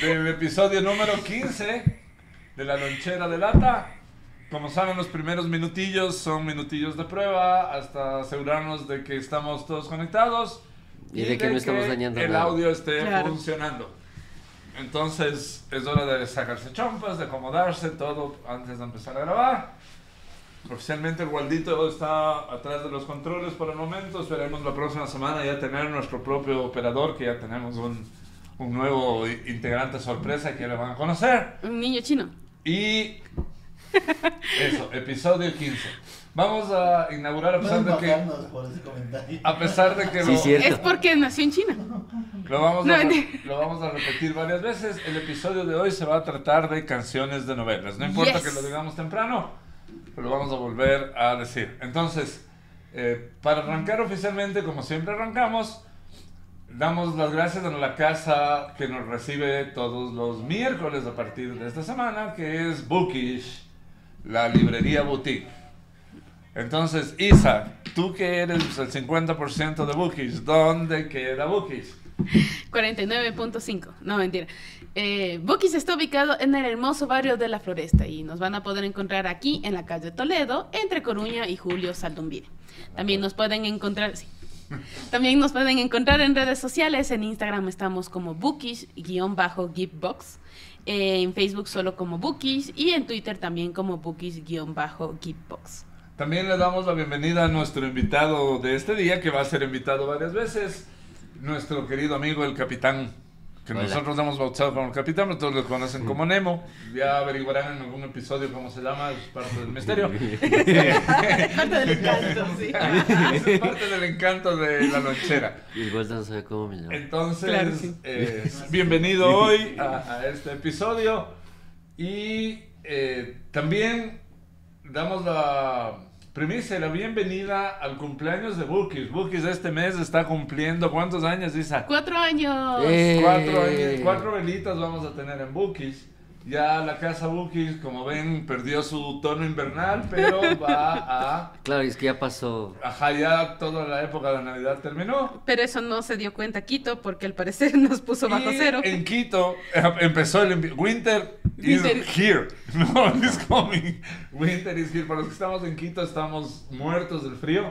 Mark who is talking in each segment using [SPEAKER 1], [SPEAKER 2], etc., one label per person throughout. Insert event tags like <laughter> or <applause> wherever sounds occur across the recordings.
[SPEAKER 1] del episodio número 15 de la lonchera de lata. Como saben, los primeros minutillos son minutillos de prueba hasta asegurarnos de que estamos todos conectados
[SPEAKER 2] Y de que no estamos dañando
[SPEAKER 1] el
[SPEAKER 2] nada.
[SPEAKER 1] audio esté
[SPEAKER 3] Claro.
[SPEAKER 1] funcionando. Entonces es hora de sacarse chompas, de acomodarse todo antes de empezar a grabar. Oficialmente el Waldito está atrás de los controles por el momento. Esperemos la próxima semana ya tener nuestro propio operador, que ya tenemos un, un nuevo i- integrante sorpresa que ya le van a conocer.
[SPEAKER 3] Un niño chino.
[SPEAKER 2] <laughs>
[SPEAKER 1] Y eso, episodio 15. Vamos a inaugurar a pesar de que... Ah,
[SPEAKER 4] por ese comentario. <laughs>
[SPEAKER 1] A pesar de que
[SPEAKER 2] Sí,
[SPEAKER 1] lo-
[SPEAKER 2] cierto.
[SPEAKER 3] Es porque nació en China.
[SPEAKER 1] lo vamos,
[SPEAKER 3] No,
[SPEAKER 1] a, re-
[SPEAKER 3] mentira.
[SPEAKER 1] lo vamos a repetir varias veces. El episodio de hoy se va a tratar de canciones de novelas. No importa
[SPEAKER 3] Yes.
[SPEAKER 1] que lo digamos temprano, pero lo vamos a volver a decir. Entonces, eh, para arrancar oficialmente, como siempre arrancamos, damos las gracias a la casa que nos recibe todos los miércoles a partir de esta semana, que es Bookish, la librería boutique. Entonces, Isa, tú que eres el 50% de Bookish, ¿dónde queda Bookish?
[SPEAKER 3] 49.5. No, mentira. Eh, Bookies está ubicado en el hermoso barrio de La Floresta y nos van a poder encontrar aquí en la calle Toledo, entre Coruña y Julio Saldumbide. También nos pueden encontrar... sí. También nos pueden encontrar en redes sociales. En Instagram estamos como Bookish-Gipbox. En Facebook solo como Bookish. Y en Twitter también como Bookish-Gipbox.
[SPEAKER 1] También le damos la bienvenida a nuestro invitado de este día, que va a ser invitado varias veces, nuestro querido amigo el capitán, que
[SPEAKER 2] Hola.
[SPEAKER 1] nosotros hemos bautizado como el capitán, pero todos lo conocen como Nemo. Ya averiguarán en algún episodio cómo se llama, es parte del misterio. <laughs> es parte del encanto de la lonchera.
[SPEAKER 2] Y igual no sabe cómo me llamo.
[SPEAKER 1] Entonces,
[SPEAKER 3] Claro, sí.
[SPEAKER 1] eh, bienvenido hoy a, a este episodio. Y eh, también damos la primicia y la bienvenida al cumpleaños de Bookies. Bookies este mes está cumpliendo cuántos años, Isa?
[SPEAKER 3] ¡Cuatro años!
[SPEAKER 2] Eh.
[SPEAKER 1] Cuatro, años- cuatro velitas vamos a tener en Bookies. Ya la casa Bookies, como ven, perdió su tono invernal, pero va a...
[SPEAKER 2] Claro, es que ya pasó.
[SPEAKER 1] Ajá, ya toda la época de Navidad terminó.
[SPEAKER 3] Pero eso no se dio cuenta Quito porque al parecer <laughs> nos puso bajo
[SPEAKER 1] Y
[SPEAKER 3] cero.
[SPEAKER 1] En Quito eh, empezó el invi- winter is
[SPEAKER 3] Winter.
[SPEAKER 1] here. <laughs> No, it's coming. Winter is here. Para los que estamos en Quito estamos muertos del frío.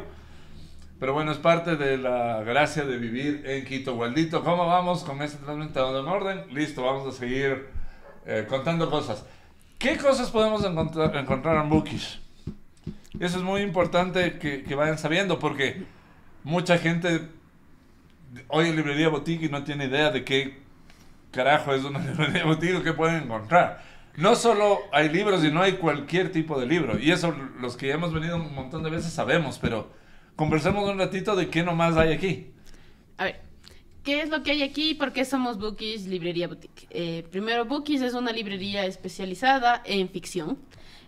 [SPEAKER 1] Pero bueno, es parte de la gracia de vivir en Quito. Waldito, ¿cómo vamos con este transmitido en orden? Listo, vamos a seguir eh, contando cosas. ¿Qué cosas podemos encontrar, encontrar en Bookish? Eso es muy importante que, que vayan sabiendo porque mucha gente hoy en librería boutique y no tiene idea de qué carajo es <laughs> una librería boutique o qué pueden encontrar. No solo hay libros, sino hay cualquier tipo de libro. Y eso los que hemos venido un montón de veces sabemos, pero conversemos un ratito de qué nomás hay aquí.
[SPEAKER 3] A ver, ¿qué es lo que hay aquí y por qué somos Bookies Librería Boutique? Eh, primero, Bookies es una librería especializada en ficción.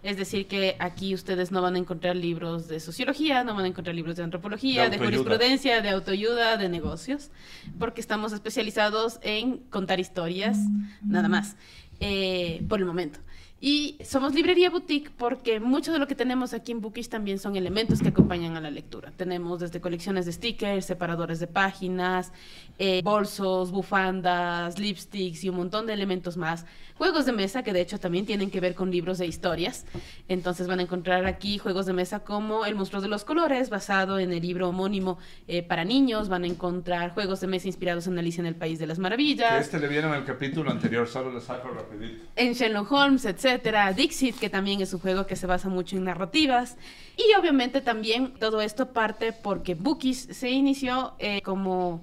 [SPEAKER 3] Es decir, que aquí ustedes no van a encontrar libros de sociología, no van a encontrar libros de antropología,
[SPEAKER 1] De
[SPEAKER 3] de,
[SPEAKER 1] autoayuda.
[SPEAKER 3] jurisprudencia, de autoayuda, de negocios, porque estamos especializados en contar historias, nada más, eh, por el momento. Y somos librería boutique porque mucho de lo que tenemos aquí en Bookish también son elementos que acompañan a la lectura. Tenemos desde colecciones de stickers, separadores de páginas, eh, bolsos, bufandas, lipsticks y un montón de elementos más. Juegos de mesa que de hecho también tienen que ver con libros e historias. Entonces van a encontrar aquí juegos de mesa como El monstruo de los colores, basado en el libro homónimo eh, para niños. Van a encontrar juegos de mesa inspirados en Alicia en el País de las
[SPEAKER 1] Que
[SPEAKER 3] Maravillas
[SPEAKER 1] este le vieron el capítulo anterior, solo le saco rapidito.
[SPEAKER 3] en Sherlock Holmes, etcétera, Dixit, que también es un juego que se basa mucho en narrativas. Y obviamente también todo esto parte porque Bookies se inició eh, como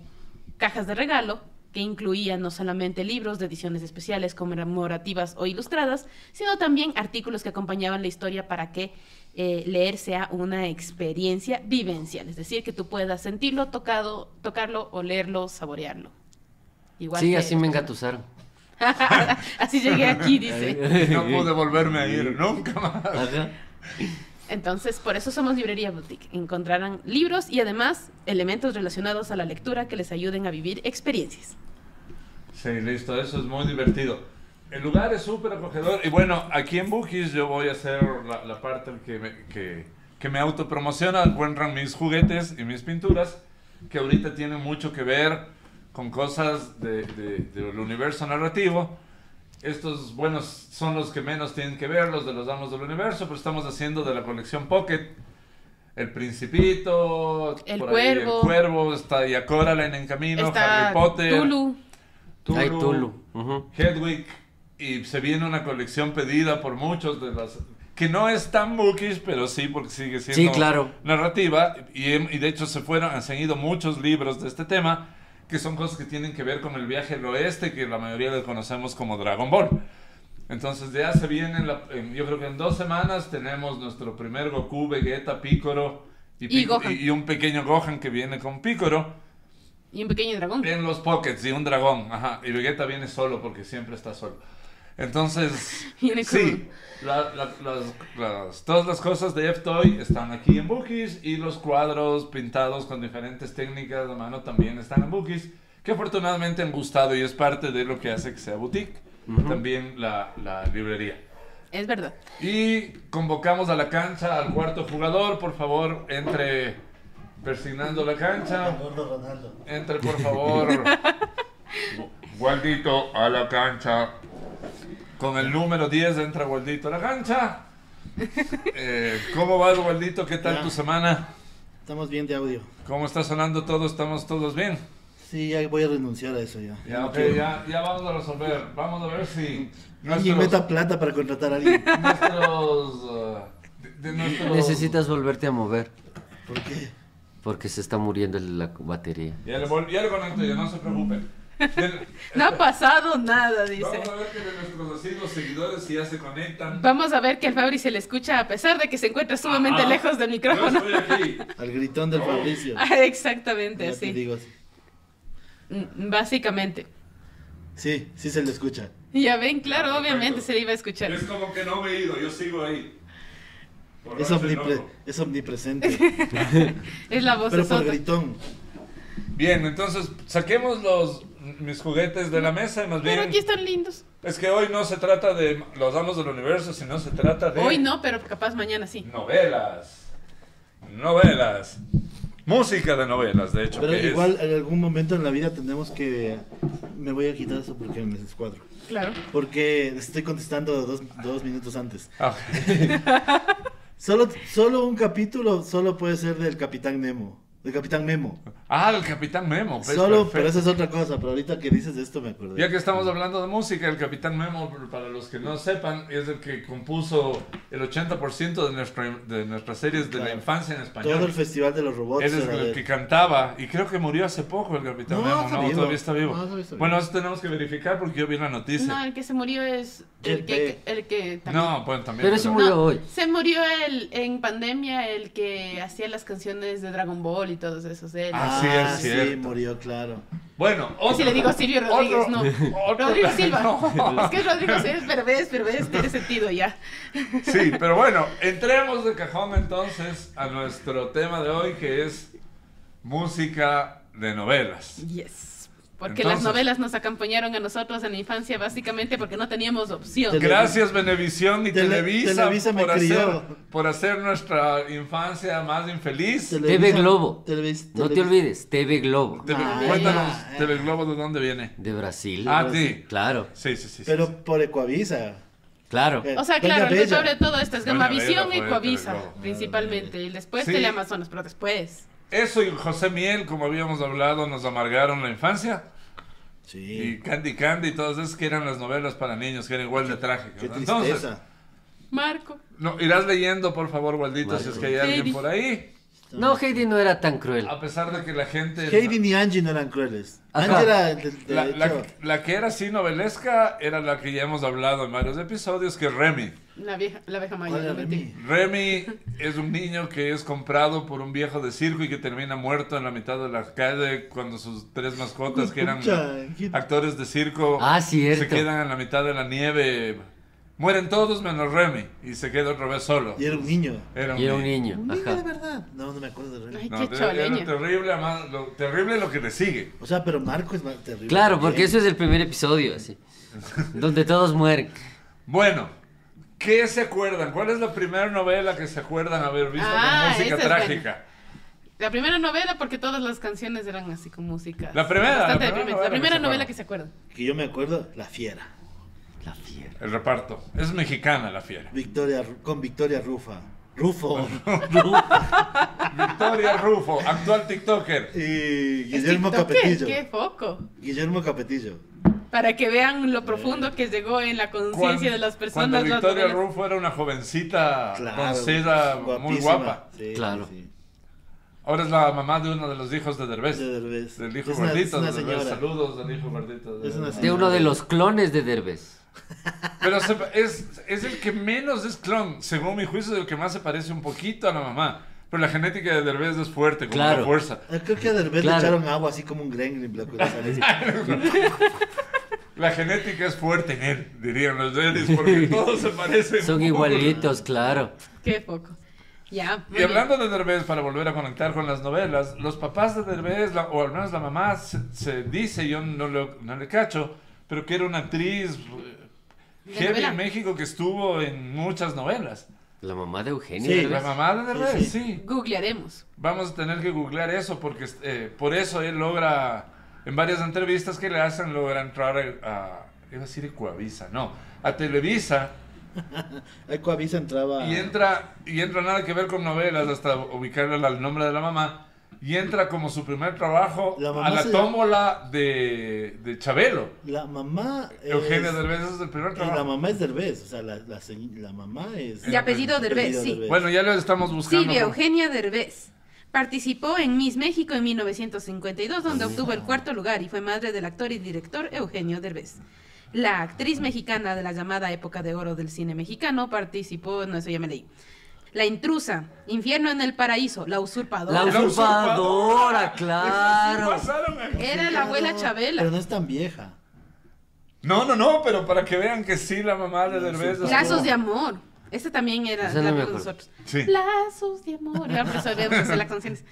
[SPEAKER 3] cajas de regalo que incluían no solamente libros de ediciones especiales conmemorativas o ilustradas, sino también artículos que acompañaban la historia para que eh, leer sea una experiencia vivencial, es decir, que tú puedas sentirlo, tocado, tocarlo, olerlo, saborearlo. Igual
[SPEAKER 2] Sí,
[SPEAKER 3] que- Ah,
[SPEAKER 2] así me
[SPEAKER 3] <laughs>
[SPEAKER 2] engatusaron.
[SPEAKER 3] así llegué
[SPEAKER 2] <laughs>
[SPEAKER 3] aquí, dice.
[SPEAKER 1] No pude volverme a ir nunca más.
[SPEAKER 2] Ajá.
[SPEAKER 3] Entonces, por eso somos Librería Boutique. Encontrarán libros y además elementos relacionados a la lectura que les ayuden a vivir experiencias.
[SPEAKER 1] Sí, listo, eso es muy divertido. El lugar es súper acogedor. Y bueno, aquí en Bookies yo voy a hacer la, la parte que me, que, que me autopromociona. Encuentran mis juguetes y mis pinturas, que ahorita tienen mucho que ver con cosas de- de- del universo narrativo. Estos buenos son los que menos tienen que ver, los de los damos del universo, pero estamos haciendo de la colección Pocket. El Principito,
[SPEAKER 3] El
[SPEAKER 1] por ahí
[SPEAKER 3] Cuervo.
[SPEAKER 1] el Cuervo, está ya Coraline en camino,
[SPEAKER 3] Está
[SPEAKER 1] Harry Potter,
[SPEAKER 3] Tulu.
[SPEAKER 1] Tulu,
[SPEAKER 2] Ay, Tulu. Ujú.
[SPEAKER 1] Hedwig, y se viene una colección pedida por muchos de las... Que no es tan bookish, pero sí, porque sigue siendo
[SPEAKER 2] Sí, claro.
[SPEAKER 1] narrativa, y, hem- y de hecho se fueron, se han ido muchos libros de este tema, que son cosas que tienen que ver con el viaje al oeste, que la mayoría le conocemos como Dragon Ball. Entonces ya se viene, la- en- yo creo que en dos semanas tenemos nuestro primer Goku, Vegeta, Piccolo y,
[SPEAKER 3] Y
[SPEAKER 1] Pic-
[SPEAKER 3] Gohan.
[SPEAKER 1] y- y un pequeño Gohan que viene con Piccolo
[SPEAKER 3] Y un pequeño dragón.
[SPEAKER 1] en los pockets y un dragón. Ajá, y Vegeta viene solo porque siempre está solo. Entonces,
[SPEAKER 3] <laughs> Viene con-
[SPEAKER 1] sí, la- la- las, las- todas las cosas de F-Toy están aquí en Bookies y los cuadros pintados con diferentes técnicas de mano también están en Bookies, que afortunadamente han gustado y es parte de lo que hace que sea boutique, también la, la librería.
[SPEAKER 3] Es verdad.
[SPEAKER 1] Y convocamos a la cancha al cuarto jugador, por favor, entre persignando la cancha.
[SPEAKER 4] Gordo Ronaldo.
[SPEAKER 1] Entre, por <laughs> favor. Gualdito a la cancha. Con el número 10 entra Gualdito a la <laughs> cancha. Eh, ¿Cómo vas, Gualdito? ¿Qué tal
[SPEAKER 4] Ya.
[SPEAKER 1] tu semana?
[SPEAKER 4] Estamos bien de audio.
[SPEAKER 1] ¿Cómo está sonando todo? ¿Estamos todos bien?
[SPEAKER 4] Sí, ya voy a renunciar a eso ya.
[SPEAKER 1] Ya,
[SPEAKER 4] no
[SPEAKER 1] ok,
[SPEAKER 4] quiero.
[SPEAKER 1] ya, ya vamos a resolver. Vamos a ver si nuestros...
[SPEAKER 4] Alguien meta plata para contratar a alguien.
[SPEAKER 3] <laughs>
[SPEAKER 1] nuestros, uh, de- de nuestros-
[SPEAKER 2] Necesitas volverte a mover
[SPEAKER 4] ¿Por qué?
[SPEAKER 2] porque se está muriendo la batería.
[SPEAKER 1] Ya le, vol- ya le conecto yo, no se preocupen. Bien,
[SPEAKER 3] No ha pasado nada, <laughs> dice.
[SPEAKER 1] Vamos a ver que de nuestros así los seguidores si ya se conectan.
[SPEAKER 3] Vamos a ver que al Fabri se le escucha a pesar de que se encuentra sumamente
[SPEAKER 1] Ah,
[SPEAKER 3] lejos del
[SPEAKER 1] Yo
[SPEAKER 3] micrófono.
[SPEAKER 1] estoy aquí.
[SPEAKER 4] Al gritón
[SPEAKER 3] <laughs>
[SPEAKER 4] del Fabricio.
[SPEAKER 3] Ah, Exactamente,
[SPEAKER 4] Ya te
[SPEAKER 3] así.
[SPEAKER 4] digo así.
[SPEAKER 3] Mm, Básicamente.
[SPEAKER 4] Sí, sí se le escucha.
[SPEAKER 3] Ya ven, claro,
[SPEAKER 1] Ah,
[SPEAKER 3] obviamente
[SPEAKER 1] perfecto.
[SPEAKER 3] se le iba a escuchar.
[SPEAKER 1] Es como que no me he ido, yo sigo ahí. Por
[SPEAKER 4] Es,
[SPEAKER 1] ese
[SPEAKER 4] omnipre-
[SPEAKER 1] loco.
[SPEAKER 4] es omnipresente.
[SPEAKER 3] Es la voz de
[SPEAKER 4] pero por
[SPEAKER 3] Soto.
[SPEAKER 4] gritón.
[SPEAKER 1] Bien, entonces saquemos los mis juguetes de la mesa y más bien.
[SPEAKER 3] Pero aquí están lindos.
[SPEAKER 1] Es que hoy no se trata de los amos del universo, sino se trata de
[SPEAKER 3] Hoy no, pero capaz mañana sí.
[SPEAKER 1] novelas. Novelas. Música de novelas, de hecho.
[SPEAKER 4] Pero
[SPEAKER 1] que es-
[SPEAKER 4] igual en algún momento en la vida tenemos que... Me voy a quitar eso porque me descuadro.
[SPEAKER 3] Claro.
[SPEAKER 4] Porque estoy contestando dos, dos minutos antes.
[SPEAKER 1] Ah,
[SPEAKER 4] Solo, solo un capítulo solo puede ser del Capitán Nemo. Del Capitán Memo.
[SPEAKER 1] ah, el Capitán Memo. pues,
[SPEAKER 4] Solo, pero
[SPEAKER 1] perfecto.
[SPEAKER 4] esa es otra cosa. Pero ahorita que dices esto me acordé.
[SPEAKER 1] Ya que estamos hablando de música, el Capitán Memo, para los que no sepan, es el que compuso el 80% de, nuestra- de nuestras series de la
[SPEAKER 4] Claro.
[SPEAKER 1] infancia en español.
[SPEAKER 4] Todo el Festival de los Robots.
[SPEAKER 1] Él es
[SPEAKER 4] era de
[SPEAKER 1] el
[SPEAKER 4] él.
[SPEAKER 1] que cantaba y creo que murió hace poco el Capitán
[SPEAKER 4] No,
[SPEAKER 1] Memo,
[SPEAKER 4] está
[SPEAKER 1] ¿no?
[SPEAKER 4] vivo.
[SPEAKER 1] Todavía está vivo.
[SPEAKER 4] No, todavía está vivo.
[SPEAKER 1] Bueno, eso tenemos que verificar porque yo vi la
[SPEAKER 3] No,
[SPEAKER 1] noticia.
[SPEAKER 3] el que se murió es el
[SPEAKER 4] Jet
[SPEAKER 3] que,
[SPEAKER 4] Beck.
[SPEAKER 3] el que también-
[SPEAKER 1] No, bueno, también.
[SPEAKER 2] Pero ese murió hoy.
[SPEAKER 3] Se murió el, en pandemia el que hacía las canciones de Dragon Ball y todos esos. Él.
[SPEAKER 1] Ah, sí, es
[SPEAKER 4] Sí,
[SPEAKER 1] cierto.
[SPEAKER 4] murió, claro.
[SPEAKER 1] Bueno, otro.
[SPEAKER 3] si le digo Silvio Rodríguez,
[SPEAKER 1] otro-
[SPEAKER 3] no.
[SPEAKER 1] <laughs> otro-
[SPEAKER 3] Rodrigo Silva.
[SPEAKER 1] No.
[SPEAKER 3] <laughs> Es que Rodrigo Silva es pervés, pervés, tiene sentido ya.
[SPEAKER 1] <laughs> Sí, pero bueno, entremos de cajón entonces a nuestro tema de hoy que es música de novelas.
[SPEAKER 3] Yes. Porque
[SPEAKER 1] Entonces-
[SPEAKER 3] las novelas nos acompañaron a nosotros en la infancia básicamente porque no teníamos opción.
[SPEAKER 4] Tele-
[SPEAKER 1] Gracias Benevisión y
[SPEAKER 4] Tele-
[SPEAKER 1] Televisa,
[SPEAKER 4] Televisa me
[SPEAKER 1] por, hacer,
[SPEAKER 4] crió.
[SPEAKER 1] por hacer nuestra infancia más infeliz.
[SPEAKER 2] TV Globo.
[SPEAKER 4] Televis-
[SPEAKER 2] No te
[SPEAKER 4] Televis-
[SPEAKER 2] olvides, TV Globo.
[SPEAKER 1] Tele-
[SPEAKER 4] Ah,
[SPEAKER 1] cuéntanos,
[SPEAKER 4] ya.
[SPEAKER 1] Teleglobo, ¿de dónde viene?
[SPEAKER 2] De Brasil.
[SPEAKER 1] Ah, sí.
[SPEAKER 2] Claro,
[SPEAKER 1] Sí, sí, sí. sí, sí.
[SPEAKER 4] Pero por Ecuavisa.
[SPEAKER 2] claro.
[SPEAKER 4] Eh,
[SPEAKER 3] O sea,
[SPEAKER 4] Doña
[SPEAKER 3] claro, el
[SPEAKER 4] Bella.
[SPEAKER 3] culpable de todo esto es
[SPEAKER 1] Doña
[SPEAKER 3] Gamavisión
[SPEAKER 1] Bella
[SPEAKER 3] y
[SPEAKER 1] fue
[SPEAKER 3] Coavisa,
[SPEAKER 1] Teleglobo.
[SPEAKER 3] principalmente. Y después
[SPEAKER 1] Sí.
[SPEAKER 3] Teleamazonas, pero después.
[SPEAKER 1] Eso y José Miel, como habíamos hablado, nos amargaron la infancia. Y
[SPEAKER 4] Sí.
[SPEAKER 1] Candy Candy y todas esas que eran las novelas para niños, que eran igual de trágicas.
[SPEAKER 4] Qué
[SPEAKER 1] Entonces,
[SPEAKER 4] tristeza.
[SPEAKER 3] Marco.
[SPEAKER 1] no, irás leyendo, por favor, Waldito, si es
[SPEAKER 2] Marco.
[SPEAKER 1] que hay alguien
[SPEAKER 3] Heidi.
[SPEAKER 1] por ahí.
[SPEAKER 2] No, Heidi no era tan cruel.
[SPEAKER 1] A pesar de que la gente...
[SPEAKER 4] Heidi ni Angie no eran crueles.
[SPEAKER 2] Ajá.
[SPEAKER 4] Angie era de, de
[SPEAKER 1] La, la-
[SPEAKER 4] hecho,
[SPEAKER 1] la que era así novelesca era la que ya hemos hablado en varios episodios, que es Remy.
[SPEAKER 3] La vieja, la vieja
[SPEAKER 4] ¿cuál
[SPEAKER 3] mayor.
[SPEAKER 4] era
[SPEAKER 3] no
[SPEAKER 4] Remy?
[SPEAKER 1] Remy es un niño que es comprado por un viejo de circo y que termina muerto en la mitad de la calle cuando sus tres mascotas, que eran
[SPEAKER 4] Pucha,
[SPEAKER 1] actores de circo,
[SPEAKER 2] Ah, cierto.
[SPEAKER 1] se quedan en la mitad de la nieve. Mueren todos menos Remy y se queda otra vez solo.
[SPEAKER 4] Y era un niño.
[SPEAKER 1] Era
[SPEAKER 2] Y era un
[SPEAKER 1] niño.
[SPEAKER 2] niño.
[SPEAKER 4] Un niño de
[SPEAKER 2] Ajá.
[SPEAKER 4] verdad. No, no me acuerdo de
[SPEAKER 3] mentí.
[SPEAKER 4] Remy.
[SPEAKER 3] Ay,
[SPEAKER 1] No,
[SPEAKER 3] qué
[SPEAKER 1] era- era
[SPEAKER 3] choleña.
[SPEAKER 1] terrible, además, lo, terrible lo que le sigue.
[SPEAKER 4] O sea, pero Marco es más terrible.
[SPEAKER 2] Claro,
[SPEAKER 4] también.
[SPEAKER 2] porque eso es el primer episodio, así.
[SPEAKER 1] <laughs>
[SPEAKER 2] Donde todos mueren.
[SPEAKER 1] Bueno, ¿qué se acuerdan? ¿Cuál es la primera novela que se acuerdan haber visto con
[SPEAKER 3] Ah,
[SPEAKER 1] música
[SPEAKER 3] esa es
[SPEAKER 1] trágica?
[SPEAKER 3] La primera novela, porque todas las canciones eran así con música.
[SPEAKER 1] La primera, la primera
[SPEAKER 3] Bastante deprimentes.
[SPEAKER 1] novela
[SPEAKER 3] La
[SPEAKER 1] que
[SPEAKER 3] primera
[SPEAKER 1] se
[SPEAKER 3] novela
[SPEAKER 1] acuerda.
[SPEAKER 3] que se acuerda.
[SPEAKER 4] Que yo me acuerdo, La Fiera.
[SPEAKER 2] La fiera.
[SPEAKER 1] El reparto. Es mexicana la fiera.
[SPEAKER 4] Victoria, Ru- con Victoria Rufa. Rufo.
[SPEAKER 1] <laughs> Victoria Rufo, actual TikToker.
[SPEAKER 4] y
[SPEAKER 3] Es
[SPEAKER 4] Guillermo
[SPEAKER 3] TikToker,
[SPEAKER 4] Capetillo.
[SPEAKER 3] ¡Qué foco!
[SPEAKER 4] Guillermo Capetillo.
[SPEAKER 3] Para que vean lo
[SPEAKER 4] Eh.
[SPEAKER 3] profundo que llegó en la conciencia de las personas.
[SPEAKER 1] Cuando
[SPEAKER 3] las
[SPEAKER 1] Victoria
[SPEAKER 3] novelas.
[SPEAKER 1] Rufo era una jovencita
[SPEAKER 4] Claro.
[SPEAKER 1] con seda muy
[SPEAKER 4] guapísima.
[SPEAKER 1] guapa.
[SPEAKER 4] Sí,
[SPEAKER 2] Claro.
[SPEAKER 4] sí,
[SPEAKER 1] Ahora es la mamá de uno de los hijos de
[SPEAKER 4] sí.
[SPEAKER 1] Derbez.
[SPEAKER 4] De Derbez.
[SPEAKER 1] Del hijo
[SPEAKER 4] Es una-
[SPEAKER 1] gordito
[SPEAKER 4] es una
[SPEAKER 1] de Derbez.
[SPEAKER 4] señora.
[SPEAKER 1] Saludos del hijo gordito. de
[SPEAKER 4] Es una
[SPEAKER 1] Derbez.
[SPEAKER 2] De uno de los clones de Derbez.
[SPEAKER 1] Pero se pa- es, es el que menos es clon. Según mi juicio, es el que más se parece un poquito a la mamá. Pero la genética de Derbez es fuerte, con
[SPEAKER 2] Claro.
[SPEAKER 1] una fuerza.
[SPEAKER 4] Ah, Creo que a Derbez
[SPEAKER 2] Claro.
[SPEAKER 4] le echaron agua así como un gremlin. blanco, y
[SPEAKER 1] <laughs>
[SPEAKER 4] le sale-
[SPEAKER 1] La genética es fuerte en él, dirían los delis,
[SPEAKER 4] <laughs>
[SPEAKER 1] porque todos se parecen.
[SPEAKER 2] Son
[SPEAKER 1] mucho.
[SPEAKER 2] igualitos, claro.
[SPEAKER 3] ¡Qué foco! Ya. muy
[SPEAKER 1] Y hablando de Derbez, para volver a conectar con las novelas, los papás de Derbez, la- o al menos la mamá, se, se dice, yo no, lo- no le cacho, pero que era una actriz eh,
[SPEAKER 3] ¿De
[SPEAKER 1] heavy
[SPEAKER 3] novela?
[SPEAKER 1] en México que estuvo en muchas novelas.
[SPEAKER 2] La mamá de Eugenio
[SPEAKER 4] Sí,
[SPEAKER 1] La
[SPEAKER 2] Derbez.
[SPEAKER 1] mamá de Derbez,
[SPEAKER 4] Sí, sí.
[SPEAKER 1] sí.
[SPEAKER 3] bien. Googlearemos.
[SPEAKER 1] Vamos a tener que googlear eso porque eh, por eso él logra, en varias entrevistas que le hacen, logra entrar a, a- iba a decir Ecuavisa, no, a Televisa
[SPEAKER 4] Ay, Coavisa entraba.
[SPEAKER 1] y entra, y entra nada que ver con novelas hasta ubicarle al nombre de la mamá y entra como su primer trabajo
[SPEAKER 4] La mamá
[SPEAKER 1] a la
[SPEAKER 4] se-
[SPEAKER 1] tómbola de, de Chabelo.
[SPEAKER 4] La mamá. es-
[SPEAKER 1] Eugenio Derbez ese es el primer
[SPEAKER 4] y la
[SPEAKER 1] trabajo.
[SPEAKER 4] mamá es Derbez. O sea, la, la, se- la mamá es.
[SPEAKER 3] De apellido Derbez, sí.
[SPEAKER 1] Bueno, ya lo estamos buscando.
[SPEAKER 3] Silvia
[SPEAKER 1] como-
[SPEAKER 3] Eugenia Derbez. Participó en Miss México en 1952, donde obtuvo el cuarto lugar y fue madre del actor y director Eugenio Derbez. La actriz mexicana de la llamada época de oro del cine mexicano participó, no, eso ya me leí. La intrusa, Infierno en el Paraíso, La usurpadora.
[SPEAKER 2] La
[SPEAKER 1] usurpadora.
[SPEAKER 2] usurpadora, claro.
[SPEAKER 1] Pasaron aquí.
[SPEAKER 3] Era la abuela
[SPEAKER 4] Pero
[SPEAKER 3] Chabela.
[SPEAKER 4] no es tan vieja.
[SPEAKER 1] No, no, no, pero para que vean que sí, la mamá de Derbez.
[SPEAKER 4] Usurpadora.
[SPEAKER 1] estuvo-
[SPEAKER 3] Lazos de amor. Esa también era
[SPEAKER 2] Esa no
[SPEAKER 3] la
[SPEAKER 2] me
[SPEAKER 3] de
[SPEAKER 2] acuerdo.
[SPEAKER 3] nosotros.
[SPEAKER 1] Sí.
[SPEAKER 3] Lazos de amor. Ya resolvemos hacer las canciones.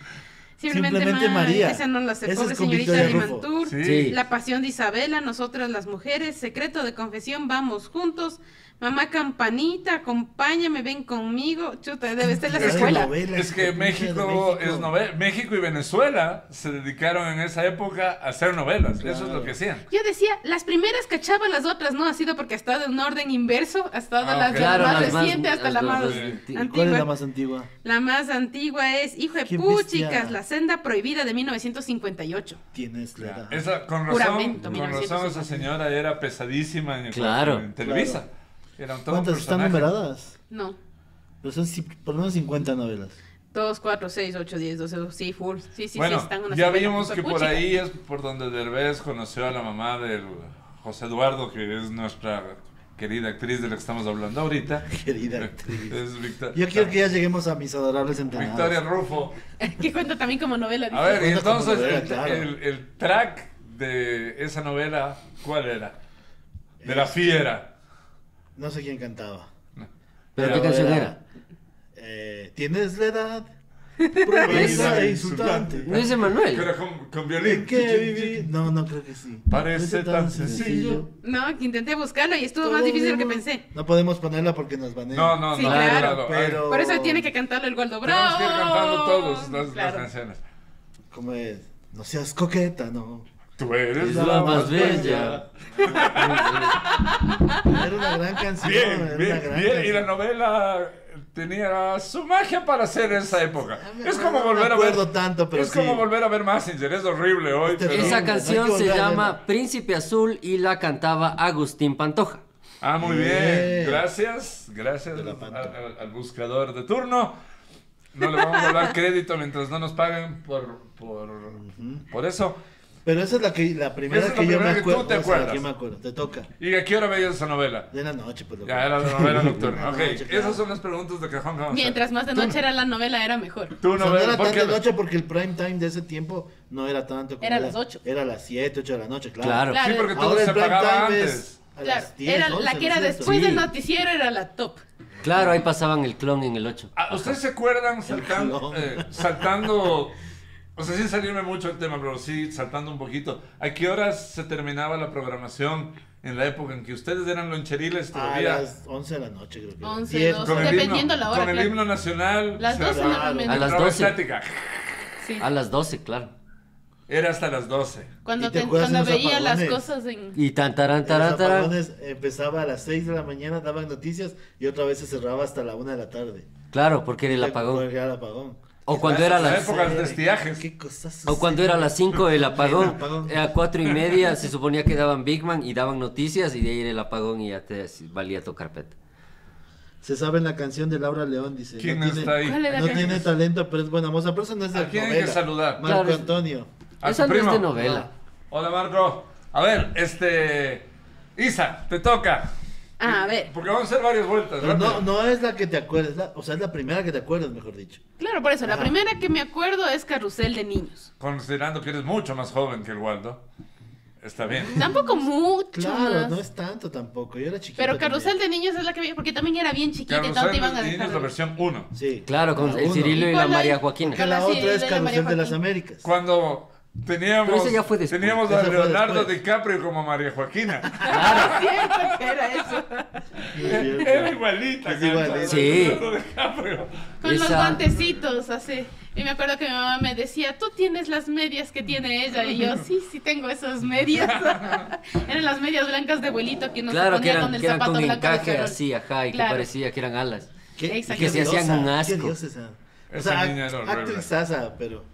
[SPEAKER 3] Simplemente,
[SPEAKER 4] Simplemente
[SPEAKER 3] Ma-
[SPEAKER 4] María.
[SPEAKER 3] Esa no la sé.
[SPEAKER 4] Esa es
[SPEAKER 3] Pobre
[SPEAKER 4] con
[SPEAKER 3] señorita
[SPEAKER 4] Victoria
[SPEAKER 3] de
[SPEAKER 4] Rufo.
[SPEAKER 3] Mantur.
[SPEAKER 1] Sí.
[SPEAKER 2] Sí.
[SPEAKER 3] La pasión de Isabela, nosotras las mujeres, secreto de confesión, vamos juntos. Mamá Campanita, acompáñame, ven conmigo. Chuta, debe estar en la
[SPEAKER 1] Es que
[SPEAKER 3] secuela.
[SPEAKER 4] novelas,
[SPEAKER 1] Es que
[SPEAKER 4] de
[SPEAKER 1] México,
[SPEAKER 4] México.
[SPEAKER 1] es nove- México y Venezuela se dedicaron en esa época a hacer novelas. Eso es lo
[SPEAKER 4] Claro.
[SPEAKER 1] que hacían.
[SPEAKER 3] Yo decía, las primeras cachaban las otras, no ha sido porque ha estado en orden inverso, ha estado
[SPEAKER 1] Ah,
[SPEAKER 3] las,
[SPEAKER 1] ok.
[SPEAKER 3] de la
[SPEAKER 2] Claro,
[SPEAKER 3] más
[SPEAKER 2] las más-
[SPEAKER 3] reciente hasta
[SPEAKER 2] las-
[SPEAKER 3] la
[SPEAKER 2] las
[SPEAKER 3] más
[SPEAKER 2] más
[SPEAKER 3] antigua.
[SPEAKER 2] antiguas.
[SPEAKER 4] ¿Cuál es la más antigua?
[SPEAKER 3] La más antigua es Hijo de
[SPEAKER 4] Qué
[SPEAKER 3] Puchicas,
[SPEAKER 4] bestia.
[SPEAKER 3] La Senda Prohibida de 1958.
[SPEAKER 4] Tienes la edad.
[SPEAKER 1] Esa, con razón,
[SPEAKER 3] Juramento,
[SPEAKER 1] con
[SPEAKER 3] 1950.
[SPEAKER 1] razón esa señora era pesadísima en,
[SPEAKER 2] Claro.
[SPEAKER 1] en Televisa. Era un todo un
[SPEAKER 4] ¿Cuántas están
[SPEAKER 1] personaje.
[SPEAKER 4] numeradas?
[SPEAKER 3] No.
[SPEAKER 4] Pero son ci- por lo menos 50 novelas.
[SPEAKER 3] 2,
[SPEAKER 4] <laughs>
[SPEAKER 3] 4, 6, 8, 10, 12, sí, full. Sí, sí,
[SPEAKER 1] bueno,
[SPEAKER 3] sí, están unas
[SPEAKER 1] ya
[SPEAKER 3] 50
[SPEAKER 1] vimos que por
[SPEAKER 3] puchicas.
[SPEAKER 1] ahí es por donde Derbez conoció a la mamá del José Eduardo, que es nuestra querida actriz de la que estamos hablando ahorita. <laughs>
[SPEAKER 4] Querida actriz.
[SPEAKER 1] Es Victor-
[SPEAKER 4] Yo quiero que ya lleguemos a mis adorables entrenados.
[SPEAKER 1] Victoria Rufo.
[SPEAKER 3] <laughs> que cuenta también como novela.
[SPEAKER 1] A
[SPEAKER 3] dice.
[SPEAKER 1] ver, y
[SPEAKER 4] Cuenta como
[SPEAKER 1] entonces
[SPEAKER 4] novela,
[SPEAKER 1] el,
[SPEAKER 4] claro.
[SPEAKER 1] el- el track de esa novela, ¿cuál era? De la
[SPEAKER 4] Este,
[SPEAKER 1] fiera.
[SPEAKER 4] No sé quién cantaba.
[SPEAKER 2] Pero
[SPEAKER 1] Pero
[SPEAKER 2] qué canción
[SPEAKER 4] era-
[SPEAKER 2] era.
[SPEAKER 4] Eh, Tienes la
[SPEAKER 1] <laughs>
[SPEAKER 4] edad. Provisa e insultante.
[SPEAKER 2] No es
[SPEAKER 1] Pero
[SPEAKER 2] Emanuel.
[SPEAKER 1] con, con
[SPEAKER 4] ¿En
[SPEAKER 1] violín.
[SPEAKER 4] qué viví? No, no creo que sí.
[SPEAKER 1] Parece tan sencillo.
[SPEAKER 3] No, que intenté buscarlo y estuvo
[SPEAKER 4] Todo
[SPEAKER 3] más difícil de lo que
[SPEAKER 4] mismo.
[SPEAKER 3] pensé.
[SPEAKER 4] No podemos ponerla porque nos banean.
[SPEAKER 1] No, no,
[SPEAKER 3] Sí,
[SPEAKER 1] no.
[SPEAKER 3] claro,
[SPEAKER 1] no, no.
[SPEAKER 4] pero-
[SPEAKER 3] Por eso tiene que cantarlo el Waldo
[SPEAKER 1] Tenemos
[SPEAKER 3] Bravo.
[SPEAKER 1] que ir cantando todos las, las
[SPEAKER 3] Claro.
[SPEAKER 1] canciones.
[SPEAKER 4] ¿Cómo es? No seas coqueta, no.
[SPEAKER 1] Tú eres
[SPEAKER 2] Es
[SPEAKER 1] la,
[SPEAKER 2] la
[SPEAKER 1] más
[SPEAKER 2] más
[SPEAKER 1] bella.
[SPEAKER 2] bella.
[SPEAKER 4] Era una gran canción. era
[SPEAKER 1] Bien,
[SPEAKER 4] una
[SPEAKER 1] bien,
[SPEAKER 4] gran
[SPEAKER 1] bien. Y
[SPEAKER 4] canción.
[SPEAKER 1] la novela tenía su magia para hacer esa época.
[SPEAKER 4] Ah, me-
[SPEAKER 1] Es como
[SPEAKER 4] no
[SPEAKER 1] volver
[SPEAKER 4] me
[SPEAKER 1] a ver.
[SPEAKER 4] acuerdo tanto, pero
[SPEAKER 1] es como
[SPEAKER 4] sí.
[SPEAKER 1] volver a ver Massinger. Es horrible hoy.
[SPEAKER 4] Este
[SPEAKER 1] pero-
[SPEAKER 2] Esa
[SPEAKER 4] Hay que
[SPEAKER 2] canción se
[SPEAKER 4] volver a
[SPEAKER 2] llama
[SPEAKER 4] verla.
[SPEAKER 2] Príncipe Azul y la cantaba Agustín Pantoja.
[SPEAKER 1] Ah, muy bien.
[SPEAKER 4] Bien.
[SPEAKER 1] Gracias, gracias
[SPEAKER 4] De la
[SPEAKER 1] al,
[SPEAKER 4] panta.
[SPEAKER 1] al- al buscador de turno. No le vamos a
[SPEAKER 4] <laughs>
[SPEAKER 1] dar crédito mientras no nos paguen por, por, por eso.
[SPEAKER 4] Pero esa es la, que, la primera
[SPEAKER 1] Esa es la
[SPEAKER 4] que yo
[SPEAKER 1] primera
[SPEAKER 4] me
[SPEAKER 1] que tú
[SPEAKER 4] acuerdo.
[SPEAKER 1] te
[SPEAKER 4] o sea, la
[SPEAKER 1] acuerdas.
[SPEAKER 4] que me acuerdo. Te toca.
[SPEAKER 1] ¿Y a qué hora veías esa novela?
[SPEAKER 4] De la noche, pues. loco.
[SPEAKER 1] Ya era la
[SPEAKER 4] <laughs>
[SPEAKER 1] novela nocturna. Ok,
[SPEAKER 4] De la noche, claro.
[SPEAKER 1] esas son las preguntas de cajón. que vamos a hacer.
[SPEAKER 3] Mientras más de noche era la novela, era mejor.
[SPEAKER 1] Tu
[SPEAKER 4] O sea, no
[SPEAKER 1] novela,
[SPEAKER 4] era
[SPEAKER 1] ¿por
[SPEAKER 4] tan
[SPEAKER 1] qué?
[SPEAKER 4] de noche porque el prime time de ese tiempo no era tanto como.
[SPEAKER 3] Era las ocho.
[SPEAKER 4] Era las 7, 8 de la noche,
[SPEAKER 2] Claro.
[SPEAKER 4] claro.
[SPEAKER 1] Sí,
[SPEAKER 3] Claro.
[SPEAKER 1] porque todo
[SPEAKER 4] Ahora
[SPEAKER 1] se
[SPEAKER 4] el prime time
[SPEAKER 1] pagaba
[SPEAKER 4] es
[SPEAKER 1] antes.
[SPEAKER 4] a
[SPEAKER 3] Claro,
[SPEAKER 4] las 10,
[SPEAKER 3] era
[SPEAKER 4] 11,
[SPEAKER 3] la que
[SPEAKER 4] ¿no
[SPEAKER 3] era
[SPEAKER 4] es cierto?
[SPEAKER 3] después
[SPEAKER 2] Sí.
[SPEAKER 3] del noticiero era la top.
[SPEAKER 2] Claro, ahí pasaban el clon en el 8.
[SPEAKER 1] Ah, ¿Ustedes se
[SPEAKER 4] <laughs>
[SPEAKER 1] acuerdan saltando,
[SPEAKER 4] jalón.
[SPEAKER 1] eh, saltando, o sea, sin salirme mucho del tema, pero sí saltando un poquito? ¿A qué horas se terminaba la programación en la época en que ustedes eran loncheriles
[SPEAKER 4] A
[SPEAKER 1] todavía?
[SPEAKER 4] las 11 de la noche, creo que. era.
[SPEAKER 3] 11,
[SPEAKER 4] Diez, eh,
[SPEAKER 3] 12.
[SPEAKER 1] Con el
[SPEAKER 3] Dependiendo
[SPEAKER 1] himno,
[SPEAKER 3] la hora,
[SPEAKER 1] Con el
[SPEAKER 3] claro.
[SPEAKER 1] himno nacional.
[SPEAKER 3] Las
[SPEAKER 1] se
[SPEAKER 3] 12
[SPEAKER 1] acababa.
[SPEAKER 3] normalmente.
[SPEAKER 2] A las
[SPEAKER 1] Entraba
[SPEAKER 2] 12.
[SPEAKER 1] estática.
[SPEAKER 3] Sí.
[SPEAKER 2] A las 12, claro.
[SPEAKER 1] Era hasta las 12.
[SPEAKER 3] Cuando,
[SPEAKER 4] ¿Y te
[SPEAKER 3] te-
[SPEAKER 4] acuerdas
[SPEAKER 3] cuando
[SPEAKER 4] de los
[SPEAKER 3] veía las
[SPEAKER 4] apagones?
[SPEAKER 3] cosas en...
[SPEAKER 2] Y tan taran taran
[SPEAKER 4] Los
[SPEAKER 2] taran.
[SPEAKER 4] apagones empezaba a las 6 de la mañana, daban noticias y otra vez se cerraba hasta la 1 de la tarde.
[SPEAKER 2] Claro, porque era el apagón.
[SPEAKER 4] Porque era el apagón.
[SPEAKER 2] O cuando era
[SPEAKER 1] La
[SPEAKER 2] las
[SPEAKER 1] época de los estiajes.
[SPEAKER 4] ¿Qué cosas
[SPEAKER 2] o cuando era a las 5 el apagón,
[SPEAKER 4] apagón.
[SPEAKER 2] eh, a cuatro y media se suponía que daban Big Man y daban noticias y de ahí era el apagón y ya te valía tu carpeta.
[SPEAKER 4] Se sabe en la canción de Laura León, dice.
[SPEAKER 1] ¿Quién
[SPEAKER 4] no
[SPEAKER 1] está
[SPEAKER 4] tiene,
[SPEAKER 1] ahí?
[SPEAKER 3] ¿Cuál era
[SPEAKER 4] No
[SPEAKER 3] la
[SPEAKER 4] tiene
[SPEAKER 3] canción?
[SPEAKER 4] talento, pero es buena moza. Pero eso no es de
[SPEAKER 1] ¿A quién hay que
[SPEAKER 4] novela.
[SPEAKER 1] saludar?
[SPEAKER 4] Marco
[SPEAKER 2] Claro, es-
[SPEAKER 4] Antonio.
[SPEAKER 1] A
[SPEAKER 2] Esa
[SPEAKER 1] Ah, su
[SPEAKER 2] no es
[SPEAKER 1] primo.
[SPEAKER 2] de novela.
[SPEAKER 1] Hola, Marco. A ver, este. Isa, te toca.
[SPEAKER 3] Ah, a ver.
[SPEAKER 1] Porque vamos a hacer varias vueltas.
[SPEAKER 2] Pues
[SPEAKER 4] Pero
[SPEAKER 1] rápido.
[SPEAKER 4] no, no es la que te acuerdas, la- o sea, es la primera que te acuerdas, mejor dicho.
[SPEAKER 3] Claro, por eso. La
[SPEAKER 4] Ajá.
[SPEAKER 3] primera que me acuerdo es Carrusel de Niños.
[SPEAKER 1] Considerando que eres mucho más joven que el Waldo. Está
[SPEAKER 4] <laughs>
[SPEAKER 1] bien.
[SPEAKER 3] Tampoco mucho
[SPEAKER 4] Claro,
[SPEAKER 3] más.
[SPEAKER 4] no es tanto tampoco. Yo era chiquito.
[SPEAKER 3] Pero
[SPEAKER 4] también.
[SPEAKER 3] Carrusel de Niños es la que veía porque también era bien chiquita y no
[SPEAKER 1] Carrusel
[SPEAKER 3] te iban a
[SPEAKER 1] de
[SPEAKER 3] dejar.
[SPEAKER 1] Niños, la versión 1.
[SPEAKER 4] Sí.
[SPEAKER 2] Claro, con
[SPEAKER 4] La
[SPEAKER 2] el
[SPEAKER 4] uno.
[SPEAKER 2] Cirilo y la
[SPEAKER 3] ¿Cuál hay?
[SPEAKER 2] María Joaquina.
[SPEAKER 4] Que la
[SPEAKER 3] Carrusel
[SPEAKER 4] otra es
[SPEAKER 3] de la María
[SPEAKER 4] Carrusel de las
[SPEAKER 3] Joaquín.
[SPEAKER 4] Américas.
[SPEAKER 1] Cuando teníamos.
[SPEAKER 2] Pero esa ya fue después.
[SPEAKER 1] Teníamos a
[SPEAKER 4] Esa fue
[SPEAKER 1] Leonardo
[SPEAKER 4] después.
[SPEAKER 1] DiCaprio como María Joaquina. <laughs>
[SPEAKER 3] Claro. Cierto que era eso.
[SPEAKER 4] Sí, cierto.
[SPEAKER 2] <laughs>
[SPEAKER 1] Era igualita,
[SPEAKER 4] Es
[SPEAKER 1] cacha,
[SPEAKER 4] igualita.
[SPEAKER 2] Sí.
[SPEAKER 1] Leonardo DiCaprio.
[SPEAKER 3] Con los
[SPEAKER 2] Esa-
[SPEAKER 3] guantecitos, así. Y me acuerdo que mi mamá me decía, tú tienes las medias que tiene ella. Y yo, sí, sí tengo
[SPEAKER 2] <laughs>
[SPEAKER 3] esas medias. eran las medias blancas de abuelito que uno se
[SPEAKER 2] Claro, que
[SPEAKER 3] ponía
[SPEAKER 2] eran,
[SPEAKER 3] con el
[SPEAKER 2] que eran
[SPEAKER 3] zapato
[SPEAKER 2] con
[SPEAKER 3] blanco de
[SPEAKER 2] encaje
[SPEAKER 3] charol.
[SPEAKER 2] así, ajá, y que
[SPEAKER 3] Claro.
[SPEAKER 2] parecía que eran alas.
[SPEAKER 4] ¿Qué?
[SPEAKER 3] Exacto.
[SPEAKER 2] Que se hacían un asco.
[SPEAKER 4] Qué diosa esa. O
[SPEAKER 1] Esa
[SPEAKER 4] sea, act-
[SPEAKER 1] niña era horrible.
[SPEAKER 4] actrizaza, pero.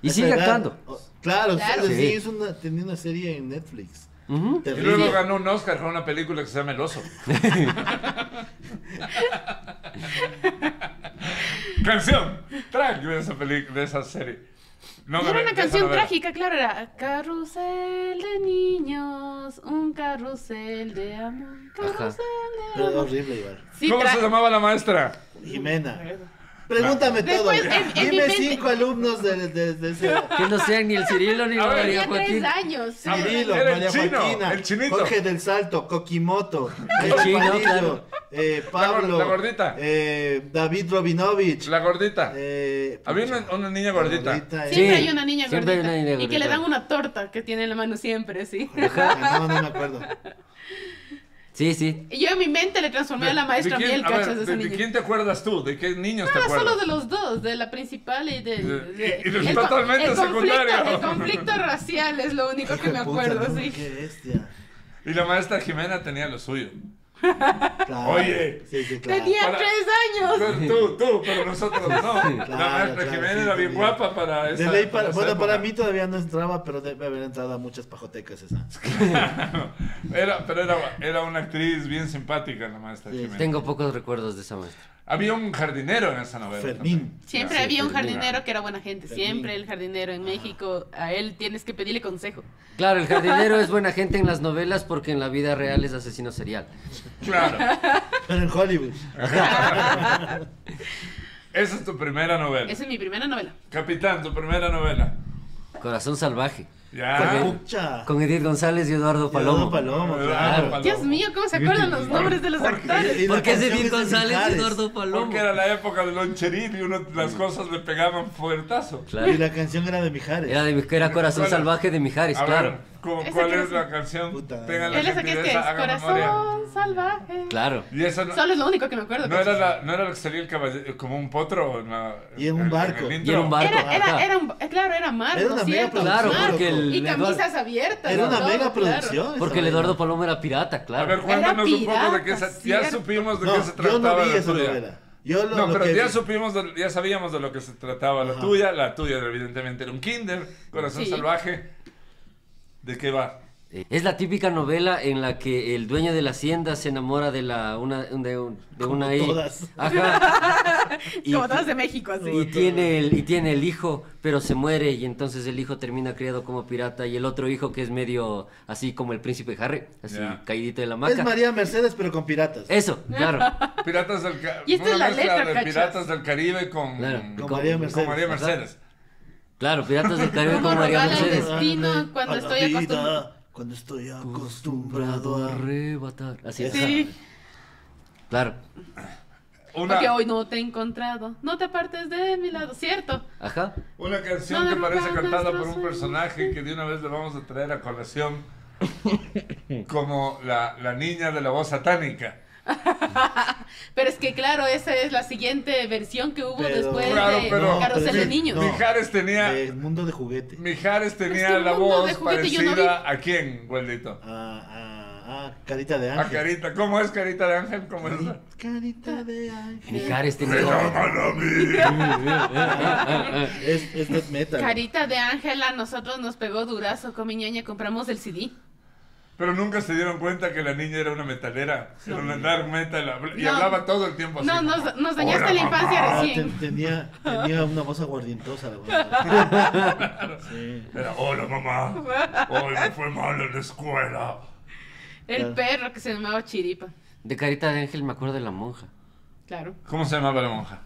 [SPEAKER 2] Y
[SPEAKER 4] a esa
[SPEAKER 2] sigue
[SPEAKER 4] edad-
[SPEAKER 2] actuando.
[SPEAKER 4] o- Claro,
[SPEAKER 3] Claro.
[SPEAKER 4] sí, sí,
[SPEAKER 2] Sí.
[SPEAKER 4] hizo una- tenía una serie en Netflix.
[SPEAKER 2] Ujú.
[SPEAKER 1] Y
[SPEAKER 4] Terrible.
[SPEAKER 1] luego ganó un Oscar con una película que se llama El
[SPEAKER 4] <laughs>
[SPEAKER 1] Oso. canción. Track de esa película, de esa serie. No,
[SPEAKER 3] Y
[SPEAKER 1] no,
[SPEAKER 3] era
[SPEAKER 1] de
[SPEAKER 3] una
[SPEAKER 1] esa
[SPEAKER 3] canción
[SPEAKER 1] novela.
[SPEAKER 3] trágica, claro, era carrusel de niños, un carrusel de amor, carrusel de
[SPEAKER 4] Pero era
[SPEAKER 3] amor.
[SPEAKER 4] horrible igual.
[SPEAKER 3] Sí,
[SPEAKER 1] ¿Cómo
[SPEAKER 3] tra-
[SPEAKER 1] se llamaba la maestra?
[SPEAKER 4] Jimena. Pregúntame todo.
[SPEAKER 3] Después, en- en mi
[SPEAKER 4] Dime
[SPEAKER 3] mente-
[SPEAKER 4] cinco alumnos de, de, de ese.
[SPEAKER 2] Que no sean
[SPEAKER 3] <laughs>
[SPEAKER 2] ni el Cirilo ni
[SPEAKER 1] A
[SPEAKER 2] la
[SPEAKER 1] ver.
[SPEAKER 2] María
[SPEAKER 3] Tenía tres
[SPEAKER 2] Joaquina.
[SPEAKER 3] años. sí.
[SPEAKER 1] Ah,
[SPEAKER 4] Cirilo,
[SPEAKER 1] Era el
[SPEAKER 4] María
[SPEAKER 1] chino,
[SPEAKER 4] Joaquina,
[SPEAKER 1] el chinito.
[SPEAKER 4] Jorge del Salto, Coquimoto,
[SPEAKER 2] El
[SPEAKER 4] el
[SPEAKER 2] chino,
[SPEAKER 4] Palillo,
[SPEAKER 2] claro.
[SPEAKER 4] eh,
[SPEAKER 1] La
[SPEAKER 4] Pablo,
[SPEAKER 1] gor- la gordita.
[SPEAKER 4] eh, David Robinovich,
[SPEAKER 1] La gordita.
[SPEAKER 4] eh,
[SPEAKER 1] Había una, una niña gordita.
[SPEAKER 4] gordita, eh,
[SPEAKER 3] Siempre
[SPEAKER 2] Sí,
[SPEAKER 3] hay una niña
[SPEAKER 2] siempre hay
[SPEAKER 3] gordita.
[SPEAKER 2] una niña
[SPEAKER 3] Y que le
[SPEAKER 2] gordita.
[SPEAKER 3] dan una torta que tiene en la mano siempre, sí.
[SPEAKER 4] Ajá, Eh, No, no me acuerdo.
[SPEAKER 2] Sí, sí.
[SPEAKER 3] Y yo en mi mente le transformé a la maestra
[SPEAKER 1] ¿De
[SPEAKER 3] miel,
[SPEAKER 1] quién, a ver,
[SPEAKER 3] cachas, de esa
[SPEAKER 1] de- de
[SPEAKER 3] niña.
[SPEAKER 1] quién te acuerdas tú? ¿De qué niños te
[SPEAKER 3] Ah,
[SPEAKER 1] acuerdas?
[SPEAKER 3] solo de los dos, de la principal y de...
[SPEAKER 1] De-
[SPEAKER 3] de-
[SPEAKER 1] y- y del
[SPEAKER 3] co-
[SPEAKER 1] totalmente secundario.
[SPEAKER 3] Conflicto, el conflicto racial es lo único que me
[SPEAKER 4] Hijo de puta,
[SPEAKER 3] acuerdo,
[SPEAKER 4] no,
[SPEAKER 3] sí.
[SPEAKER 4] Qué bestia.
[SPEAKER 1] Y la maestra Jimena tenía lo suyo.
[SPEAKER 4] Claro.
[SPEAKER 1] Oye.
[SPEAKER 4] Sí, sí, claro.
[SPEAKER 3] Tenía
[SPEAKER 1] Para-
[SPEAKER 3] tres años.
[SPEAKER 1] Pero tú, tú, pero nosotros no. la maestra
[SPEAKER 4] claro,
[SPEAKER 1] Jimena
[SPEAKER 4] sí,
[SPEAKER 1] era bien
[SPEAKER 4] tenía.
[SPEAKER 1] guapa para
[SPEAKER 4] De
[SPEAKER 1] Ah, esa.
[SPEAKER 4] ley para-
[SPEAKER 1] esa
[SPEAKER 4] bueno,
[SPEAKER 1] época.
[SPEAKER 4] para mí todavía no entraba, pero debe haber entrado a muchas pajotecas esa.
[SPEAKER 1] <laughs> Era, pero era, era una actriz bien simpática la maestra
[SPEAKER 4] Sí.
[SPEAKER 1] Jimena.
[SPEAKER 2] Tengo pocos recuerdos de esa maestra.
[SPEAKER 1] Había un jardinero en esa novela.
[SPEAKER 4] Fermín.
[SPEAKER 3] Siempre
[SPEAKER 2] Sí,
[SPEAKER 3] había un
[SPEAKER 2] Fermín.
[SPEAKER 3] jardinero que era buena gente,
[SPEAKER 4] Fermín.
[SPEAKER 3] siempre el jardinero en México, a él tienes que pedirle consejo.
[SPEAKER 2] Claro, el jardinero es buena gente en las novelas porque en la vida real es asesino serial.
[SPEAKER 1] también.
[SPEAKER 3] <laughs>
[SPEAKER 1] Claro.
[SPEAKER 4] Pero en Hollywood.
[SPEAKER 1] Esa es tu primera novela.
[SPEAKER 3] Esa es mi primera novela.
[SPEAKER 1] Capitán, tu primera novela.
[SPEAKER 2] Corazón salvaje.
[SPEAKER 1] Ya.
[SPEAKER 2] Ok.
[SPEAKER 4] Pucha.
[SPEAKER 2] Con Edith González y Eduardo Palomo.
[SPEAKER 4] Eduardo Palomo,
[SPEAKER 1] Eduardo
[SPEAKER 4] claro.
[SPEAKER 1] Ah, Palomo.
[SPEAKER 3] Dios mío, ¿cómo se
[SPEAKER 1] <laughs>
[SPEAKER 3] acuerdan los nombres de los
[SPEAKER 1] ¿Por qué?
[SPEAKER 3] actores?
[SPEAKER 4] Y la
[SPEAKER 2] ¿Por qué es
[SPEAKER 4] canción
[SPEAKER 2] Edith
[SPEAKER 4] de
[SPEAKER 2] González y
[SPEAKER 4] Mijares.
[SPEAKER 2] Eduardo Palomo?
[SPEAKER 1] Porque era la época del loncheril y uno, las cosas le pegaban fuertazo.
[SPEAKER 2] Claro.
[SPEAKER 4] Y la canción era de Mijares.
[SPEAKER 2] Era, de, mi- era Corazón
[SPEAKER 1] Bueno,
[SPEAKER 2] salvaje de Mijares,
[SPEAKER 1] A ver,
[SPEAKER 2] claro.
[SPEAKER 1] ¿cu-
[SPEAKER 3] Esa
[SPEAKER 1] ¿cuál
[SPEAKER 3] que
[SPEAKER 1] es
[SPEAKER 3] es-
[SPEAKER 1] la canción?
[SPEAKER 4] Puta.
[SPEAKER 1] Tengan la
[SPEAKER 3] Él es aquel que es
[SPEAKER 1] gentileza, hagan
[SPEAKER 3] corazón
[SPEAKER 1] memoria.
[SPEAKER 3] salvaje.
[SPEAKER 2] Claro.
[SPEAKER 1] Y esa no,
[SPEAKER 3] Solo es lo único que me acuerdo.
[SPEAKER 1] no
[SPEAKER 3] cacho.
[SPEAKER 1] era la, no era la que salía el caballo- como un potro. en la-
[SPEAKER 4] Y en un
[SPEAKER 1] el
[SPEAKER 4] barco.
[SPEAKER 1] intro.
[SPEAKER 2] Y era un barco.
[SPEAKER 3] Era, era,
[SPEAKER 2] Ajá.
[SPEAKER 3] era un- eh, claro, era mar,
[SPEAKER 4] Era
[SPEAKER 3] ¿no
[SPEAKER 4] una
[SPEAKER 3] es
[SPEAKER 4] mega
[SPEAKER 3] cierto?
[SPEAKER 4] producción.
[SPEAKER 2] Claro,
[SPEAKER 3] Mar,
[SPEAKER 2] porque el
[SPEAKER 3] y
[SPEAKER 2] Eduardo-
[SPEAKER 3] camisas abiertas.
[SPEAKER 4] Era
[SPEAKER 3] y
[SPEAKER 4] una
[SPEAKER 3] todo, claro.
[SPEAKER 4] mega producción.
[SPEAKER 2] Porque el
[SPEAKER 4] esa
[SPEAKER 2] Eduardo
[SPEAKER 4] vaina.
[SPEAKER 2] Palomo era pirata,
[SPEAKER 1] A ver,
[SPEAKER 2] claro.
[SPEAKER 1] cuéntanos un poco de qué
[SPEAKER 3] pirata,
[SPEAKER 1] se, ya
[SPEAKER 3] cierto.
[SPEAKER 1] supimos de qué se
[SPEAKER 4] No, yo
[SPEAKER 1] trataba
[SPEAKER 4] no vi
[SPEAKER 1] la
[SPEAKER 4] esa
[SPEAKER 1] tuya.
[SPEAKER 4] novela. Yo lo,
[SPEAKER 1] No,
[SPEAKER 4] lo
[SPEAKER 1] pero
[SPEAKER 4] que
[SPEAKER 1] ya
[SPEAKER 4] vi-
[SPEAKER 1] supimos, de- ya sabíamos de lo que se trataba la
[SPEAKER 4] Ajá.
[SPEAKER 1] tuya, la tuya evidentemente era un kinder, corazón
[SPEAKER 3] Sí.
[SPEAKER 1] salvaje. ¿De qué va?
[SPEAKER 2] Eh, Es la típica novela en la que el dueño de la hacienda se enamora de la una de, un- de
[SPEAKER 4] Como
[SPEAKER 2] una ahí.
[SPEAKER 4] todas.
[SPEAKER 2] Ajá. Y-
[SPEAKER 3] Como todas de México, así.
[SPEAKER 2] Y tiene, el, y tiene el hijo, pero se muere y entonces el hijo termina criado como pirata y el otro hijo que es medio así como el príncipe Harry, así
[SPEAKER 1] Ya.
[SPEAKER 2] caídito de la
[SPEAKER 4] Es
[SPEAKER 2] maca.
[SPEAKER 4] María Mercedes, pero con piratas.
[SPEAKER 2] Eso, claro.
[SPEAKER 1] Piratas del Ca-
[SPEAKER 3] Y esta es
[SPEAKER 1] una
[SPEAKER 3] la
[SPEAKER 1] mezcla
[SPEAKER 3] letra,
[SPEAKER 1] de
[SPEAKER 3] cachas.
[SPEAKER 1] Piratas del Caribe con,
[SPEAKER 2] Claro.
[SPEAKER 1] con,
[SPEAKER 4] Con
[SPEAKER 2] Con-
[SPEAKER 4] María
[SPEAKER 2] con
[SPEAKER 4] Mercedes.
[SPEAKER 1] María Mercedes.
[SPEAKER 2] Claro, Piratas del Caribe
[SPEAKER 3] Como
[SPEAKER 2] con María
[SPEAKER 3] Rodal en
[SPEAKER 2] Mercedes.
[SPEAKER 3] el destino, cuando
[SPEAKER 4] A la
[SPEAKER 3] estoy
[SPEAKER 4] vida,
[SPEAKER 3] acostum-
[SPEAKER 4] Cuando estoy acostumbrado a...
[SPEAKER 2] arrebatar. Así es.
[SPEAKER 3] Sí,
[SPEAKER 2] Claro.
[SPEAKER 1] Una,
[SPEAKER 3] porque hoy no te he encontrado. No te apartes de mi lado, ¿cierto?
[SPEAKER 2] Ajá.
[SPEAKER 1] una canción
[SPEAKER 3] No
[SPEAKER 1] que parece
[SPEAKER 3] derrumbas
[SPEAKER 1] cantada por
[SPEAKER 3] nuestros
[SPEAKER 1] un personaje que de una vez le vamos a
[SPEAKER 4] <laughs>
[SPEAKER 1] traer a colación como la, la niña de la voz satánica.
[SPEAKER 3] Pero es que, claro, esa es la siguiente versión que hubo
[SPEAKER 4] Pero-
[SPEAKER 3] después
[SPEAKER 1] Claro,
[SPEAKER 3] de
[SPEAKER 1] pero-
[SPEAKER 3] Carrusel de
[SPEAKER 4] Sí,
[SPEAKER 3] Niños.
[SPEAKER 4] no.
[SPEAKER 1] Mijares tenía,
[SPEAKER 4] El mundo de juguete.
[SPEAKER 1] Mijares tenía
[SPEAKER 3] Este
[SPEAKER 1] la
[SPEAKER 3] mundo
[SPEAKER 1] voz
[SPEAKER 3] de juguete yo no
[SPEAKER 1] parecida a quién, Gualdito.
[SPEAKER 4] Ah, ah, ah, carita de
[SPEAKER 1] A
[SPEAKER 4] ángel.
[SPEAKER 1] Carita. ¿Cómo es Carita de Ángel? ¿Cómo es?
[SPEAKER 4] Cari- Carita de ángel.
[SPEAKER 2] Mijares
[SPEAKER 1] Me
[SPEAKER 2] tenía.
[SPEAKER 1] llaman
[SPEAKER 3] <laughs>
[SPEAKER 1] a mí.
[SPEAKER 4] Es, es death metal.
[SPEAKER 3] Carita de Ángela, nosotros nos pegó durazo con mi ñaña, compramos el CD.
[SPEAKER 1] Pero nunca se dieron cuenta que la niña era una metalera. Era una dark metal. habla- Y
[SPEAKER 3] No.
[SPEAKER 1] hablaba todo el tiempo así.
[SPEAKER 3] No, nos, nos dañaste
[SPEAKER 1] Hola,
[SPEAKER 3] la infancia
[SPEAKER 1] mamá.
[SPEAKER 4] Ah, te-
[SPEAKER 3] recién.
[SPEAKER 4] tenía, tenía una voz aguardientosa. la
[SPEAKER 1] <laughs>
[SPEAKER 4] verdad. Sí.
[SPEAKER 1] Era, hola mamá. Hoy me fue mal en la escuela.
[SPEAKER 3] El perro que se llamaba Chiripa.
[SPEAKER 2] De carita de ángel me acuerdo de la monja.
[SPEAKER 3] Claro.
[SPEAKER 1] ¿Cómo se llamaba la monja?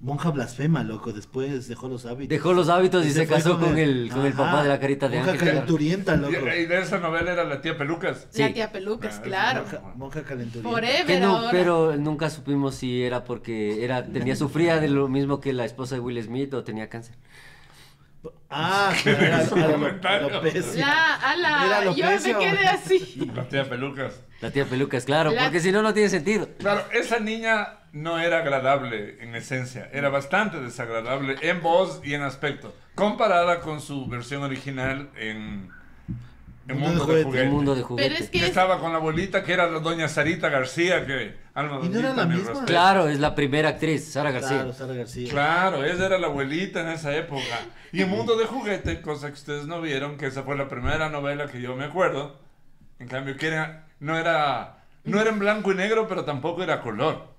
[SPEAKER 4] Monja blasfema, loco. Después dejó los hábitos.
[SPEAKER 2] Dejó los hábitos y se
[SPEAKER 4] fue
[SPEAKER 2] casó con el, con el
[SPEAKER 4] Ajá,
[SPEAKER 2] papá de la carita de
[SPEAKER 4] monja
[SPEAKER 2] ángel.
[SPEAKER 4] calenturienta,
[SPEAKER 1] Y,
[SPEAKER 4] loco.
[SPEAKER 1] y de esa novela era la tía Pelucas.
[SPEAKER 2] Sí.
[SPEAKER 3] La tía Pelucas,
[SPEAKER 1] Ah,
[SPEAKER 3] claro.
[SPEAKER 4] Monja, monja calenturienta.
[SPEAKER 3] Forever
[SPEAKER 2] Que no,
[SPEAKER 3] Eh, ahora.
[SPEAKER 2] pero nunca supimos si era porque era tenía sufría de lo mismo que la esposa de Will Smith o tenía cáncer.
[SPEAKER 4] Ah, era
[SPEAKER 1] es un comentario.
[SPEAKER 4] alopecia.
[SPEAKER 3] La, ala,
[SPEAKER 4] Era
[SPEAKER 3] yo
[SPEAKER 4] alopecia,
[SPEAKER 3] me quedé
[SPEAKER 4] güey. <laughs>
[SPEAKER 3] así.
[SPEAKER 1] La tía Pelucas.
[SPEAKER 2] La tía Pelucas, claro,
[SPEAKER 3] La-
[SPEAKER 2] porque si no, no tiene sentido.
[SPEAKER 1] Claro, esa niña no era agradable en esencia, era bastante desagradable en voz y en aspecto, comparada con su versión original en, en
[SPEAKER 4] Mundo de
[SPEAKER 1] Mundo de
[SPEAKER 4] Juguete.
[SPEAKER 1] Juguete.
[SPEAKER 2] El mundo de juguete.
[SPEAKER 3] Pero es
[SPEAKER 1] Que
[SPEAKER 3] que es-
[SPEAKER 1] estaba con la abuelita que era la doña Sarita García, que alma
[SPEAKER 4] Y no era
[SPEAKER 1] bendita,
[SPEAKER 4] la
[SPEAKER 1] mi
[SPEAKER 4] misma.
[SPEAKER 1] respeto.
[SPEAKER 2] Claro, es la primera actriz, Sara García.
[SPEAKER 4] Claro, Sara García.
[SPEAKER 1] Claro, ella era la abuelita en esa época. Y en Mundo de Juguete, cosa que ustedes no vieron, que esa fue la primera novela que yo me acuerdo. En cambio, que era- no era no era en blanco y negro, pero tampoco era color.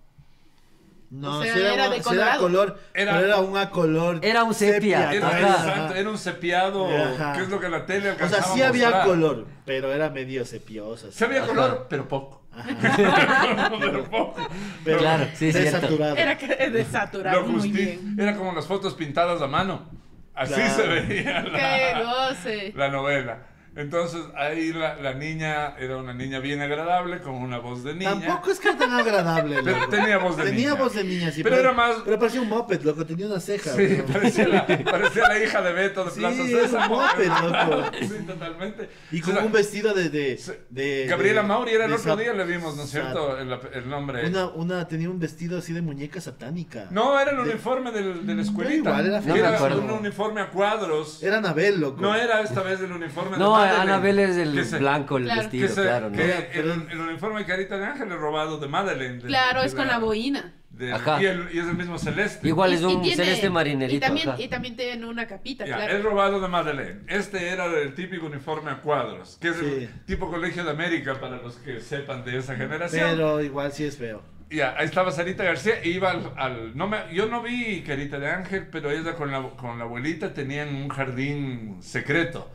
[SPEAKER 4] No,
[SPEAKER 3] O sea,
[SPEAKER 4] sí era,
[SPEAKER 3] era
[SPEAKER 4] un-
[SPEAKER 3] de
[SPEAKER 4] sí era
[SPEAKER 3] colorado.
[SPEAKER 4] color,
[SPEAKER 1] Era-
[SPEAKER 4] pero era un color.
[SPEAKER 2] Era un sepia,
[SPEAKER 1] Era,
[SPEAKER 2] Ajá.
[SPEAKER 1] exacto, era un sepiado,
[SPEAKER 4] Ajá.
[SPEAKER 1] que es lo que la tele
[SPEAKER 4] O
[SPEAKER 1] alcanzaba
[SPEAKER 4] sea, sí
[SPEAKER 1] a
[SPEAKER 4] había
[SPEAKER 1] mostrar.
[SPEAKER 4] color, pero era medio sepiosa.
[SPEAKER 1] Sí había
[SPEAKER 4] Ajá.
[SPEAKER 1] color, pero poco.
[SPEAKER 4] Ajá.
[SPEAKER 1] <laughs> pero poco.
[SPEAKER 4] Pero
[SPEAKER 2] Claro, sí, es cierto.
[SPEAKER 4] desaturado.
[SPEAKER 3] Era que desaturado,
[SPEAKER 1] Lo
[SPEAKER 3] muy
[SPEAKER 1] justi- <laughs>
[SPEAKER 3] bien.
[SPEAKER 1] Era como las fotos pintadas a mano. Así
[SPEAKER 4] Claro.
[SPEAKER 1] se veía
[SPEAKER 3] Qué
[SPEAKER 1] la,
[SPEAKER 3] goce.
[SPEAKER 1] la novela. Entonces ahí la, la niña era una niña bien agradable, con una voz de niña.
[SPEAKER 4] Tampoco es que era tan agradable,
[SPEAKER 1] Pero
[SPEAKER 4] loco.
[SPEAKER 1] tenía voz de
[SPEAKER 4] Tenía
[SPEAKER 1] niña.
[SPEAKER 4] voz de niña, sí.
[SPEAKER 1] Pero era más-
[SPEAKER 4] Pero parecía un moped, loco. Tenía una ceja.
[SPEAKER 1] Sí, <laughs>
[SPEAKER 4] ¿no?
[SPEAKER 1] parecía la, parecía la hija de Beto de
[SPEAKER 4] Sí,
[SPEAKER 1] Plaza
[SPEAKER 4] era un
[SPEAKER 1] Sésamo.
[SPEAKER 4] moped, loco.
[SPEAKER 1] <laughs> Sí, totalmente.
[SPEAKER 4] Y
[SPEAKER 1] O
[SPEAKER 4] con
[SPEAKER 1] sea,
[SPEAKER 4] un vestido de. de, de-
[SPEAKER 1] Gabriela
[SPEAKER 4] de-
[SPEAKER 1] Mauri era el
[SPEAKER 4] de
[SPEAKER 1] otro
[SPEAKER 4] sat-
[SPEAKER 1] día, le vimos, ¿no es
[SPEAKER 4] sat-
[SPEAKER 1] cierto? El, el nombre.
[SPEAKER 4] Una, una tenía un vestido así de muñeca satánica.
[SPEAKER 1] No, era el
[SPEAKER 4] De-
[SPEAKER 1] uniforme del, de la escuelita.
[SPEAKER 4] igual, era
[SPEAKER 1] Que
[SPEAKER 2] feo. No me
[SPEAKER 1] era
[SPEAKER 2] acuerdo.
[SPEAKER 1] un uniforme a cuadros.
[SPEAKER 4] Era Anabel, loco.
[SPEAKER 1] No era esta vez el uniforme
[SPEAKER 2] No,
[SPEAKER 1] de Madeleine.
[SPEAKER 2] Anabel es el
[SPEAKER 1] Que se-
[SPEAKER 2] blanco, el
[SPEAKER 3] Claro.
[SPEAKER 1] que
[SPEAKER 2] vestido,
[SPEAKER 1] se-
[SPEAKER 2] claro, ¿no?
[SPEAKER 1] que
[SPEAKER 4] Era-
[SPEAKER 1] el,
[SPEAKER 4] pero-
[SPEAKER 1] el uniforme de Carita de Ángel es robado de Madeleine. de-
[SPEAKER 3] Claro,
[SPEAKER 1] de
[SPEAKER 3] es con la boina.
[SPEAKER 1] de-
[SPEAKER 2] Ajá.
[SPEAKER 1] y, el- y es el mismo celeste.
[SPEAKER 2] Igual
[SPEAKER 3] Y-
[SPEAKER 2] es
[SPEAKER 3] y
[SPEAKER 2] un
[SPEAKER 3] tiene-
[SPEAKER 2] celeste
[SPEAKER 3] Y
[SPEAKER 2] marinerito.
[SPEAKER 3] también,
[SPEAKER 2] ajá.
[SPEAKER 3] y también tiene una capita,
[SPEAKER 1] Ya,
[SPEAKER 3] claro.
[SPEAKER 1] Es robado de Madeleine. Este era el típico uniforme a cuadros, que es
[SPEAKER 4] Sí.
[SPEAKER 1] el tipo Colegio de América para los que sepan de esa generación.
[SPEAKER 4] Pero igual sí es feo.
[SPEAKER 1] Ya, ahí estaba Sarita García y iba al... al- no me, yo no vi Carita de Ángel, pero ella con la, con la abuelita tenían un jardín secreto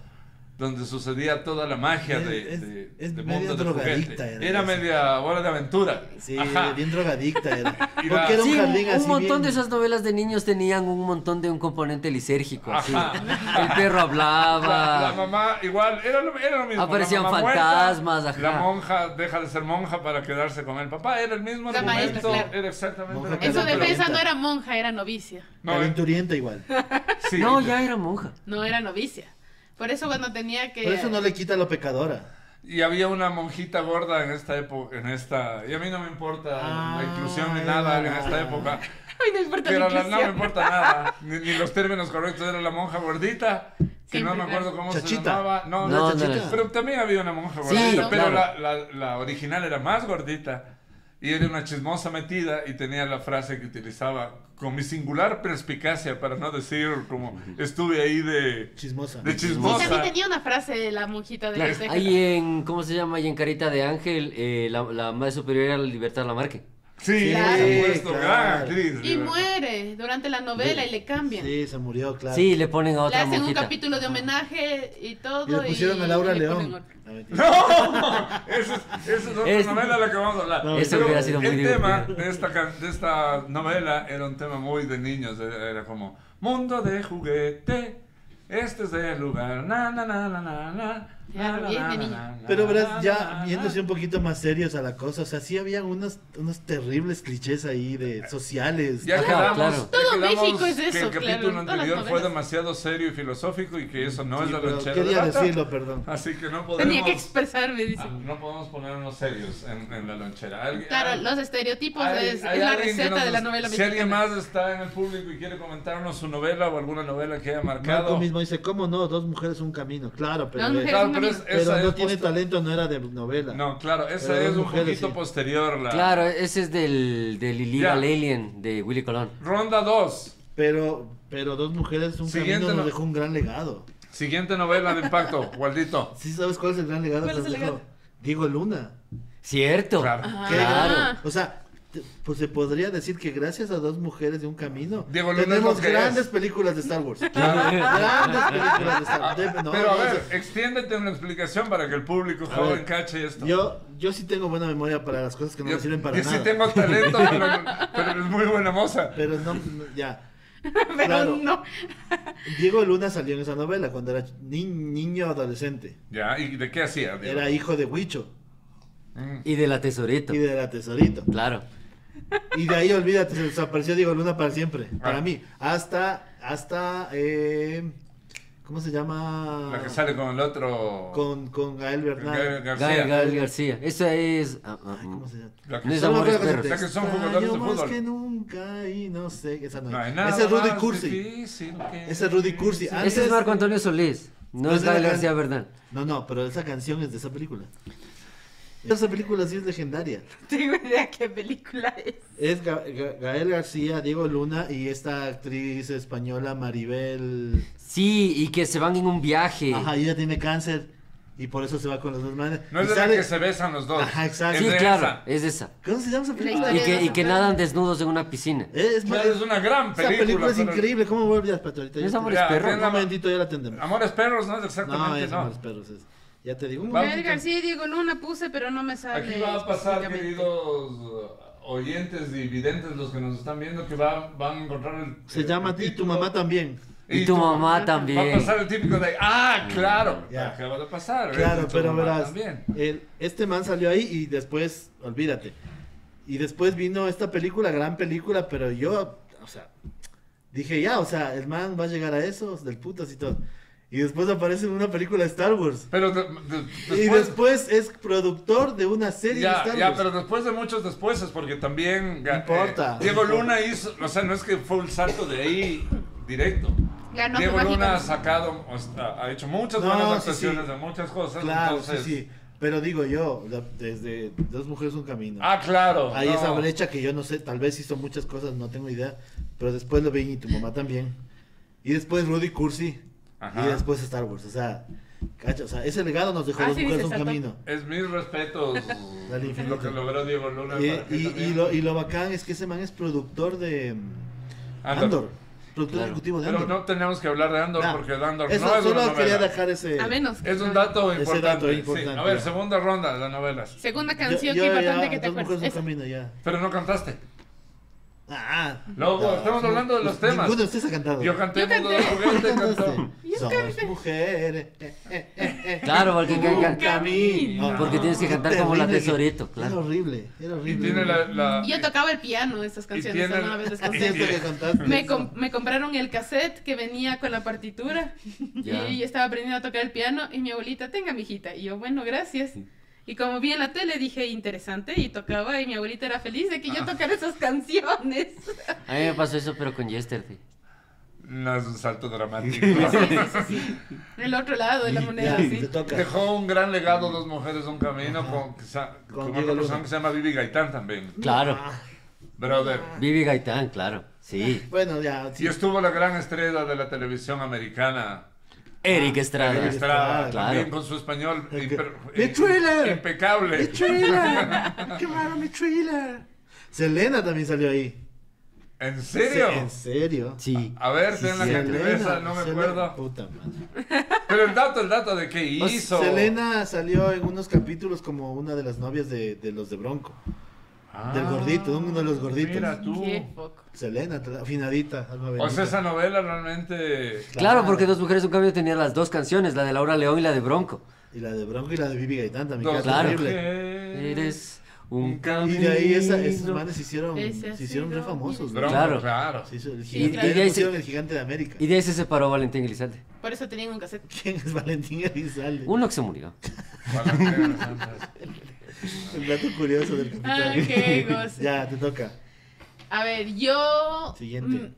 [SPEAKER 1] donde sucedía toda la magia de,
[SPEAKER 4] Es-
[SPEAKER 1] de-
[SPEAKER 4] es
[SPEAKER 1] de
[SPEAKER 4] media
[SPEAKER 1] mundo de
[SPEAKER 4] drogadicta
[SPEAKER 1] juguete. Era,
[SPEAKER 4] era esa.
[SPEAKER 1] media hora de aventura.
[SPEAKER 4] Sí,
[SPEAKER 1] Ajá.
[SPEAKER 4] bien drogadicta era.
[SPEAKER 1] <laughs> Y va-
[SPEAKER 4] Porque era un
[SPEAKER 2] Sí,
[SPEAKER 4] jardín
[SPEAKER 2] un
[SPEAKER 4] así.
[SPEAKER 2] montón
[SPEAKER 4] bien-
[SPEAKER 2] de esas novelas de niños tenían un montón de un componente lisérgico. así.
[SPEAKER 1] Ajá.
[SPEAKER 2] El perro
[SPEAKER 1] La, Ah, la
[SPEAKER 2] hablaba.
[SPEAKER 1] mamá igual, era lo, era lo mismo. la
[SPEAKER 2] Aparecían
[SPEAKER 1] mamá
[SPEAKER 2] fantasmas, ajá.
[SPEAKER 1] La monja deja de ser monja para quedarse con el papá, era el mismo
[SPEAKER 3] La maestra,
[SPEAKER 1] argumento,
[SPEAKER 3] claro.
[SPEAKER 1] era exactamente
[SPEAKER 4] Monja
[SPEAKER 1] lo
[SPEAKER 4] que
[SPEAKER 3] En su
[SPEAKER 1] mismo,
[SPEAKER 4] Pero-
[SPEAKER 3] defensa
[SPEAKER 4] pero-
[SPEAKER 3] no era monja, era novicia.
[SPEAKER 1] No,
[SPEAKER 4] Calenturienta igual.
[SPEAKER 1] eh, sí.
[SPEAKER 2] No, ya era monja.
[SPEAKER 3] No era novicia. Por eso cuando tenía que...
[SPEAKER 4] Por eso no le quita lo pecadora.
[SPEAKER 1] Y había una monjita gorda en esta época, en esta... Y a mí no me importa
[SPEAKER 4] Ah,
[SPEAKER 1] la inclusión ni
[SPEAKER 4] era
[SPEAKER 1] nada en
[SPEAKER 4] la-
[SPEAKER 1] esta época.
[SPEAKER 3] <laughs> Ay, no importa
[SPEAKER 1] Pero
[SPEAKER 3] la
[SPEAKER 1] la- no me
[SPEAKER 3] inclusión.
[SPEAKER 1] importa nada, ni, ni los términos correctos. Era la monja gordita, que
[SPEAKER 3] Siempre,
[SPEAKER 1] no me acuerdo
[SPEAKER 3] claro.
[SPEAKER 1] cómo se
[SPEAKER 4] Chachita.
[SPEAKER 1] llamaba. No,
[SPEAKER 2] No,
[SPEAKER 1] no,
[SPEAKER 2] no
[SPEAKER 1] chachita.
[SPEAKER 2] era-
[SPEAKER 1] Pero también había una monja
[SPEAKER 2] Sí,
[SPEAKER 1] gordita, pero
[SPEAKER 2] claro.
[SPEAKER 1] la, la- la original era más gordita. Y era una chismosa metida y tenía la frase que utilizaba con mi singular perspicacia, para no decir como estuve ahí de...
[SPEAKER 4] Chismosa.
[SPEAKER 1] De
[SPEAKER 3] Y
[SPEAKER 1] chismosa.
[SPEAKER 3] también tenía una frase de la monjita de
[SPEAKER 1] Claro.
[SPEAKER 3] los tejas.
[SPEAKER 2] Ahí en, ¿cómo se llama? Ahí en Carita de Ángel, eh, la, la madre superior era la Libertad Lamarque.
[SPEAKER 1] Sí, por
[SPEAKER 3] Claro.
[SPEAKER 1] supuesto,
[SPEAKER 4] Claro.
[SPEAKER 1] gran actriz.
[SPEAKER 3] Y
[SPEAKER 1] de verdad.
[SPEAKER 3] muere durante la novela y le cambian.
[SPEAKER 4] Sí, se murió, claro.
[SPEAKER 2] Sí, le ponen a
[SPEAKER 3] Le
[SPEAKER 2] otra
[SPEAKER 3] hacen un
[SPEAKER 2] monjita.
[SPEAKER 3] capítulo de homenaje y todo.
[SPEAKER 4] Y le pusieron a Laura
[SPEAKER 3] y le ponen
[SPEAKER 4] León.
[SPEAKER 3] otro.
[SPEAKER 4] Ah, mentira.
[SPEAKER 1] <laughs> ¡No! Esa es, esa es otra
[SPEAKER 2] Es-
[SPEAKER 1] novela de la que vamos a hablar.
[SPEAKER 4] No,
[SPEAKER 2] eso
[SPEAKER 1] Pero
[SPEAKER 2] hubiera sido muy
[SPEAKER 1] El
[SPEAKER 2] divertido.
[SPEAKER 1] tema de esta, can- de esta novela era un tema muy de niños. Era era como, mundo de juguete, este es el lugar, na, na, na, na, na, na.
[SPEAKER 3] Claro, bien, de niño.
[SPEAKER 4] Pero verás, ya viéndose un poquito más serios a la cosa, o sea, sí había unos, unos terribles clichés ahí de sociales.
[SPEAKER 1] Ya
[SPEAKER 2] Ajá,
[SPEAKER 1] quedamos,
[SPEAKER 2] claro.
[SPEAKER 1] ya
[SPEAKER 3] Todo
[SPEAKER 1] quedamos
[SPEAKER 3] México es
[SPEAKER 1] que
[SPEAKER 3] eso,
[SPEAKER 1] el
[SPEAKER 3] claro,
[SPEAKER 1] capítulo
[SPEAKER 3] todas las
[SPEAKER 1] anterior fue
[SPEAKER 3] novelas.
[SPEAKER 1] demasiado serio y filosófico y que eso no es
[SPEAKER 4] Sí,
[SPEAKER 1] la
[SPEAKER 4] pero
[SPEAKER 1] lonchera de
[SPEAKER 4] quería
[SPEAKER 1] lata.
[SPEAKER 4] decirlo, perdón.
[SPEAKER 1] Así que no podemos,
[SPEAKER 3] Tenía que expresarme, dice.
[SPEAKER 1] ah, no podemos ponernos serios en, en la lonchera. Alguien-
[SPEAKER 3] Claro,
[SPEAKER 1] al-
[SPEAKER 3] los estereotipos
[SPEAKER 1] hay-
[SPEAKER 3] es,
[SPEAKER 1] hay
[SPEAKER 3] es la
[SPEAKER 1] alguien que
[SPEAKER 3] receta
[SPEAKER 1] nos-
[SPEAKER 3] de la novela
[SPEAKER 1] Si alguien
[SPEAKER 3] mexicana.
[SPEAKER 1] más está en el público y quiere comentarnos su novela o alguna novela que haya
[SPEAKER 4] Marco
[SPEAKER 1] marcado.
[SPEAKER 4] mismo dice, ¿cómo no? Dos mujeres, un camino. Claro, pero,
[SPEAKER 3] Dos
[SPEAKER 4] eh,
[SPEAKER 3] mujeres.
[SPEAKER 1] Claro, pero es-
[SPEAKER 4] pero
[SPEAKER 1] esa
[SPEAKER 4] no
[SPEAKER 1] es
[SPEAKER 4] tiene
[SPEAKER 1] poster-
[SPEAKER 4] talento, no era de novela.
[SPEAKER 1] No, claro, esa
[SPEAKER 4] Pero
[SPEAKER 1] es
[SPEAKER 4] las
[SPEAKER 1] un
[SPEAKER 4] mujeres,
[SPEAKER 1] poquito
[SPEAKER 4] sí.
[SPEAKER 1] posterior. La...
[SPEAKER 2] Claro, ese es del, del
[SPEAKER 1] Ya.
[SPEAKER 2] Illegal Alien de Willy Colón.
[SPEAKER 1] Ronda 2.
[SPEAKER 4] Pero, pero dos mujeres, un
[SPEAKER 1] Siguiente
[SPEAKER 4] camino
[SPEAKER 1] no-
[SPEAKER 4] nos dejó un gran legado.
[SPEAKER 1] Siguiente novela de
[SPEAKER 4] <laughs>
[SPEAKER 1] impacto, Waldito.
[SPEAKER 4] ¿Sí sabes cuál es el gran legado
[SPEAKER 3] ¿Cuál
[SPEAKER 4] que
[SPEAKER 3] es
[SPEAKER 4] nos
[SPEAKER 3] el
[SPEAKER 4] dejó?
[SPEAKER 3] legado?
[SPEAKER 4] Diego Luna.
[SPEAKER 2] Cierto.
[SPEAKER 1] Claro.
[SPEAKER 3] Ajá.
[SPEAKER 4] Qué
[SPEAKER 2] Claro.
[SPEAKER 3] Ah.
[SPEAKER 4] gran- O sea, te- pues se podría decir que gracias a dos mujeres de un camino
[SPEAKER 1] Diego Luna es
[SPEAKER 4] tenemos
[SPEAKER 1] lo que
[SPEAKER 4] grandes
[SPEAKER 1] es.
[SPEAKER 4] películas de
[SPEAKER 1] <laughs>
[SPEAKER 4] Star Wars. grandes películas de Star Wars. De- no,
[SPEAKER 1] Pero a
[SPEAKER 4] no,
[SPEAKER 1] ver,
[SPEAKER 4] es-
[SPEAKER 1] extiéndete una explicación para que el público
[SPEAKER 4] A
[SPEAKER 1] joven
[SPEAKER 4] ver,
[SPEAKER 1] cache esto.
[SPEAKER 4] Yo, yo sí tengo buena memoria para las cosas que no
[SPEAKER 1] Yo-
[SPEAKER 4] me sirven para
[SPEAKER 1] yo
[SPEAKER 4] nada.
[SPEAKER 1] sí tengo
[SPEAKER 4] <laughs>
[SPEAKER 1] talento, pero, pero es muy buena moza.
[SPEAKER 4] Pero no, no, ya.
[SPEAKER 3] <laughs> Pero
[SPEAKER 4] Claro.
[SPEAKER 3] no.
[SPEAKER 4] Diego Luna salió en esa novela cuando era ni- niño adolescente.
[SPEAKER 1] Ya, ¿y de qué hacía? Diego?
[SPEAKER 4] Era hijo de Huicho
[SPEAKER 1] Mm.
[SPEAKER 2] Y de la tesorito.
[SPEAKER 4] y de la Tesorito.
[SPEAKER 2] Claro.
[SPEAKER 4] Y de ahí, olvídate, se desapareció Diego Luna para siempre.
[SPEAKER 1] Ah.
[SPEAKER 4] Para mí. Hasta, hasta, eh, ¿cómo se llama?
[SPEAKER 1] La que sale con el otro.
[SPEAKER 4] Con, con Gael
[SPEAKER 1] Gael
[SPEAKER 4] Bernal.
[SPEAKER 1] García.
[SPEAKER 2] Gael, Gael García. Esa es. ah, ah,
[SPEAKER 4] Ay, ¿Cómo se llama?
[SPEAKER 1] La que-
[SPEAKER 2] No es
[SPEAKER 4] Solo me
[SPEAKER 2] Amores
[SPEAKER 4] acuerdo que
[SPEAKER 2] Perros.
[SPEAKER 1] La
[SPEAKER 4] se
[SPEAKER 1] que son
[SPEAKER 4] te
[SPEAKER 1] jugadores de
[SPEAKER 4] extraño más
[SPEAKER 1] fútbol.
[SPEAKER 4] Ah, que nunca y no sé, esa no es.
[SPEAKER 1] No hay nada
[SPEAKER 4] Ese es Rudy
[SPEAKER 1] más
[SPEAKER 4] Cursi.
[SPEAKER 1] difícil que-
[SPEAKER 4] Ese es Rudy Cursi.
[SPEAKER 2] mm.
[SPEAKER 4] Ah,
[SPEAKER 2] Ese es
[SPEAKER 4] Antes-
[SPEAKER 2] Marco Antonio Solís. No es
[SPEAKER 4] Entonces,
[SPEAKER 2] Gael
[SPEAKER 4] la-
[SPEAKER 2] García Bernal.
[SPEAKER 4] No, no, pero esa canción es de esa película. Esa película sí es legendaria.
[SPEAKER 3] <laughs> Tengo idea qué película es.
[SPEAKER 4] Es Ga- Ga- Gael García, Diego Luna y esta actriz española Maribel.
[SPEAKER 2] Sí, y que se van en un viaje.
[SPEAKER 4] Ajá, y ella tiene cáncer y por eso se va con los dos manes.
[SPEAKER 1] No es
[SPEAKER 4] Y
[SPEAKER 1] de la
[SPEAKER 4] sale-
[SPEAKER 1] que se besan los dos.
[SPEAKER 4] Ajá, exacto.
[SPEAKER 1] Es
[SPEAKER 2] Sí,
[SPEAKER 1] de
[SPEAKER 2] claro,
[SPEAKER 1] esa.
[SPEAKER 2] es esa.
[SPEAKER 4] ¿Cómo se llama esa película?
[SPEAKER 3] La
[SPEAKER 2] Y
[SPEAKER 3] historia
[SPEAKER 2] que,
[SPEAKER 3] de
[SPEAKER 2] y
[SPEAKER 3] los
[SPEAKER 2] que
[SPEAKER 3] hombres.
[SPEAKER 2] nadan desnudos en una piscina.
[SPEAKER 4] Eh, es
[SPEAKER 1] Claro, es una gran
[SPEAKER 4] Esa
[SPEAKER 1] película.
[SPEAKER 4] película es
[SPEAKER 1] pero-
[SPEAKER 4] increíble. ¿Cómo voy a olvidar, Pato? Ahorita ya
[SPEAKER 2] Es
[SPEAKER 4] te-
[SPEAKER 2] Amores
[SPEAKER 1] Ya,
[SPEAKER 2] Perros.
[SPEAKER 4] Un
[SPEAKER 1] Ama-
[SPEAKER 4] momentito, ya la atendemos.
[SPEAKER 1] Amores perros, no es
[SPEAKER 4] No,
[SPEAKER 1] exactamente,
[SPEAKER 4] es
[SPEAKER 1] no.
[SPEAKER 4] Amores Perros. es- Ya te digo. un
[SPEAKER 1] Vamos.
[SPEAKER 3] Gael
[SPEAKER 4] momentito.
[SPEAKER 3] García y Diego Luna puse, pero no me sale.
[SPEAKER 1] Aquí va a pasar,
[SPEAKER 3] específicamente.
[SPEAKER 1] queridos uh, oyentes y videntes, los que nos están viendo, que va- van a encontrar el.
[SPEAKER 4] Se
[SPEAKER 1] el
[SPEAKER 4] llama Y tu
[SPEAKER 1] título.
[SPEAKER 4] mamá también.
[SPEAKER 2] Y tu mamá
[SPEAKER 1] Va a <laughs>
[SPEAKER 2] también.
[SPEAKER 1] pasar el típico de. ¡Ah, claro!
[SPEAKER 4] Ya.
[SPEAKER 1] Acaba de pasar. ¿eh?
[SPEAKER 4] Claro,
[SPEAKER 1] Y tu
[SPEAKER 4] pero
[SPEAKER 1] mamá
[SPEAKER 4] verás,
[SPEAKER 1] También.
[SPEAKER 4] el- este man salió ahí y después, olvídate. Y después vino esta película, gran película, pero yo, o sea, dije ya, o sea, el man va a llegar a esos del putas y todo. Y después aparece en una película de Star Wars.
[SPEAKER 1] Pero de- de-
[SPEAKER 4] Y
[SPEAKER 1] después.
[SPEAKER 4] después es productor de una serie de
[SPEAKER 1] Ya,
[SPEAKER 4] Star
[SPEAKER 1] ya,
[SPEAKER 4] Wars.
[SPEAKER 1] pero después de muchos después es porque también ga- eh,
[SPEAKER 4] No importa.
[SPEAKER 1] Diego Luna hizo, o sea, no es que fue un salto de ahí directo.
[SPEAKER 3] Ganó
[SPEAKER 1] Diego
[SPEAKER 3] Mágico.
[SPEAKER 1] Luna ha sacado, o sea, ha hecho muchas
[SPEAKER 4] No,
[SPEAKER 1] buenas
[SPEAKER 4] sí,
[SPEAKER 1] actuaciones
[SPEAKER 4] sí.
[SPEAKER 1] de muchas cosas.
[SPEAKER 4] Claro,
[SPEAKER 1] entonces,
[SPEAKER 4] sí, sí. Pero digo yo, la- desde Dos Mujeres Un Camino.
[SPEAKER 1] Ah, claro.
[SPEAKER 4] Hay
[SPEAKER 1] no.
[SPEAKER 4] esa brecha que yo no sé, tal vez hizo muchas cosas, no tengo idea. Pero después lo vi y tu mamá también. Y después Rudy Cursi.
[SPEAKER 1] Ajá.
[SPEAKER 4] Y después Star Wars. O sea, cacha, o sea, ese legado nos dejó
[SPEAKER 3] Ah,
[SPEAKER 4] dos
[SPEAKER 3] sí,
[SPEAKER 4] mujeres
[SPEAKER 3] dice,
[SPEAKER 4] un
[SPEAKER 3] saltó.
[SPEAKER 4] camino.
[SPEAKER 1] Es mis respetos
[SPEAKER 4] <laughs> Dale, infinito.
[SPEAKER 1] lo que logró Diego Luna.
[SPEAKER 4] Y,
[SPEAKER 1] para ti
[SPEAKER 4] y-
[SPEAKER 1] también.
[SPEAKER 4] y lo, y lo bacán es que ese man es productor de mm,
[SPEAKER 1] Andor.
[SPEAKER 4] Andor. Productor
[SPEAKER 2] Claro.
[SPEAKER 4] ejecutivo de
[SPEAKER 1] Pero
[SPEAKER 4] Andor.
[SPEAKER 1] no tenemos que hablar de Andor
[SPEAKER 4] Nah,
[SPEAKER 1] porque el Andor
[SPEAKER 4] eso
[SPEAKER 1] no es una
[SPEAKER 4] solo quería
[SPEAKER 1] novela.
[SPEAKER 4] dejar ese.
[SPEAKER 3] A menos. que
[SPEAKER 1] Es un
[SPEAKER 3] no.
[SPEAKER 1] dato
[SPEAKER 4] Ese
[SPEAKER 1] importante.
[SPEAKER 4] dato
[SPEAKER 1] sí.
[SPEAKER 4] importante,
[SPEAKER 1] A ver,
[SPEAKER 4] ya.
[SPEAKER 1] segunda ronda de las novelas.
[SPEAKER 3] Segunda
[SPEAKER 4] Yo-
[SPEAKER 3] canción
[SPEAKER 4] yo
[SPEAKER 3] que
[SPEAKER 4] ya,
[SPEAKER 3] importante que te
[SPEAKER 4] Dos mujeres
[SPEAKER 3] acuerdas.
[SPEAKER 4] un
[SPEAKER 3] Esa.
[SPEAKER 4] camino ya.
[SPEAKER 1] Pero no cantaste.
[SPEAKER 4] Ah, pues,
[SPEAKER 1] Loco, pues, estamos hablando de los temas.
[SPEAKER 4] Ninguno de ustedes ha cantado.
[SPEAKER 1] Yo canté
[SPEAKER 3] Yo
[SPEAKER 1] mundo de
[SPEAKER 3] canté.
[SPEAKER 4] <laughs>
[SPEAKER 1] juguete, cantó.
[SPEAKER 3] Yo
[SPEAKER 4] Somos
[SPEAKER 3] canté.
[SPEAKER 4] mujeres. eh, eh, eh, eh.
[SPEAKER 2] Claro, porque,
[SPEAKER 4] Un
[SPEAKER 1] camino.
[SPEAKER 2] porque tienes que
[SPEAKER 4] Qué
[SPEAKER 2] cantar como la
[SPEAKER 4] terrible que-
[SPEAKER 2] tesorito,
[SPEAKER 4] Era
[SPEAKER 2] claro.
[SPEAKER 4] horrible, era
[SPEAKER 1] Y
[SPEAKER 4] horrible.
[SPEAKER 1] tiene la. la-
[SPEAKER 3] Y Yo tocaba el piano esas canciones,
[SPEAKER 1] Ah, tiene-
[SPEAKER 3] alguna vez les
[SPEAKER 1] <laughs>
[SPEAKER 4] Es
[SPEAKER 3] conté.
[SPEAKER 4] cierto que cantaste.
[SPEAKER 3] <laughs> Me, com- me compraron el cassette que venía con la partitura
[SPEAKER 2] Ya.
[SPEAKER 3] y yo estaba aprendiendo a tocar el piano y mi abuelita, tenga mijita. Y yo, bueno, gracias. Y como vi en la tele dije, interesante, y tocaba y mi abuelita era feliz de que
[SPEAKER 1] Ah.
[SPEAKER 3] yo tocara esas
[SPEAKER 1] <laughs>
[SPEAKER 3] canciones.
[SPEAKER 2] A mí me pasó eso, pero con Yesterday.
[SPEAKER 1] No es un salto dramático.
[SPEAKER 3] El otro lado de la moneda,
[SPEAKER 4] Ya,
[SPEAKER 3] sí.
[SPEAKER 4] te
[SPEAKER 1] <laughs>
[SPEAKER 4] toca.
[SPEAKER 1] Dejó un gran legado Dos Mujeres Un Camino con, que sa- con
[SPEAKER 4] Con
[SPEAKER 1] una
[SPEAKER 4] Diego
[SPEAKER 1] persona
[SPEAKER 4] Luna.
[SPEAKER 1] que se llama Vivi Gaitán también.
[SPEAKER 2] Claro.
[SPEAKER 4] Ah,
[SPEAKER 1] Brother.
[SPEAKER 2] Vivi Gaitán, claro. Sí.
[SPEAKER 4] Bueno, ya. sí.
[SPEAKER 1] Y estuvo la gran estrella de la televisión americana.
[SPEAKER 2] Eric Estrada.
[SPEAKER 1] Eric Estrada,
[SPEAKER 4] Estrada,
[SPEAKER 1] también
[SPEAKER 2] claro.
[SPEAKER 1] con su español
[SPEAKER 4] El que-
[SPEAKER 1] imper-
[SPEAKER 4] ¡Mi thriller!
[SPEAKER 1] impecable.
[SPEAKER 4] ¡Mi thriller! ¡Qué raro mi thriller! Selena también salió ahí.
[SPEAKER 1] <laughs> ¿En serio?
[SPEAKER 4] Se- ¿En serio?
[SPEAKER 2] Sí.
[SPEAKER 1] A ver, ten la
[SPEAKER 4] Selena,
[SPEAKER 1] gentileza, no me
[SPEAKER 4] Selena-
[SPEAKER 1] acuerdo.
[SPEAKER 4] Puta madre.
[SPEAKER 1] Pero el dato, el dato de qué hizo.
[SPEAKER 4] Oh, Selena salió en unos capítulos como una de las novias de, de los de Bronco.
[SPEAKER 1] Ah,
[SPEAKER 4] del gordito, uno de los gorditos.
[SPEAKER 1] Mira tú.
[SPEAKER 3] Qué poco.
[SPEAKER 4] Selena, tra- afinadita, alma
[SPEAKER 1] O
[SPEAKER 4] bendita.
[SPEAKER 1] sea, esa novela realmente.
[SPEAKER 2] Claro, porque Dos Mujeres Un Cambio tenía las dos canciones, la de Laura León y la de Bronco.
[SPEAKER 4] Y la de Bronco y la de Vivi Gaitán también. que
[SPEAKER 1] Dos
[SPEAKER 4] era
[SPEAKER 2] Claro.
[SPEAKER 4] terrible.
[SPEAKER 1] mujeres.
[SPEAKER 2] Eres un
[SPEAKER 4] Y
[SPEAKER 2] camino.
[SPEAKER 4] de ahí esa- esos manes se hicieron,
[SPEAKER 3] Ese ha
[SPEAKER 4] se hicieron re
[SPEAKER 3] sido
[SPEAKER 4] famosos.
[SPEAKER 1] Bronco,
[SPEAKER 4] ¿no?
[SPEAKER 1] claro.
[SPEAKER 2] Claro.
[SPEAKER 4] Se hizo el
[SPEAKER 3] Sí,
[SPEAKER 4] gigante,
[SPEAKER 3] claro.
[SPEAKER 4] y le
[SPEAKER 2] Y ahí se-
[SPEAKER 4] pusieron el gigante de América.
[SPEAKER 2] Y de ahí se separó Valentín Elizalde.
[SPEAKER 3] Por eso tenían un cassette.
[SPEAKER 4] ¿Quién es Valentín Elizalde?
[SPEAKER 2] Uno que se murió.
[SPEAKER 3] <laughs>
[SPEAKER 4] El dato curioso del capitán.
[SPEAKER 3] Ah, qué goce.
[SPEAKER 4] <laughs> ya, te toca.
[SPEAKER 3] A ver, yo.
[SPEAKER 4] Siguiente.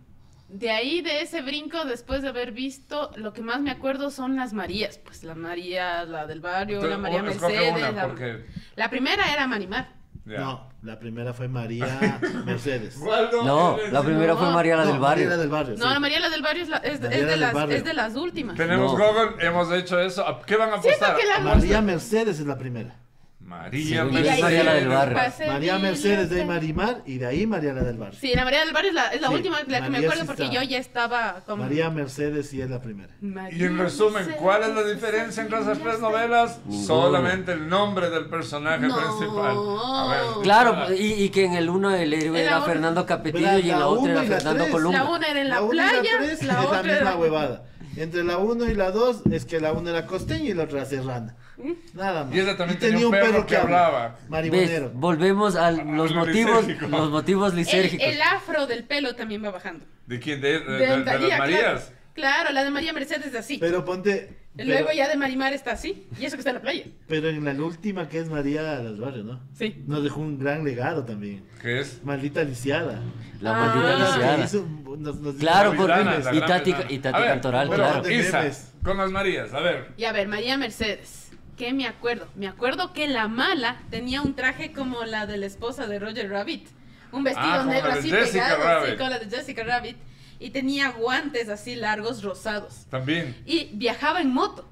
[SPEAKER 3] mm, De ahí, de ese brinco, después de haber visto, lo que más me acuerdo son las Marías. Pues la María, la del barrio, la María Mercedes. la,
[SPEAKER 1] oh, porque...
[SPEAKER 3] la primera era Marimar.
[SPEAKER 1] ya.
[SPEAKER 4] No, la primera fue
[SPEAKER 1] <laughs>
[SPEAKER 4] María Mercedes.
[SPEAKER 1] Waldo,
[SPEAKER 2] No,
[SPEAKER 1] eres-
[SPEAKER 2] la primera
[SPEAKER 3] No,
[SPEAKER 2] fue María la
[SPEAKER 4] No,
[SPEAKER 2] del
[SPEAKER 4] María
[SPEAKER 2] barrio.
[SPEAKER 4] la del barrio.
[SPEAKER 3] No,
[SPEAKER 4] sí.
[SPEAKER 3] la María, la del barrio, es, la- es-
[SPEAKER 4] La
[SPEAKER 3] es
[SPEAKER 4] María
[SPEAKER 3] de,
[SPEAKER 4] del
[SPEAKER 3] las,
[SPEAKER 4] barrio.
[SPEAKER 3] es de las últimas.
[SPEAKER 1] Tenemos
[SPEAKER 2] No.
[SPEAKER 1] Google, hemos hecho eso. ¿A ¿Qué van a apostar?
[SPEAKER 3] porque la-
[SPEAKER 4] María Mercedes es la primera.
[SPEAKER 1] María
[SPEAKER 2] Según yo,
[SPEAKER 3] Y
[SPEAKER 1] Mercedes.
[SPEAKER 2] es María la del barrio.
[SPEAKER 3] pasé
[SPEAKER 4] María
[SPEAKER 3] mil
[SPEAKER 4] Mercedes de
[SPEAKER 3] veces.
[SPEAKER 4] ahí Marimar y de ahí María la del barrio.
[SPEAKER 3] Sí, la María del barrio es la, es la
[SPEAKER 4] Sí,
[SPEAKER 3] última, la que me
[SPEAKER 4] María
[SPEAKER 3] acuerdo
[SPEAKER 4] sí
[SPEAKER 3] porque
[SPEAKER 4] está.
[SPEAKER 3] yo ya estaba como.
[SPEAKER 4] María Mercedes sí es la primera.
[SPEAKER 3] María
[SPEAKER 1] Y en resumen, ¿cuál es la
[SPEAKER 3] Mercedes,
[SPEAKER 1] diferencia Pues entre esas tres
[SPEAKER 3] Mercedes.
[SPEAKER 1] novelas?
[SPEAKER 2] Ninguna.
[SPEAKER 1] Solamente el nombre del personaje
[SPEAKER 3] No.
[SPEAKER 1] principal. A ver,
[SPEAKER 2] Claro, y, y que en el uno el héroe
[SPEAKER 3] En la
[SPEAKER 2] era
[SPEAKER 3] una-
[SPEAKER 2] Fernando
[SPEAKER 4] Pero
[SPEAKER 2] Capetillo y en la
[SPEAKER 4] la uno
[SPEAKER 2] otra era
[SPEAKER 4] y la
[SPEAKER 2] Fernando
[SPEAKER 4] tres.
[SPEAKER 2] Columba.
[SPEAKER 3] La una era en la,
[SPEAKER 4] uno y
[SPEAKER 3] playa,
[SPEAKER 4] tres
[SPEAKER 3] la
[SPEAKER 4] es
[SPEAKER 3] otra
[SPEAKER 4] la misma
[SPEAKER 3] era-
[SPEAKER 4] huevada. Entre la 1 y la 2 es que la 1 era costeña y la otra serrana.
[SPEAKER 3] ¿Mm?
[SPEAKER 4] Nada más.
[SPEAKER 1] Y esa también tenía un perro que
[SPEAKER 4] habla,
[SPEAKER 1] hablaba.
[SPEAKER 4] Marihuanero.
[SPEAKER 2] ¿Ves? Volvemos a
[SPEAKER 1] A
[SPEAKER 2] los
[SPEAKER 1] lo
[SPEAKER 2] motivos,
[SPEAKER 1] lisérgico.
[SPEAKER 2] los motivos
[SPEAKER 3] El,
[SPEAKER 2] lisérgicos.
[SPEAKER 3] el afro del pelo también va bajando.
[SPEAKER 1] ¿De quién? ¿De, de-
[SPEAKER 3] De
[SPEAKER 1] de- de
[SPEAKER 3] Talía,
[SPEAKER 1] las Marías?
[SPEAKER 3] Claro, Claro, la de María Mercedes es así.
[SPEAKER 4] Pero ponte. Pero,
[SPEAKER 3] Luego ya de Marimar está así. Y eso que está en la playa.
[SPEAKER 4] pero en la última que es María del barrio, ¿no?
[SPEAKER 3] Sí.
[SPEAKER 4] Nos dejó un gran legado también.
[SPEAKER 1] ¿Qué es?
[SPEAKER 4] Maldita lisiada.
[SPEAKER 2] La
[SPEAKER 3] Ah.
[SPEAKER 2] maldita
[SPEAKER 4] Era la que
[SPEAKER 2] lisiada.
[SPEAKER 4] hizo- nos- nos-
[SPEAKER 2] Claro,
[SPEAKER 1] La
[SPEAKER 2] por-
[SPEAKER 1] Vidana, la
[SPEAKER 2] y
[SPEAKER 1] gran
[SPEAKER 2] Tati-
[SPEAKER 1] Vidana.
[SPEAKER 2] y Tati
[SPEAKER 1] A ver,
[SPEAKER 2] Cantoral,
[SPEAKER 1] bueno,
[SPEAKER 4] claro.
[SPEAKER 1] Isa,
[SPEAKER 4] Memes.
[SPEAKER 1] con las Marías, a ver.
[SPEAKER 3] Y a ver, María Mercedes. ¿Qué me acuerdo? Me acuerdo que la mala tenía un traje como la de la esposa de Roger Rabbit. Un vestido
[SPEAKER 1] Ah, como
[SPEAKER 3] negro
[SPEAKER 1] la de
[SPEAKER 3] así
[SPEAKER 1] Jessica
[SPEAKER 3] pegado,
[SPEAKER 1] Rabbit.
[SPEAKER 3] así con la de Jessica Rabbit. Y tenía guantes así largos rosados.
[SPEAKER 1] También.
[SPEAKER 3] y viajaba en moto.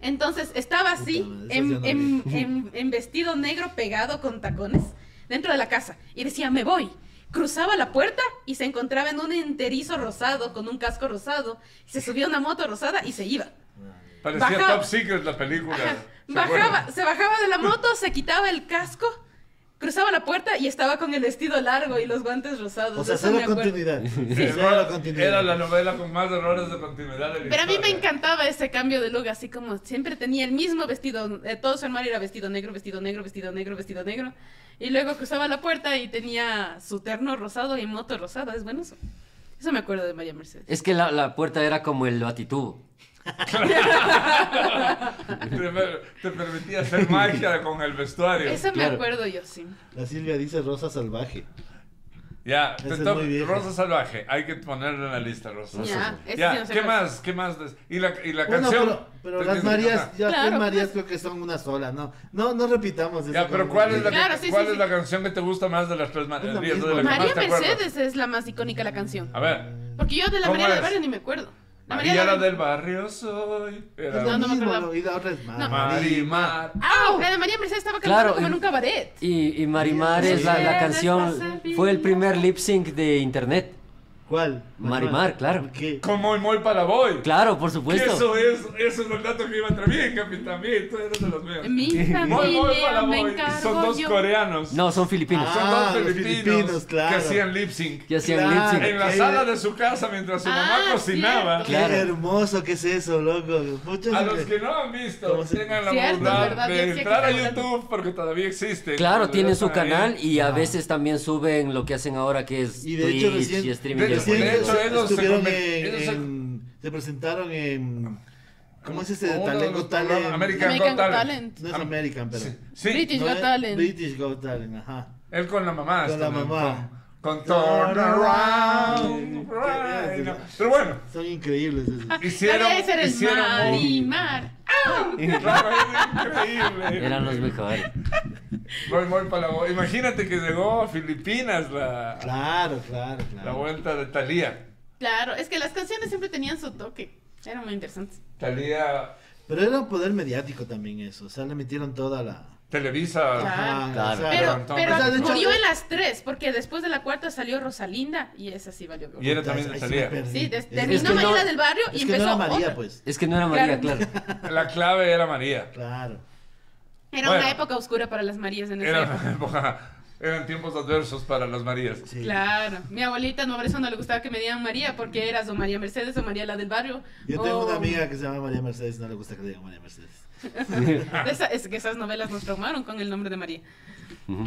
[SPEAKER 3] Entonces estaba así,
[SPEAKER 4] Puta madre,
[SPEAKER 3] en,
[SPEAKER 4] esas ya
[SPEAKER 3] en-
[SPEAKER 4] no
[SPEAKER 3] en- en vestido negro pegado con tacones, dentro de la casa. Y decía, me voy. Cruzaba la puerta y se encontraba en un enterizo rosado, con un casco rosado. y se subía a una moto rosada y se iba.
[SPEAKER 1] Parecía
[SPEAKER 3] Bajaba.
[SPEAKER 1] Top Secret la película.
[SPEAKER 3] Ajá.
[SPEAKER 1] ¿se
[SPEAKER 3] Bajaba,
[SPEAKER 1] acuerdan?
[SPEAKER 3] se bajaba de la moto, se quitaba el casco, cruzaba la puerta y estaba con el vestido largo y los guantes rosados.
[SPEAKER 4] O sea,
[SPEAKER 3] Eso
[SPEAKER 4] cero
[SPEAKER 3] me acuerdo.
[SPEAKER 4] continuidad. Cero
[SPEAKER 1] Era,
[SPEAKER 4] continuidad.
[SPEAKER 1] era la novela con más errores de continuidad. de la
[SPEAKER 3] Pero a mí me
[SPEAKER 1] historia.
[SPEAKER 3] encantaba ese cambio de look, así como siempre tenía el mismo vestido, eh, todo su armario era vestido negro, vestido negro, vestido negro, vestido negro. Y luego cruzaba la puerta y tenía su terno rosado y moto rosada, es bueno eso. Eso me acuerdo de María Mercedes.
[SPEAKER 2] Es que la, la puerta era como el batitubo.
[SPEAKER 1] Te, te permitía hacer magia con el vestuario.
[SPEAKER 3] Eso me
[SPEAKER 2] Claro.
[SPEAKER 3] acuerdo yo, sí.
[SPEAKER 4] La Silvia dice rosa salvaje.
[SPEAKER 1] Ya,
[SPEAKER 4] Ese
[SPEAKER 1] te
[SPEAKER 4] es
[SPEAKER 1] to-
[SPEAKER 4] muy viejo.
[SPEAKER 1] Rosa Salvaje. Hay que ponerlo en la lista, Rosa.
[SPEAKER 3] Ya,
[SPEAKER 1] Salvaje.
[SPEAKER 3] ese
[SPEAKER 1] Ya,
[SPEAKER 3] sí no sé
[SPEAKER 1] ¿qué
[SPEAKER 3] cuál es.
[SPEAKER 1] más? ¿Qué más? des- Y la, y la
[SPEAKER 4] Bueno,
[SPEAKER 1] canción.
[SPEAKER 4] pero, pero
[SPEAKER 1] Te-
[SPEAKER 4] las
[SPEAKER 1] te-
[SPEAKER 4] Marías,
[SPEAKER 1] ajá.
[SPEAKER 4] ya
[SPEAKER 3] Claro,
[SPEAKER 4] las Marías
[SPEAKER 3] pues.
[SPEAKER 4] creo que son una sola, ¿no? No, no repitamos eso.
[SPEAKER 1] Ya, pero ¿cuál es la,
[SPEAKER 3] Claro, sí,
[SPEAKER 1] ¿cuál
[SPEAKER 3] sí,
[SPEAKER 1] es
[SPEAKER 3] sí.
[SPEAKER 1] la canción que te gusta más de las tres
[SPEAKER 4] Es lo
[SPEAKER 1] Marías?
[SPEAKER 4] mismo.
[SPEAKER 1] de la que
[SPEAKER 3] María
[SPEAKER 1] más te acuerdas?
[SPEAKER 3] Mercedes es la más icónica de la canción.
[SPEAKER 1] A ver.
[SPEAKER 3] Porque yo de la
[SPEAKER 1] ¿Cómo
[SPEAKER 3] María
[SPEAKER 1] es?
[SPEAKER 3] del
[SPEAKER 1] Ah,
[SPEAKER 3] Barrio ni me acuerdo. La
[SPEAKER 1] María la
[SPEAKER 3] del- Pues
[SPEAKER 1] del barrio soy. Era
[SPEAKER 4] Es
[SPEAKER 3] No,
[SPEAKER 4] lo
[SPEAKER 3] no me
[SPEAKER 4] mismo,
[SPEAKER 3] acordaba.
[SPEAKER 4] ¿no? y la otra es Mar-
[SPEAKER 3] No.
[SPEAKER 4] Marimar.
[SPEAKER 1] Marimar.
[SPEAKER 3] ¡Au! La de María Mercedes estaba cantando
[SPEAKER 2] Claro,
[SPEAKER 3] como en
[SPEAKER 2] y-
[SPEAKER 3] un cabaret.
[SPEAKER 2] Y, y Marimar
[SPEAKER 4] Sí.
[SPEAKER 2] es la, la
[SPEAKER 3] Sí,
[SPEAKER 2] canción,
[SPEAKER 3] despacito.
[SPEAKER 2] fue el primer lip sync de internet.
[SPEAKER 4] ¿Cuál?
[SPEAKER 2] Marimar, claro.
[SPEAKER 4] ¿Qué?
[SPEAKER 1] Con Moy Moy para Boy.
[SPEAKER 2] Claro, por
[SPEAKER 1] Que
[SPEAKER 2] supuesto.
[SPEAKER 1] Eso es, eso es lo dato que iba a traer bien, capitán. Bien, tú eres de los míos.
[SPEAKER 3] Mi
[SPEAKER 1] Moy Moy
[SPEAKER 3] familia
[SPEAKER 1] para
[SPEAKER 3] me
[SPEAKER 1] Boy.
[SPEAKER 3] encargo
[SPEAKER 1] Son dos
[SPEAKER 3] yo.
[SPEAKER 1] coreanos.
[SPEAKER 2] No, son filipinos.
[SPEAKER 1] Son
[SPEAKER 4] Ah,
[SPEAKER 1] dos
[SPEAKER 4] los
[SPEAKER 1] filipinos,
[SPEAKER 4] filipinos,
[SPEAKER 1] que
[SPEAKER 4] claro.
[SPEAKER 1] hacían lip sync.
[SPEAKER 2] que hacían
[SPEAKER 4] Claro.
[SPEAKER 2] lip synk.
[SPEAKER 1] En la
[SPEAKER 4] Qué-
[SPEAKER 1] sala de su casa mientras su mamá
[SPEAKER 3] Ah,
[SPEAKER 1] cocinaba.
[SPEAKER 3] cierto.
[SPEAKER 4] Qué
[SPEAKER 2] Claro.
[SPEAKER 4] hermoso que es eso, loco. Muchos
[SPEAKER 1] A los que no han visto,
[SPEAKER 4] ¿Cómo se-
[SPEAKER 1] tengan la
[SPEAKER 3] Cierto,
[SPEAKER 1] bondad
[SPEAKER 3] verdad, yo
[SPEAKER 1] de
[SPEAKER 3] sé que
[SPEAKER 1] entrar a
[SPEAKER 3] está hablando.
[SPEAKER 1] YouTube porque todavía existe.
[SPEAKER 2] Claro,
[SPEAKER 1] Entonces,
[SPEAKER 2] tienen su
[SPEAKER 1] están ahí.
[SPEAKER 2] canal y a veces también suben lo que hacen ahora que es
[SPEAKER 4] Y de hecho
[SPEAKER 2] Twitch
[SPEAKER 4] recién,
[SPEAKER 2] y streaming.
[SPEAKER 1] de
[SPEAKER 2] de
[SPEAKER 1] hecho,
[SPEAKER 2] juegos.
[SPEAKER 1] de hecho, ellos se
[SPEAKER 4] estuvieron
[SPEAKER 1] convert-
[SPEAKER 4] en,
[SPEAKER 1] ellos se-
[SPEAKER 4] en- se presentaron en ¿Cómo es ese
[SPEAKER 1] Uno de los
[SPEAKER 4] talento?
[SPEAKER 1] programas-
[SPEAKER 4] Talent.
[SPEAKER 1] American, Got
[SPEAKER 3] American Got
[SPEAKER 1] Talent.
[SPEAKER 4] No es American, pero.
[SPEAKER 1] Sí, sí,
[SPEAKER 3] British.
[SPEAKER 4] No
[SPEAKER 3] Got
[SPEAKER 4] es-
[SPEAKER 3] Talent.
[SPEAKER 4] British Got Talent, ajá.
[SPEAKER 1] él con la mamá.
[SPEAKER 4] Con la
[SPEAKER 1] estuvo,
[SPEAKER 4] mamá.
[SPEAKER 1] Con, con Turn Around. right, ¿no? Pero bueno,
[SPEAKER 4] Son increíbles esos.
[SPEAKER 1] hicieron.
[SPEAKER 3] Debe ser el
[SPEAKER 1] hicieron
[SPEAKER 3] Marimar.
[SPEAKER 1] <laughs> Claro, era increíble.
[SPEAKER 2] Eran los mejores.
[SPEAKER 1] Muy, muy para la- Imagínate que llegó a Filipinas la,
[SPEAKER 4] Claro, claro,
[SPEAKER 1] la
[SPEAKER 4] claro.
[SPEAKER 1] vuelta de Talía.
[SPEAKER 3] Claro, es que las canciones siempre tenían su toque. Eran muy interesantes.
[SPEAKER 1] Talía
[SPEAKER 4] Pero era un poder mediático también eso. O sea, le metieron toda la.
[SPEAKER 1] Televisa.
[SPEAKER 3] Claro.
[SPEAKER 2] Claro.
[SPEAKER 4] o sea,
[SPEAKER 3] Pero,
[SPEAKER 1] levantó
[SPEAKER 3] pero
[SPEAKER 1] más.
[SPEAKER 4] O sea, de hecho-
[SPEAKER 3] murió en las tres, porque después de la cuarta salió Rosalinda y esa sí valió.
[SPEAKER 1] Y era también de
[SPEAKER 4] Ahí sí
[SPEAKER 1] Thalía.
[SPEAKER 4] me perdí.
[SPEAKER 3] Sí, des-
[SPEAKER 4] Es-
[SPEAKER 3] terminó
[SPEAKER 2] es que
[SPEAKER 3] María
[SPEAKER 2] no-
[SPEAKER 3] la del Barrio y
[SPEAKER 4] Es que no
[SPEAKER 3] empezó
[SPEAKER 4] era María,
[SPEAKER 3] otra.
[SPEAKER 4] pues.
[SPEAKER 2] Es que no era María, claro.
[SPEAKER 1] La clave era María.
[SPEAKER 4] Claro.
[SPEAKER 3] Era
[SPEAKER 1] Bueno.
[SPEAKER 3] una época oscura para las Marías en esa
[SPEAKER 1] Era <laughs>
[SPEAKER 3] época.
[SPEAKER 1] una época Eran tiempos adversos para las Marías.
[SPEAKER 4] <laughs> Sí.
[SPEAKER 3] Claro, mi abuelita no, por eso no le gustaba que me dieran María, porque eras o María Mercedes o María la del barrio. Oh.
[SPEAKER 4] Yo tengo
[SPEAKER 3] o-
[SPEAKER 4] una amiga que se llama María Mercedes, no le gusta que le digan María Mercedes.
[SPEAKER 3] <laughs>
[SPEAKER 4] <laughs>
[SPEAKER 3] de esa- es que esas novelas nos traumaron con el nombre de María.
[SPEAKER 2] Ujú.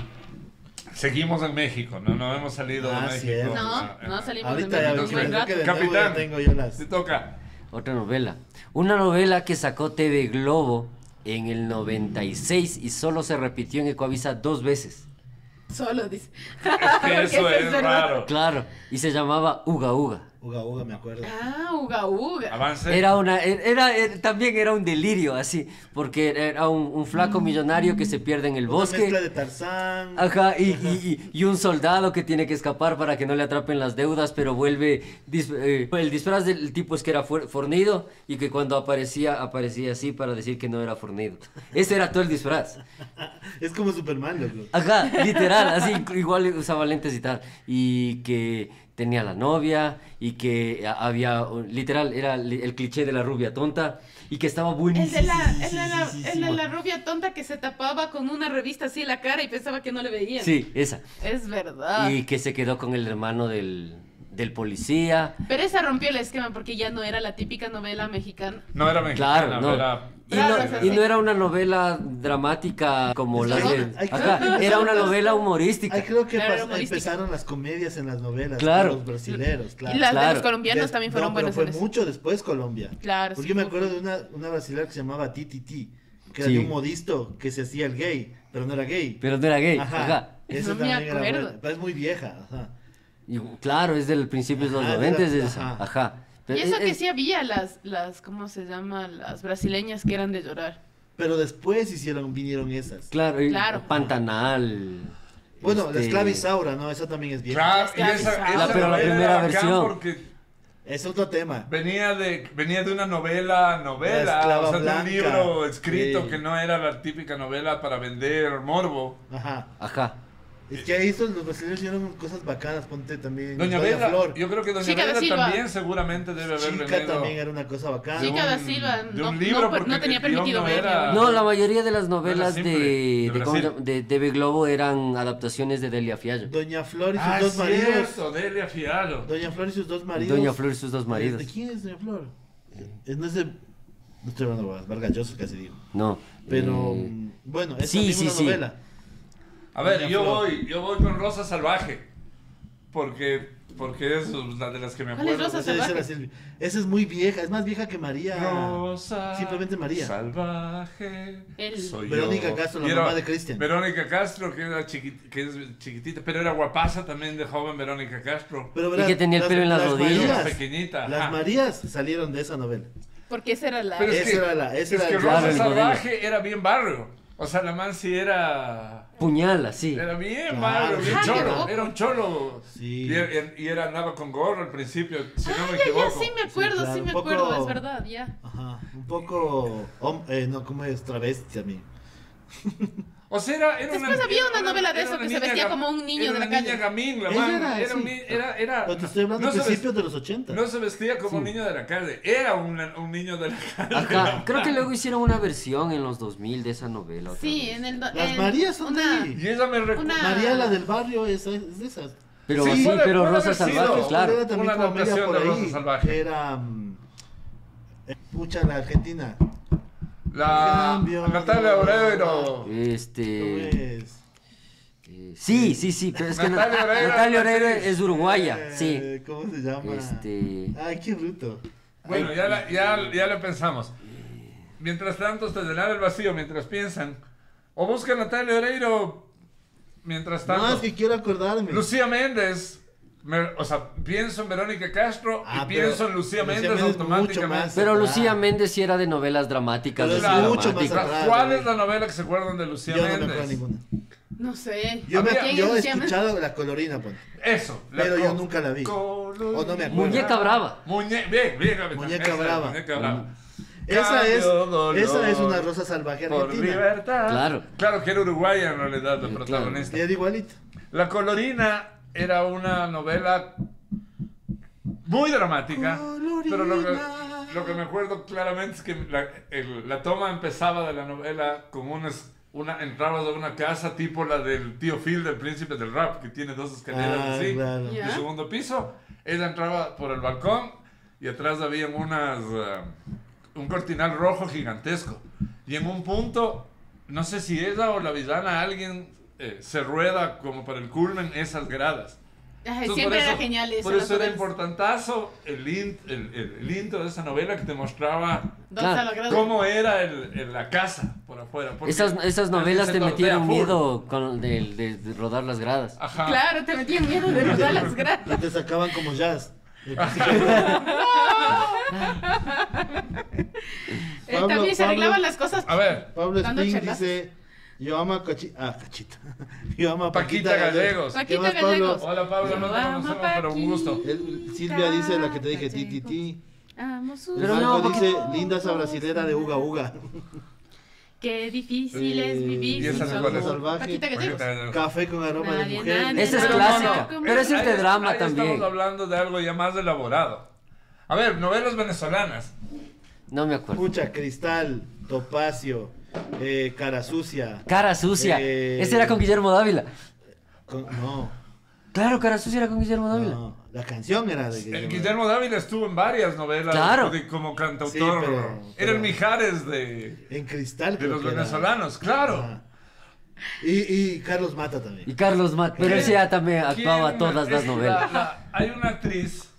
[SPEAKER 1] Seguimos en México, no, no hemos salido de
[SPEAKER 4] Ah,
[SPEAKER 1] México.
[SPEAKER 4] cierto.
[SPEAKER 3] No,
[SPEAKER 1] Ah,
[SPEAKER 3] no
[SPEAKER 1] ah.
[SPEAKER 3] salimos
[SPEAKER 4] Ahorita
[SPEAKER 3] de
[SPEAKER 4] ya
[SPEAKER 1] Entonces,
[SPEAKER 3] México.
[SPEAKER 1] creo
[SPEAKER 4] creo que de nuevo
[SPEAKER 1] Capitán.
[SPEAKER 4] ya tengo yo las.
[SPEAKER 1] Te toca.
[SPEAKER 2] Otra novela. Una novela que sacó TV Globo en el 96 y solo se repitió en Ecoavisa dos veces.
[SPEAKER 3] Solo dice.
[SPEAKER 1] Que
[SPEAKER 3] Porque
[SPEAKER 1] eso es
[SPEAKER 3] verdad.
[SPEAKER 1] raro.
[SPEAKER 2] Claro, y se llamaba Uga Uga.
[SPEAKER 4] Uga Uga, me acuerdo.
[SPEAKER 3] Ah, uga uga.
[SPEAKER 1] Avance.
[SPEAKER 2] Era una, er, era, era- también era un delirio así, porque era un, un flaco millonario que se pierde en el
[SPEAKER 4] Mm. Una mezcla
[SPEAKER 2] bosque.
[SPEAKER 4] de Tarzán.
[SPEAKER 2] Ajá, y, y- y- y un soldado que tiene que escapar para que no le atrapen las deudas, pero vuelve... dis- eh, el disfraz del tipo es que era fuer- fornido y que cuando aparecía, aparecía así para decir que no era fornido. Ese era todo el disfraz.
[SPEAKER 4] Es como Superman, loco.
[SPEAKER 2] Ajá, literal, así <laughs> igual usaba lentes y tal. Y que tenía la novia y que a- había, literal, era li- el cliché de la rubia tonta y que estaba
[SPEAKER 3] El
[SPEAKER 2] buenísimo.
[SPEAKER 3] de la, el de la, el de la rubia tonta que se tapaba con una revista así la cara y pensaba que no le veían.
[SPEAKER 2] Sí, esa.
[SPEAKER 3] Es verdad.
[SPEAKER 2] Y que se quedó con el hermano del, del policía.
[SPEAKER 3] Pero esa rompió el esquema porque ya no era la típica novela mexicana.
[SPEAKER 1] No era mexicana,
[SPEAKER 2] Claro, no.
[SPEAKER 1] era-
[SPEAKER 2] Y
[SPEAKER 3] Claro,
[SPEAKER 2] no,
[SPEAKER 3] o sea,
[SPEAKER 2] y
[SPEAKER 3] sí.
[SPEAKER 2] no era una novela dramática como
[SPEAKER 4] Es
[SPEAKER 2] la
[SPEAKER 4] que
[SPEAKER 2] de...
[SPEAKER 4] son- hay-
[SPEAKER 2] Ajá, era una novela humorística.
[SPEAKER 4] Ahí creo que
[SPEAKER 3] Claro,
[SPEAKER 4] pas-
[SPEAKER 3] humorística.
[SPEAKER 4] empezaron las comedias en las novelas.
[SPEAKER 2] Claro.
[SPEAKER 4] con Los brasileros, claro.
[SPEAKER 3] y las de
[SPEAKER 2] claro.
[SPEAKER 3] los colombianos
[SPEAKER 4] Des-
[SPEAKER 3] también fueron
[SPEAKER 4] no, pero
[SPEAKER 3] buenas.
[SPEAKER 4] fue
[SPEAKER 3] en eso.
[SPEAKER 4] mucho después Colombia.
[SPEAKER 3] Claro,
[SPEAKER 4] Porque
[SPEAKER 3] sí,
[SPEAKER 4] yo me
[SPEAKER 3] fue-
[SPEAKER 4] acuerdo de una, una brasilera que se llamaba Titi Ti, que era
[SPEAKER 2] Sí.
[SPEAKER 4] de un modisto que se hacía el gay, pero no era gay.
[SPEAKER 2] Pero no era gay. ajá.
[SPEAKER 4] Eso
[SPEAKER 3] No me
[SPEAKER 4] también era
[SPEAKER 3] acuerdo.
[SPEAKER 4] bueno, pero es muy vieja. Ajá.
[SPEAKER 2] Y claro, es del principio de los
[SPEAKER 4] Ajá, de la-
[SPEAKER 2] 90, es esa.
[SPEAKER 4] ajá.
[SPEAKER 2] Ajá. Pero
[SPEAKER 3] Y eso
[SPEAKER 2] es-
[SPEAKER 3] que
[SPEAKER 2] es-
[SPEAKER 3] sí había las, las, ¿cómo se llama? Las brasileñas que eran de llorar.
[SPEAKER 4] Pero después hicieron, vinieron esas.
[SPEAKER 2] Claro, y
[SPEAKER 3] Claro.
[SPEAKER 2] Pantanal.
[SPEAKER 4] Bueno, la
[SPEAKER 2] este,
[SPEAKER 4] esclava Isaura, ¿no? Esa también es vieja.
[SPEAKER 1] Claro, y esa,
[SPEAKER 3] Esclavizada.
[SPEAKER 1] esa
[SPEAKER 2] La- pero
[SPEAKER 1] novela
[SPEAKER 2] la primera
[SPEAKER 1] era bacán
[SPEAKER 2] versión.
[SPEAKER 1] porque
[SPEAKER 4] Es otro tema.
[SPEAKER 1] venía de, venía de una novela,
[SPEAKER 4] La
[SPEAKER 1] novela,
[SPEAKER 4] esclava
[SPEAKER 1] o sea, de un
[SPEAKER 4] blanca.
[SPEAKER 1] libro escrito
[SPEAKER 4] Sí.
[SPEAKER 1] que no era la típica novela para vender morbo.
[SPEAKER 4] Ajá.
[SPEAKER 2] Ajá.
[SPEAKER 4] Es que ahí estos, los brasileños hicieron cosas bacanas, ponte también.
[SPEAKER 1] Doña Vela,
[SPEAKER 4] Flor.
[SPEAKER 1] yo creo que Doña
[SPEAKER 3] Chica da
[SPEAKER 1] Vela
[SPEAKER 3] Silva.
[SPEAKER 1] también seguramente debe haber
[SPEAKER 4] Chica
[SPEAKER 1] venido.
[SPEAKER 4] también era una cosa bacana.
[SPEAKER 1] de
[SPEAKER 3] Chica da
[SPEAKER 1] un-
[SPEAKER 3] Silva,
[SPEAKER 1] de
[SPEAKER 3] no,
[SPEAKER 1] un libro
[SPEAKER 3] no,
[SPEAKER 1] porque
[SPEAKER 3] no tenía
[SPEAKER 1] el guión
[SPEAKER 3] permitido
[SPEAKER 1] no
[SPEAKER 3] ver.
[SPEAKER 1] era-
[SPEAKER 2] No, la mayoría de las novelas
[SPEAKER 1] simple,
[SPEAKER 2] de,
[SPEAKER 1] de
[SPEAKER 2] de, ¿cómo se
[SPEAKER 1] Brasil.
[SPEAKER 2] llama? de, TV Globo eran adaptaciones de Delia Fiallo.
[SPEAKER 4] Doña Flor y sus
[SPEAKER 1] Ah,
[SPEAKER 4] dos maridos.
[SPEAKER 1] cierto, Delia Fialo.
[SPEAKER 4] Doña Flor y sus dos maridos. Eh,
[SPEAKER 2] Doña Flor y sus dos maridos.
[SPEAKER 4] ¿De quién es Doña Flor? Es- No es de. No estoy hablando de Vargas Llosa, casi digo.
[SPEAKER 2] No.
[SPEAKER 4] Pero
[SPEAKER 2] eh,
[SPEAKER 4] bueno, es
[SPEAKER 2] sí,
[SPEAKER 4] también
[SPEAKER 2] sí,
[SPEAKER 4] una
[SPEAKER 2] sí.
[SPEAKER 4] novela.
[SPEAKER 1] A ver,
[SPEAKER 4] Doña
[SPEAKER 1] yo
[SPEAKER 4] Flor.
[SPEAKER 1] voy, yo voy con Rosa Salvaje. Porque, porque es la de las que me
[SPEAKER 3] ¿Cuál es
[SPEAKER 1] acuerdo.
[SPEAKER 3] Rosa
[SPEAKER 4] Esa dice
[SPEAKER 3] Salvaje?
[SPEAKER 4] la Silvia. Esa es muy vieja, es más vieja que María.
[SPEAKER 1] Rosa.
[SPEAKER 4] Simplemente María.
[SPEAKER 1] Salvaje.
[SPEAKER 3] El-
[SPEAKER 1] soy
[SPEAKER 4] Verónica
[SPEAKER 1] yo.
[SPEAKER 4] Castro, la
[SPEAKER 1] Y era-
[SPEAKER 4] mamá de Cristian.
[SPEAKER 1] Verónica Castro, que, era chiqui- que es chiquitita, pero era guapaza también de joven Verónica Castro.
[SPEAKER 4] Pero,
[SPEAKER 2] Y
[SPEAKER 4] verás,
[SPEAKER 2] que tenía el pelo en las rodillas.
[SPEAKER 1] Era pequeñita,
[SPEAKER 4] Las
[SPEAKER 1] ajá.
[SPEAKER 4] Marías salieron de esa novela.
[SPEAKER 3] Porque esa era la...
[SPEAKER 1] Pero
[SPEAKER 4] Esa era la- esa
[SPEAKER 1] es
[SPEAKER 4] era
[SPEAKER 1] que
[SPEAKER 4] el-
[SPEAKER 2] Claro,
[SPEAKER 1] Rosa
[SPEAKER 2] el modelo.
[SPEAKER 1] Salvaje era bien barrio. O sea, la man sí era.
[SPEAKER 2] Puñal, así.
[SPEAKER 1] Era bien
[SPEAKER 4] Claro.
[SPEAKER 1] barrio, bien
[SPEAKER 3] Ah, qué
[SPEAKER 1] cholo.
[SPEAKER 3] loco.
[SPEAKER 1] Era un cholo.
[SPEAKER 4] Sí.
[SPEAKER 1] Y, era- y era andaba con gorro al principio, si no me
[SPEAKER 3] Ya, ya,
[SPEAKER 1] equivoco.
[SPEAKER 3] sí me acuerdo, sí,
[SPEAKER 4] claro,
[SPEAKER 3] me
[SPEAKER 4] un poco-
[SPEAKER 3] acuerdo, es verdad, ya.
[SPEAKER 4] Ajá. Un poco. hom- eh, no, ¿cómo es? Travesti también.
[SPEAKER 1] O sea, era, era
[SPEAKER 3] Después había una
[SPEAKER 1] era-
[SPEAKER 3] novela de
[SPEAKER 1] era
[SPEAKER 3] eso
[SPEAKER 1] una
[SPEAKER 3] que se
[SPEAKER 1] niña
[SPEAKER 3] vestía
[SPEAKER 1] gam-
[SPEAKER 3] como un niño
[SPEAKER 1] era
[SPEAKER 3] de la
[SPEAKER 1] una
[SPEAKER 3] calle.
[SPEAKER 1] Niña gamín, la
[SPEAKER 4] Ella
[SPEAKER 1] man.
[SPEAKER 4] era
[SPEAKER 1] Era,
[SPEAKER 4] así.
[SPEAKER 1] un ni- era, era-
[SPEAKER 4] Pero te estoy hablando
[SPEAKER 1] no
[SPEAKER 4] de
[SPEAKER 1] se
[SPEAKER 4] principios de los 80.
[SPEAKER 1] vestía- No se vestía como un niño de la calle, era un, un niño de la calle.
[SPEAKER 2] Ajá. Creo que luego hicieron una versión en los 2000 de esa novela. otra
[SPEAKER 3] Sí,
[SPEAKER 2] vez.
[SPEAKER 3] en el...
[SPEAKER 4] Las
[SPEAKER 3] en
[SPEAKER 4] Marías son
[SPEAKER 3] una-
[SPEAKER 4] de ahí.
[SPEAKER 1] Y ella me recuerda.
[SPEAKER 3] Una-
[SPEAKER 4] María, la del barrio, esa es, es de esas.
[SPEAKER 2] Pero
[SPEAKER 1] Sí,
[SPEAKER 2] sí,
[SPEAKER 1] puede-
[SPEAKER 2] pero
[SPEAKER 1] puede
[SPEAKER 2] Rosa
[SPEAKER 1] haber sido.
[SPEAKER 2] Salvaje,
[SPEAKER 4] Era
[SPEAKER 2] claro.
[SPEAKER 4] también
[SPEAKER 1] Una
[SPEAKER 4] como media
[SPEAKER 1] adaptación
[SPEAKER 4] por
[SPEAKER 1] de
[SPEAKER 4] ahí,
[SPEAKER 1] Rosa Salvaje.
[SPEAKER 4] Era. mm, eh, Pucha, la Argentina.
[SPEAKER 1] La
[SPEAKER 4] Cambio.
[SPEAKER 1] Natalia Oreiro.
[SPEAKER 4] ¿Cómo
[SPEAKER 2] Este.
[SPEAKER 4] es?
[SPEAKER 2] eh, sí, sí, sí, pero es que
[SPEAKER 1] Natalia
[SPEAKER 2] Nat-
[SPEAKER 1] Oreiro,
[SPEAKER 2] Natalia Oreiro
[SPEAKER 1] actriz.
[SPEAKER 2] es uruguaya, sí.
[SPEAKER 4] Eh, ¿Cómo se llama?
[SPEAKER 2] Este.
[SPEAKER 4] Ay, qué bruto.
[SPEAKER 1] Bueno, ya la, ya, ya la pensamos. Mientras tanto, te llenar el vacío mientras piensan. O busca a Natalia Oreiro mientras tanto.
[SPEAKER 4] No, es que quiero acordarme.
[SPEAKER 1] Lucía Méndez. me- o sea, pienso en Verónica Castro
[SPEAKER 4] Ah,
[SPEAKER 1] y
[SPEAKER 4] pero
[SPEAKER 1] pienso en Lucía
[SPEAKER 4] Lucía
[SPEAKER 1] Méndez
[SPEAKER 4] Méndez mucho
[SPEAKER 1] automáticamente.
[SPEAKER 4] más.
[SPEAKER 2] Pero Lucía
[SPEAKER 4] Ah.
[SPEAKER 2] Méndez sí era de novelas dramáticas.
[SPEAKER 4] Pero
[SPEAKER 2] así,
[SPEAKER 4] es
[SPEAKER 1] Claro.
[SPEAKER 4] mucho más
[SPEAKER 2] dramáticas.
[SPEAKER 4] atrás,
[SPEAKER 1] ¿Cuál
[SPEAKER 4] güey.
[SPEAKER 1] es la novela que se acuerdan de Lucía
[SPEAKER 4] yo no me
[SPEAKER 1] Méndez?
[SPEAKER 4] acuerdo de ninguna.
[SPEAKER 3] No sé.
[SPEAKER 4] Yo, me,
[SPEAKER 1] Había-
[SPEAKER 3] ¿Quién
[SPEAKER 4] yo he
[SPEAKER 3] se llama?
[SPEAKER 4] escuchado la colorina, pues. ponte.
[SPEAKER 1] Eso.
[SPEAKER 4] Pero
[SPEAKER 1] co-
[SPEAKER 4] yo nunca la vi. O no me acuerdo.
[SPEAKER 2] Muñeca Brava.
[SPEAKER 1] Muñe- bien, bien, capitán.
[SPEAKER 4] Muñeca
[SPEAKER 1] Esa,
[SPEAKER 4] brava.
[SPEAKER 1] Muñeca brava.
[SPEAKER 4] Esa es,
[SPEAKER 1] Cambio, dolor.
[SPEAKER 4] esa es una rosa salvaje
[SPEAKER 1] Por
[SPEAKER 4] argentina.
[SPEAKER 1] libertad.
[SPEAKER 2] Claro.
[SPEAKER 1] Claro que era uruguaya en realidad la
[SPEAKER 2] Eh, claro.
[SPEAKER 1] protagonista.
[SPEAKER 4] Y era igualito.
[SPEAKER 1] La Colorina era una novela muy dramática. Pero lo que,
[SPEAKER 4] Colorina.
[SPEAKER 1] lo que me acuerdo claramente es que la, el- la toma empezaba de la novela con un es- una, entrabas a una casa tipo la del tío Phil del Príncipe del Rap, que tiene dos escaleras
[SPEAKER 4] Ah,
[SPEAKER 1] así,
[SPEAKER 4] claro.
[SPEAKER 1] de
[SPEAKER 3] Ya.
[SPEAKER 1] segundo piso. Ella entraba por el balcón y atrás había unas, eh, un cortinal rojo gigantesco. Y en un punto, no sé si ella o la villana, alguien eh, se rueda como para el culmen esas gradas.
[SPEAKER 3] Ay,
[SPEAKER 1] Entonces,
[SPEAKER 3] siempre
[SPEAKER 1] por
[SPEAKER 3] era
[SPEAKER 1] eso-
[SPEAKER 3] genial eso.
[SPEAKER 1] Por eso
[SPEAKER 3] las
[SPEAKER 1] era
[SPEAKER 3] novelas.
[SPEAKER 1] importantazo el, in- el- el- el intro de esa novela que te mostraba
[SPEAKER 3] ¿Dónde está
[SPEAKER 2] Claro.
[SPEAKER 3] la grada?
[SPEAKER 1] cómo era el- el- la casa por afuera. porque
[SPEAKER 2] Esas, esas
[SPEAKER 1] la
[SPEAKER 2] novelas
[SPEAKER 1] gente
[SPEAKER 2] te
[SPEAKER 1] se tortea
[SPEAKER 2] metieron
[SPEAKER 1] full.
[SPEAKER 2] miedo con de, de- de rodar las gradas.
[SPEAKER 1] Ajá.
[SPEAKER 3] Claro, te metían miedo de rodar las gradas.
[SPEAKER 4] Y te sacaban como jazz.
[SPEAKER 3] Eh,
[SPEAKER 4] Pablo,
[SPEAKER 3] también se
[SPEAKER 4] Pablo.
[SPEAKER 3] arreglaban las cosas.
[SPEAKER 1] A ver,
[SPEAKER 4] Pablo
[SPEAKER 3] Dando
[SPEAKER 4] Spring
[SPEAKER 3] chelas.
[SPEAKER 4] dice, yo amo a Cachita. Ah, Cachita. <laughs> Yo amo a
[SPEAKER 1] Paquita
[SPEAKER 4] Paquita,
[SPEAKER 1] Gallegos.
[SPEAKER 4] ¿Qué
[SPEAKER 3] Paquita
[SPEAKER 4] más, Pablo?
[SPEAKER 3] Gallegos.
[SPEAKER 1] Hola Pablo, no te
[SPEAKER 3] Vamos,
[SPEAKER 1] conocemos, pero un gusto.
[SPEAKER 3] Paquita.
[SPEAKER 4] El- Silvia dice la que te dije, ti, ti, ti.
[SPEAKER 3] Amo sus
[SPEAKER 2] Pero
[SPEAKER 4] Pero
[SPEAKER 2] no, porque-
[SPEAKER 4] dice, linda esa brasilera de Uga Uga.
[SPEAKER 3] Qué difícil es
[SPEAKER 4] Eh,
[SPEAKER 3] vivir
[SPEAKER 1] ¿y esa
[SPEAKER 3] sin
[SPEAKER 1] de
[SPEAKER 3] su
[SPEAKER 1] cuál es?
[SPEAKER 3] amor.
[SPEAKER 4] Salvaje.
[SPEAKER 3] Paquita Gallegos.
[SPEAKER 4] Café con aroma
[SPEAKER 3] Nadie,
[SPEAKER 4] de mujer.
[SPEAKER 3] nadie,
[SPEAKER 4] dice.
[SPEAKER 2] Esa es
[SPEAKER 1] Pero
[SPEAKER 2] clásica, pero ese es de
[SPEAKER 1] ahí-
[SPEAKER 2] drama
[SPEAKER 1] ahí
[SPEAKER 2] también.
[SPEAKER 1] Estamos hablando de algo ya más elaborado. A ver, novelas venezolanas.
[SPEAKER 2] No me acuerdo.
[SPEAKER 4] Pucha, cristal, topacio, eh, cara sucia.
[SPEAKER 2] Cara sucia.
[SPEAKER 4] Eh,
[SPEAKER 2] Ese era con Guillermo Dávila.
[SPEAKER 4] Con- no,
[SPEAKER 2] Claro, Cara sucia era con Guillermo Dávila.
[SPEAKER 4] no, la canción era de
[SPEAKER 1] El Eh, Guillermo Dávila estuvo en varias novelas
[SPEAKER 2] Claro.
[SPEAKER 1] de- como cantautor.
[SPEAKER 4] Sí, pero-
[SPEAKER 1] Era el
[SPEAKER 4] pero-
[SPEAKER 1] Mijares de,
[SPEAKER 4] En cristal.
[SPEAKER 1] de
[SPEAKER 4] creo
[SPEAKER 1] los
[SPEAKER 4] que era.
[SPEAKER 1] venezolanos, claro.
[SPEAKER 4] Ajá. Y, y Carlos Mata
[SPEAKER 2] Y
[SPEAKER 4] también.
[SPEAKER 2] Carlos Matt, pero
[SPEAKER 1] ¿Quién-
[SPEAKER 2] ese ya también actuaba
[SPEAKER 1] quién
[SPEAKER 2] todas las
[SPEAKER 1] es la-
[SPEAKER 2] novelas.
[SPEAKER 1] la- hay una actriz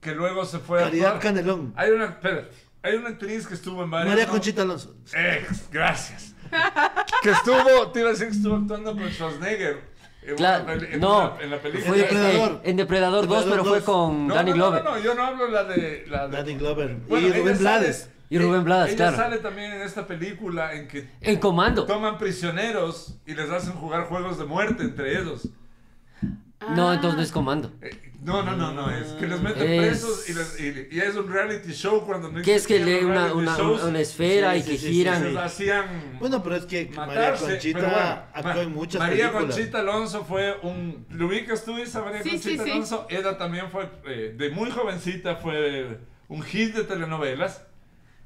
[SPEAKER 1] que luego se fue a
[SPEAKER 4] Caridad
[SPEAKER 1] actuar.
[SPEAKER 4] Canelón.
[SPEAKER 1] Hay una, espérate, hay una actriz que estuvo en varias.
[SPEAKER 4] María
[SPEAKER 1] no- Eh,
[SPEAKER 4] Conchita Alonso.
[SPEAKER 1] Ex, gracias. <laughs> que estuvo, te iba a decir que estuvo actuando con Schwarzenegger. En
[SPEAKER 2] Claro,
[SPEAKER 1] una peli- en
[SPEAKER 2] no.
[SPEAKER 1] una- en la película.
[SPEAKER 2] Fue,
[SPEAKER 4] En Depredador.
[SPEAKER 2] eh, en Depredador 2, pero
[SPEAKER 4] Depredador
[SPEAKER 2] fue
[SPEAKER 4] 2.
[SPEAKER 2] con
[SPEAKER 1] No,
[SPEAKER 2] Danny
[SPEAKER 1] no, no,
[SPEAKER 2] Glover.
[SPEAKER 1] No, yo no hablo la de. La de
[SPEAKER 4] Danny Glover.
[SPEAKER 1] Bueno,
[SPEAKER 4] y
[SPEAKER 1] ella
[SPEAKER 4] Rubén
[SPEAKER 1] sale-
[SPEAKER 4] Blades.
[SPEAKER 2] Y Rubén Blades,
[SPEAKER 1] ella
[SPEAKER 2] claro.
[SPEAKER 1] sale también en esta película en que
[SPEAKER 2] En comando.
[SPEAKER 1] toman prisioneros y les hacen jugar juegos de muerte entre ellos.
[SPEAKER 2] No,
[SPEAKER 3] Ah.
[SPEAKER 2] entonces no es comando.
[SPEAKER 1] Eh, No, no, no, no, es que les meten
[SPEAKER 2] Es-
[SPEAKER 1] presos y, les- y- y es un reality show cuando no
[SPEAKER 2] Que es que
[SPEAKER 1] existían
[SPEAKER 2] lee
[SPEAKER 1] los
[SPEAKER 2] una,
[SPEAKER 1] reality
[SPEAKER 2] una,
[SPEAKER 1] shows,
[SPEAKER 2] una- una esfera
[SPEAKER 4] Sí,
[SPEAKER 2] y
[SPEAKER 4] sí,
[SPEAKER 2] que
[SPEAKER 4] sí, sí,
[SPEAKER 2] giran.
[SPEAKER 1] se los hacían
[SPEAKER 4] Bueno, pero es que María
[SPEAKER 1] matarse.
[SPEAKER 4] Conchita
[SPEAKER 1] pero bueno,
[SPEAKER 4] actuó
[SPEAKER 1] Ma-
[SPEAKER 4] en muchas
[SPEAKER 1] María
[SPEAKER 4] películas.
[SPEAKER 1] Conchita Alonso fue un... ¿Lo ubicas tú, esa María
[SPEAKER 3] Sí,
[SPEAKER 1] Conchita
[SPEAKER 3] sí, sí.
[SPEAKER 1] Alonso? Ella también fue, eh, de muy jovencita, fue un hit de telenovelas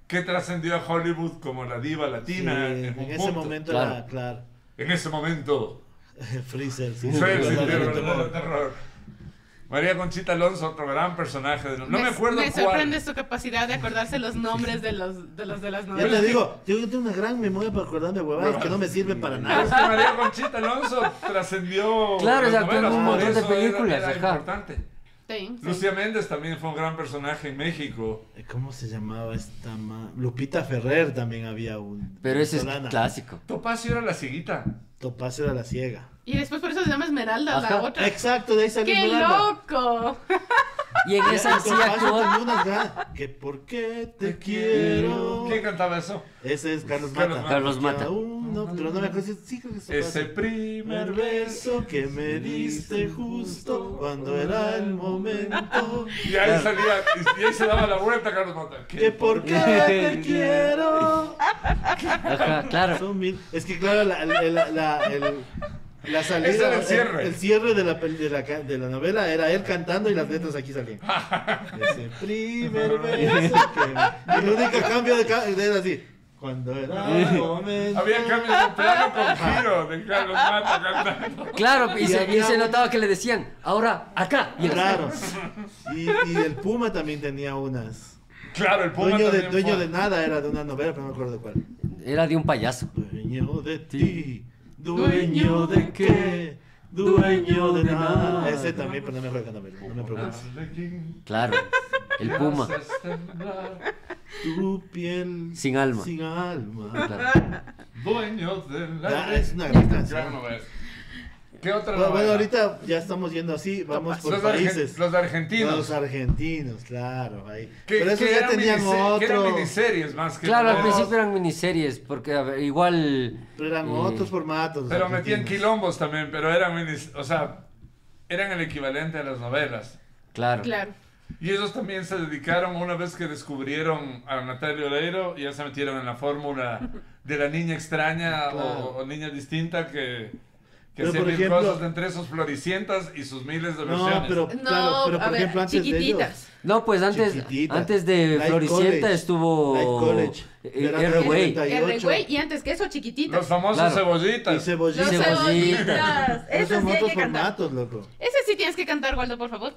[SPEAKER 1] que trascendió a Hollywood como la diva
[SPEAKER 4] Sí,
[SPEAKER 1] latina en,
[SPEAKER 4] en
[SPEAKER 1] un
[SPEAKER 4] ese
[SPEAKER 1] punto.
[SPEAKER 4] momento
[SPEAKER 2] Claro.
[SPEAKER 4] era, claro,
[SPEAKER 1] En ese momento...
[SPEAKER 4] Freezer. sí,
[SPEAKER 1] Fue el
[SPEAKER 4] sí,
[SPEAKER 1] sendero
[SPEAKER 4] sí,
[SPEAKER 1] del terror. María Conchita Alonso, otro gran personaje. de- No me,
[SPEAKER 3] me
[SPEAKER 1] acuerdo
[SPEAKER 3] Me
[SPEAKER 1] cuál.
[SPEAKER 3] sorprende su capacidad de acordarse los nombres de los de, los, de las
[SPEAKER 4] Ya te
[SPEAKER 3] novelas.
[SPEAKER 4] digo, yo tengo una gran memoria para acordarme de huevadas que no me sirven para
[SPEAKER 1] Pero Ah, es
[SPEAKER 4] nada.
[SPEAKER 1] que María Conchita Alonso trascendió.
[SPEAKER 2] Claro,
[SPEAKER 1] las
[SPEAKER 2] ella actuó en
[SPEAKER 1] novelas,
[SPEAKER 2] un
[SPEAKER 1] por
[SPEAKER 2] montón de
[SPEAKER 1] eso era-
[SPEAKER 2] películas,
[SPEAKER 1] era
[SPEAKER 2] ajá.
[SPEAKER 1] importante.
[SPEAKER 3] Sí, sí.
[SPEAKER 1] Lucía Méndez también fue un gran personaje en México.
[SPEAKER 4] ¿Cómo se llamaba esta ma... Lupita Ferrer también había un.
[SPEAKER 2] Pero ese es
[SPEAKER 4] venezolana.
[SPEAKER 2] clásico.
[SPEAKER 1] Topacio era la ciguita.
[SPEAKER 4] Topacio era la ciega.
[SPEAKER 3] Y después por eso se llama Esmeralda
[SPEAKER 2] Ajá.
[SPEAKER 3] la otra.
[SPEAKER 4] Exacto, de ahí salió
[SPEAKER 3] ¡Qué
[SPEAKER 4] Esmeralda.
[SPEAKER 3] loco! <laughs>
[SPEAKER 2] Y en esa sí
[SPEAKER 4] Topacio
[SPEAKER 2] actuó.
[SPEAKER 4] también unas ganas. Que por qué te quiero.
[SPEAKER 1] ¿Quién cantaba eso?
[SPEAKER 4] Ese es Carlos
[SPEAKER 1] Carlos
[SPEAKER 4] Mata.
[SPEAKER 1] Mata.
[SPEAKER 2] Carlos Mata.
[SPEAKER 4] Aún no, pero no me acuerdo. si- Sí, creo que es Topacio.
[SPEAKER 1] Ese primer
[SPEAKER 4] primer
[SPEAKER 1] beso.
[SPEAKER 4] beso que me diste justo cuando era el momento.
[SPEAKER 1] Y ahí salía, y ahí se daba la vuelta Carlos Mata. ¿Qué?
[SPEAKER 4] Que por qué te quiero. Ah.
[SPEAKER 2] Ajá, claro.
[SPEAKER 4] Son mil- Es que claro, la, la, la, la- el- la salida,
[SPEAKER 1] Ese era el cierre.
[SPEAKER 4] el cierre de la, pel- de, la, ca- de la novela era él cantando y las letras aquí salían. Ese primer beso que me- y el único cambio de, ca- de era así. Cuando era el momento.
[SPEAKER 1] Había cambios de plano con giro de Carlos Mata cantando.
[SPEAKER 2] Claro, y,
[SPEAKER 4] Y
[SPEAKER 2] se, y
[SPEAKER 4] había
[SPEAKER 2] se
[SPEAKER 4] un-
[SPEAKER 2] notaba que le decían, ahora, acá. Y el-
[SPEAKER 4] Claro. Y, y el Puma también tenía unas.
[SPEAKER 1] Claro, el puño
[SPEAKER 4] Dueño de, dueño de nada era de una novela, pero no me acuerdo de cuál.
[SPEAKER 2] Era de un payaso.
[SPEAKER 4] Dueño de
[SPEAKER 2] ti,
[SPEAKER 4] ti, dueño de qué, dueño de nada. Ese también, pero no me acuerdo de novela, no me preocupes.
[SPEAKER 2] Claro, el puma.
[SPEAKER 4] Tu piel
[SPEAKER 2] Sin alma.
[SPEAKER 4] Sin alma.
[SPEAKER 2] Claro.
[SPEAKER 1] Dueños de la.
[SPEAKER 4] Ah, es una gran
[SPEAKER 1] Gran
[SPEAKER 4] canción.
[SPEAKER 1] novela. ¿Qué otra
[SPEAKER 4] Bueno,
[SPEAKER 1] novela?
[SPEAKER 4] bueno, ahorita ya estamos yendo así, vamos por
[SPEAKER 1] los, argen-
[SPEAKER 4] países.
[SPEAKER 1] los argentinos.
[SPEAKER 4] Los argentinos, claro, ahí.
[SPEAKER 1] Que-
[SPEAKER 4] Pero esos
[SPEAKER 1] que
[SPEAKER 4] ya
[SPEAKER 1] eran
[SPEAKER 4] tenían
[SPEAKER 1] minise- que eran
[SPEAKER 4] otro.
[SPEAKER 1] miniseries más que
[SPEAKER 2] Claro, al
[SPEAKER 1] novelas.
[SPEAKER 2] principio eran miniseries, porque a ver, igual...
[SPEAKER 4] Pero eran
[SPEAKER 2] eh,
[SPEAKER 4] otros formatos. los
[SPEAKER 1] Pero metían
[SPEAKER 4] argentinos.
[SPEAKER 1] quilombos también, pero eran minis- o sea, eran el equivalente a las novelas.
[SPEAKER 2] Claro.
[SPEAKER 3] Claro.
[SPEAKER 1] Y ellos también se dedicaron, una vez que descubrieron a Natalia Oreiro, ya se metieron en la fórmula de la niña extraña
[SPEAKER 4] Claro.
[SPEAKER 1] o, o niña distinta que, que Que
[SPEAKER 4] Pero,
[SPEAKER 1] se
[SPEAKER 4] por
[SPEAKER 1] mil
[SPEAKER 4] ejemplo-
[SPEAKER 1] cosas de entre esos floricientas y sus miles de versiones.
[SPEAKER 4] No, pero,
[SPEAKER 3] No,
[SPEAKER 4] claro, pero
[SPEAKER 3] a
[SPEAKER 4] por
[SPEAKER 3] ver,
[SPEAKER 4] ejemplo, antes de ellos.
[SPEAKER 3] chiquititas.
[SPEAKER 2] No, pues antes,
[SPEAKER 4] Chiquitita.
[SPEAKER 2] antes de
[SPEAKER 4] Light
[SPEAKER 2] Floricienta
[SPEAKER 4] College.
[SPEAKER 2] estuvo
[SPEAKER 4] Light College.
[SPEAKER 2] eh,
[SPEAKER 4] Verano
[SPEAKER 2] R. Way.
[SPEAKER 4] 98.
[SPEAKER 3] El güey, y antes que eso, chiquititas.
[SPEAKER 1] Los famosos
[SPEAKER 2] Claro.
[SPEAKER 4] Y
[SPEAKER 1] cebollitas.
[SPEAKER 3] Los
[SPEAKER 4] cebollitas.
[SPEAKER 2] Cebollitas.
[SPEAKER 3] cebollitas.
[SPEAKER 4] Esos
[SPEAKER 3] Esas
[SPEAKER 4] son
[SPEAKER 3] sí hay
[SPEAKER 4] otros
[SPEAKER 3] que cantar.
[SPEAKER 4] formatos, loco.
[SPEAKER 3] Ese sí tienes que cantar, Waldo, por favor.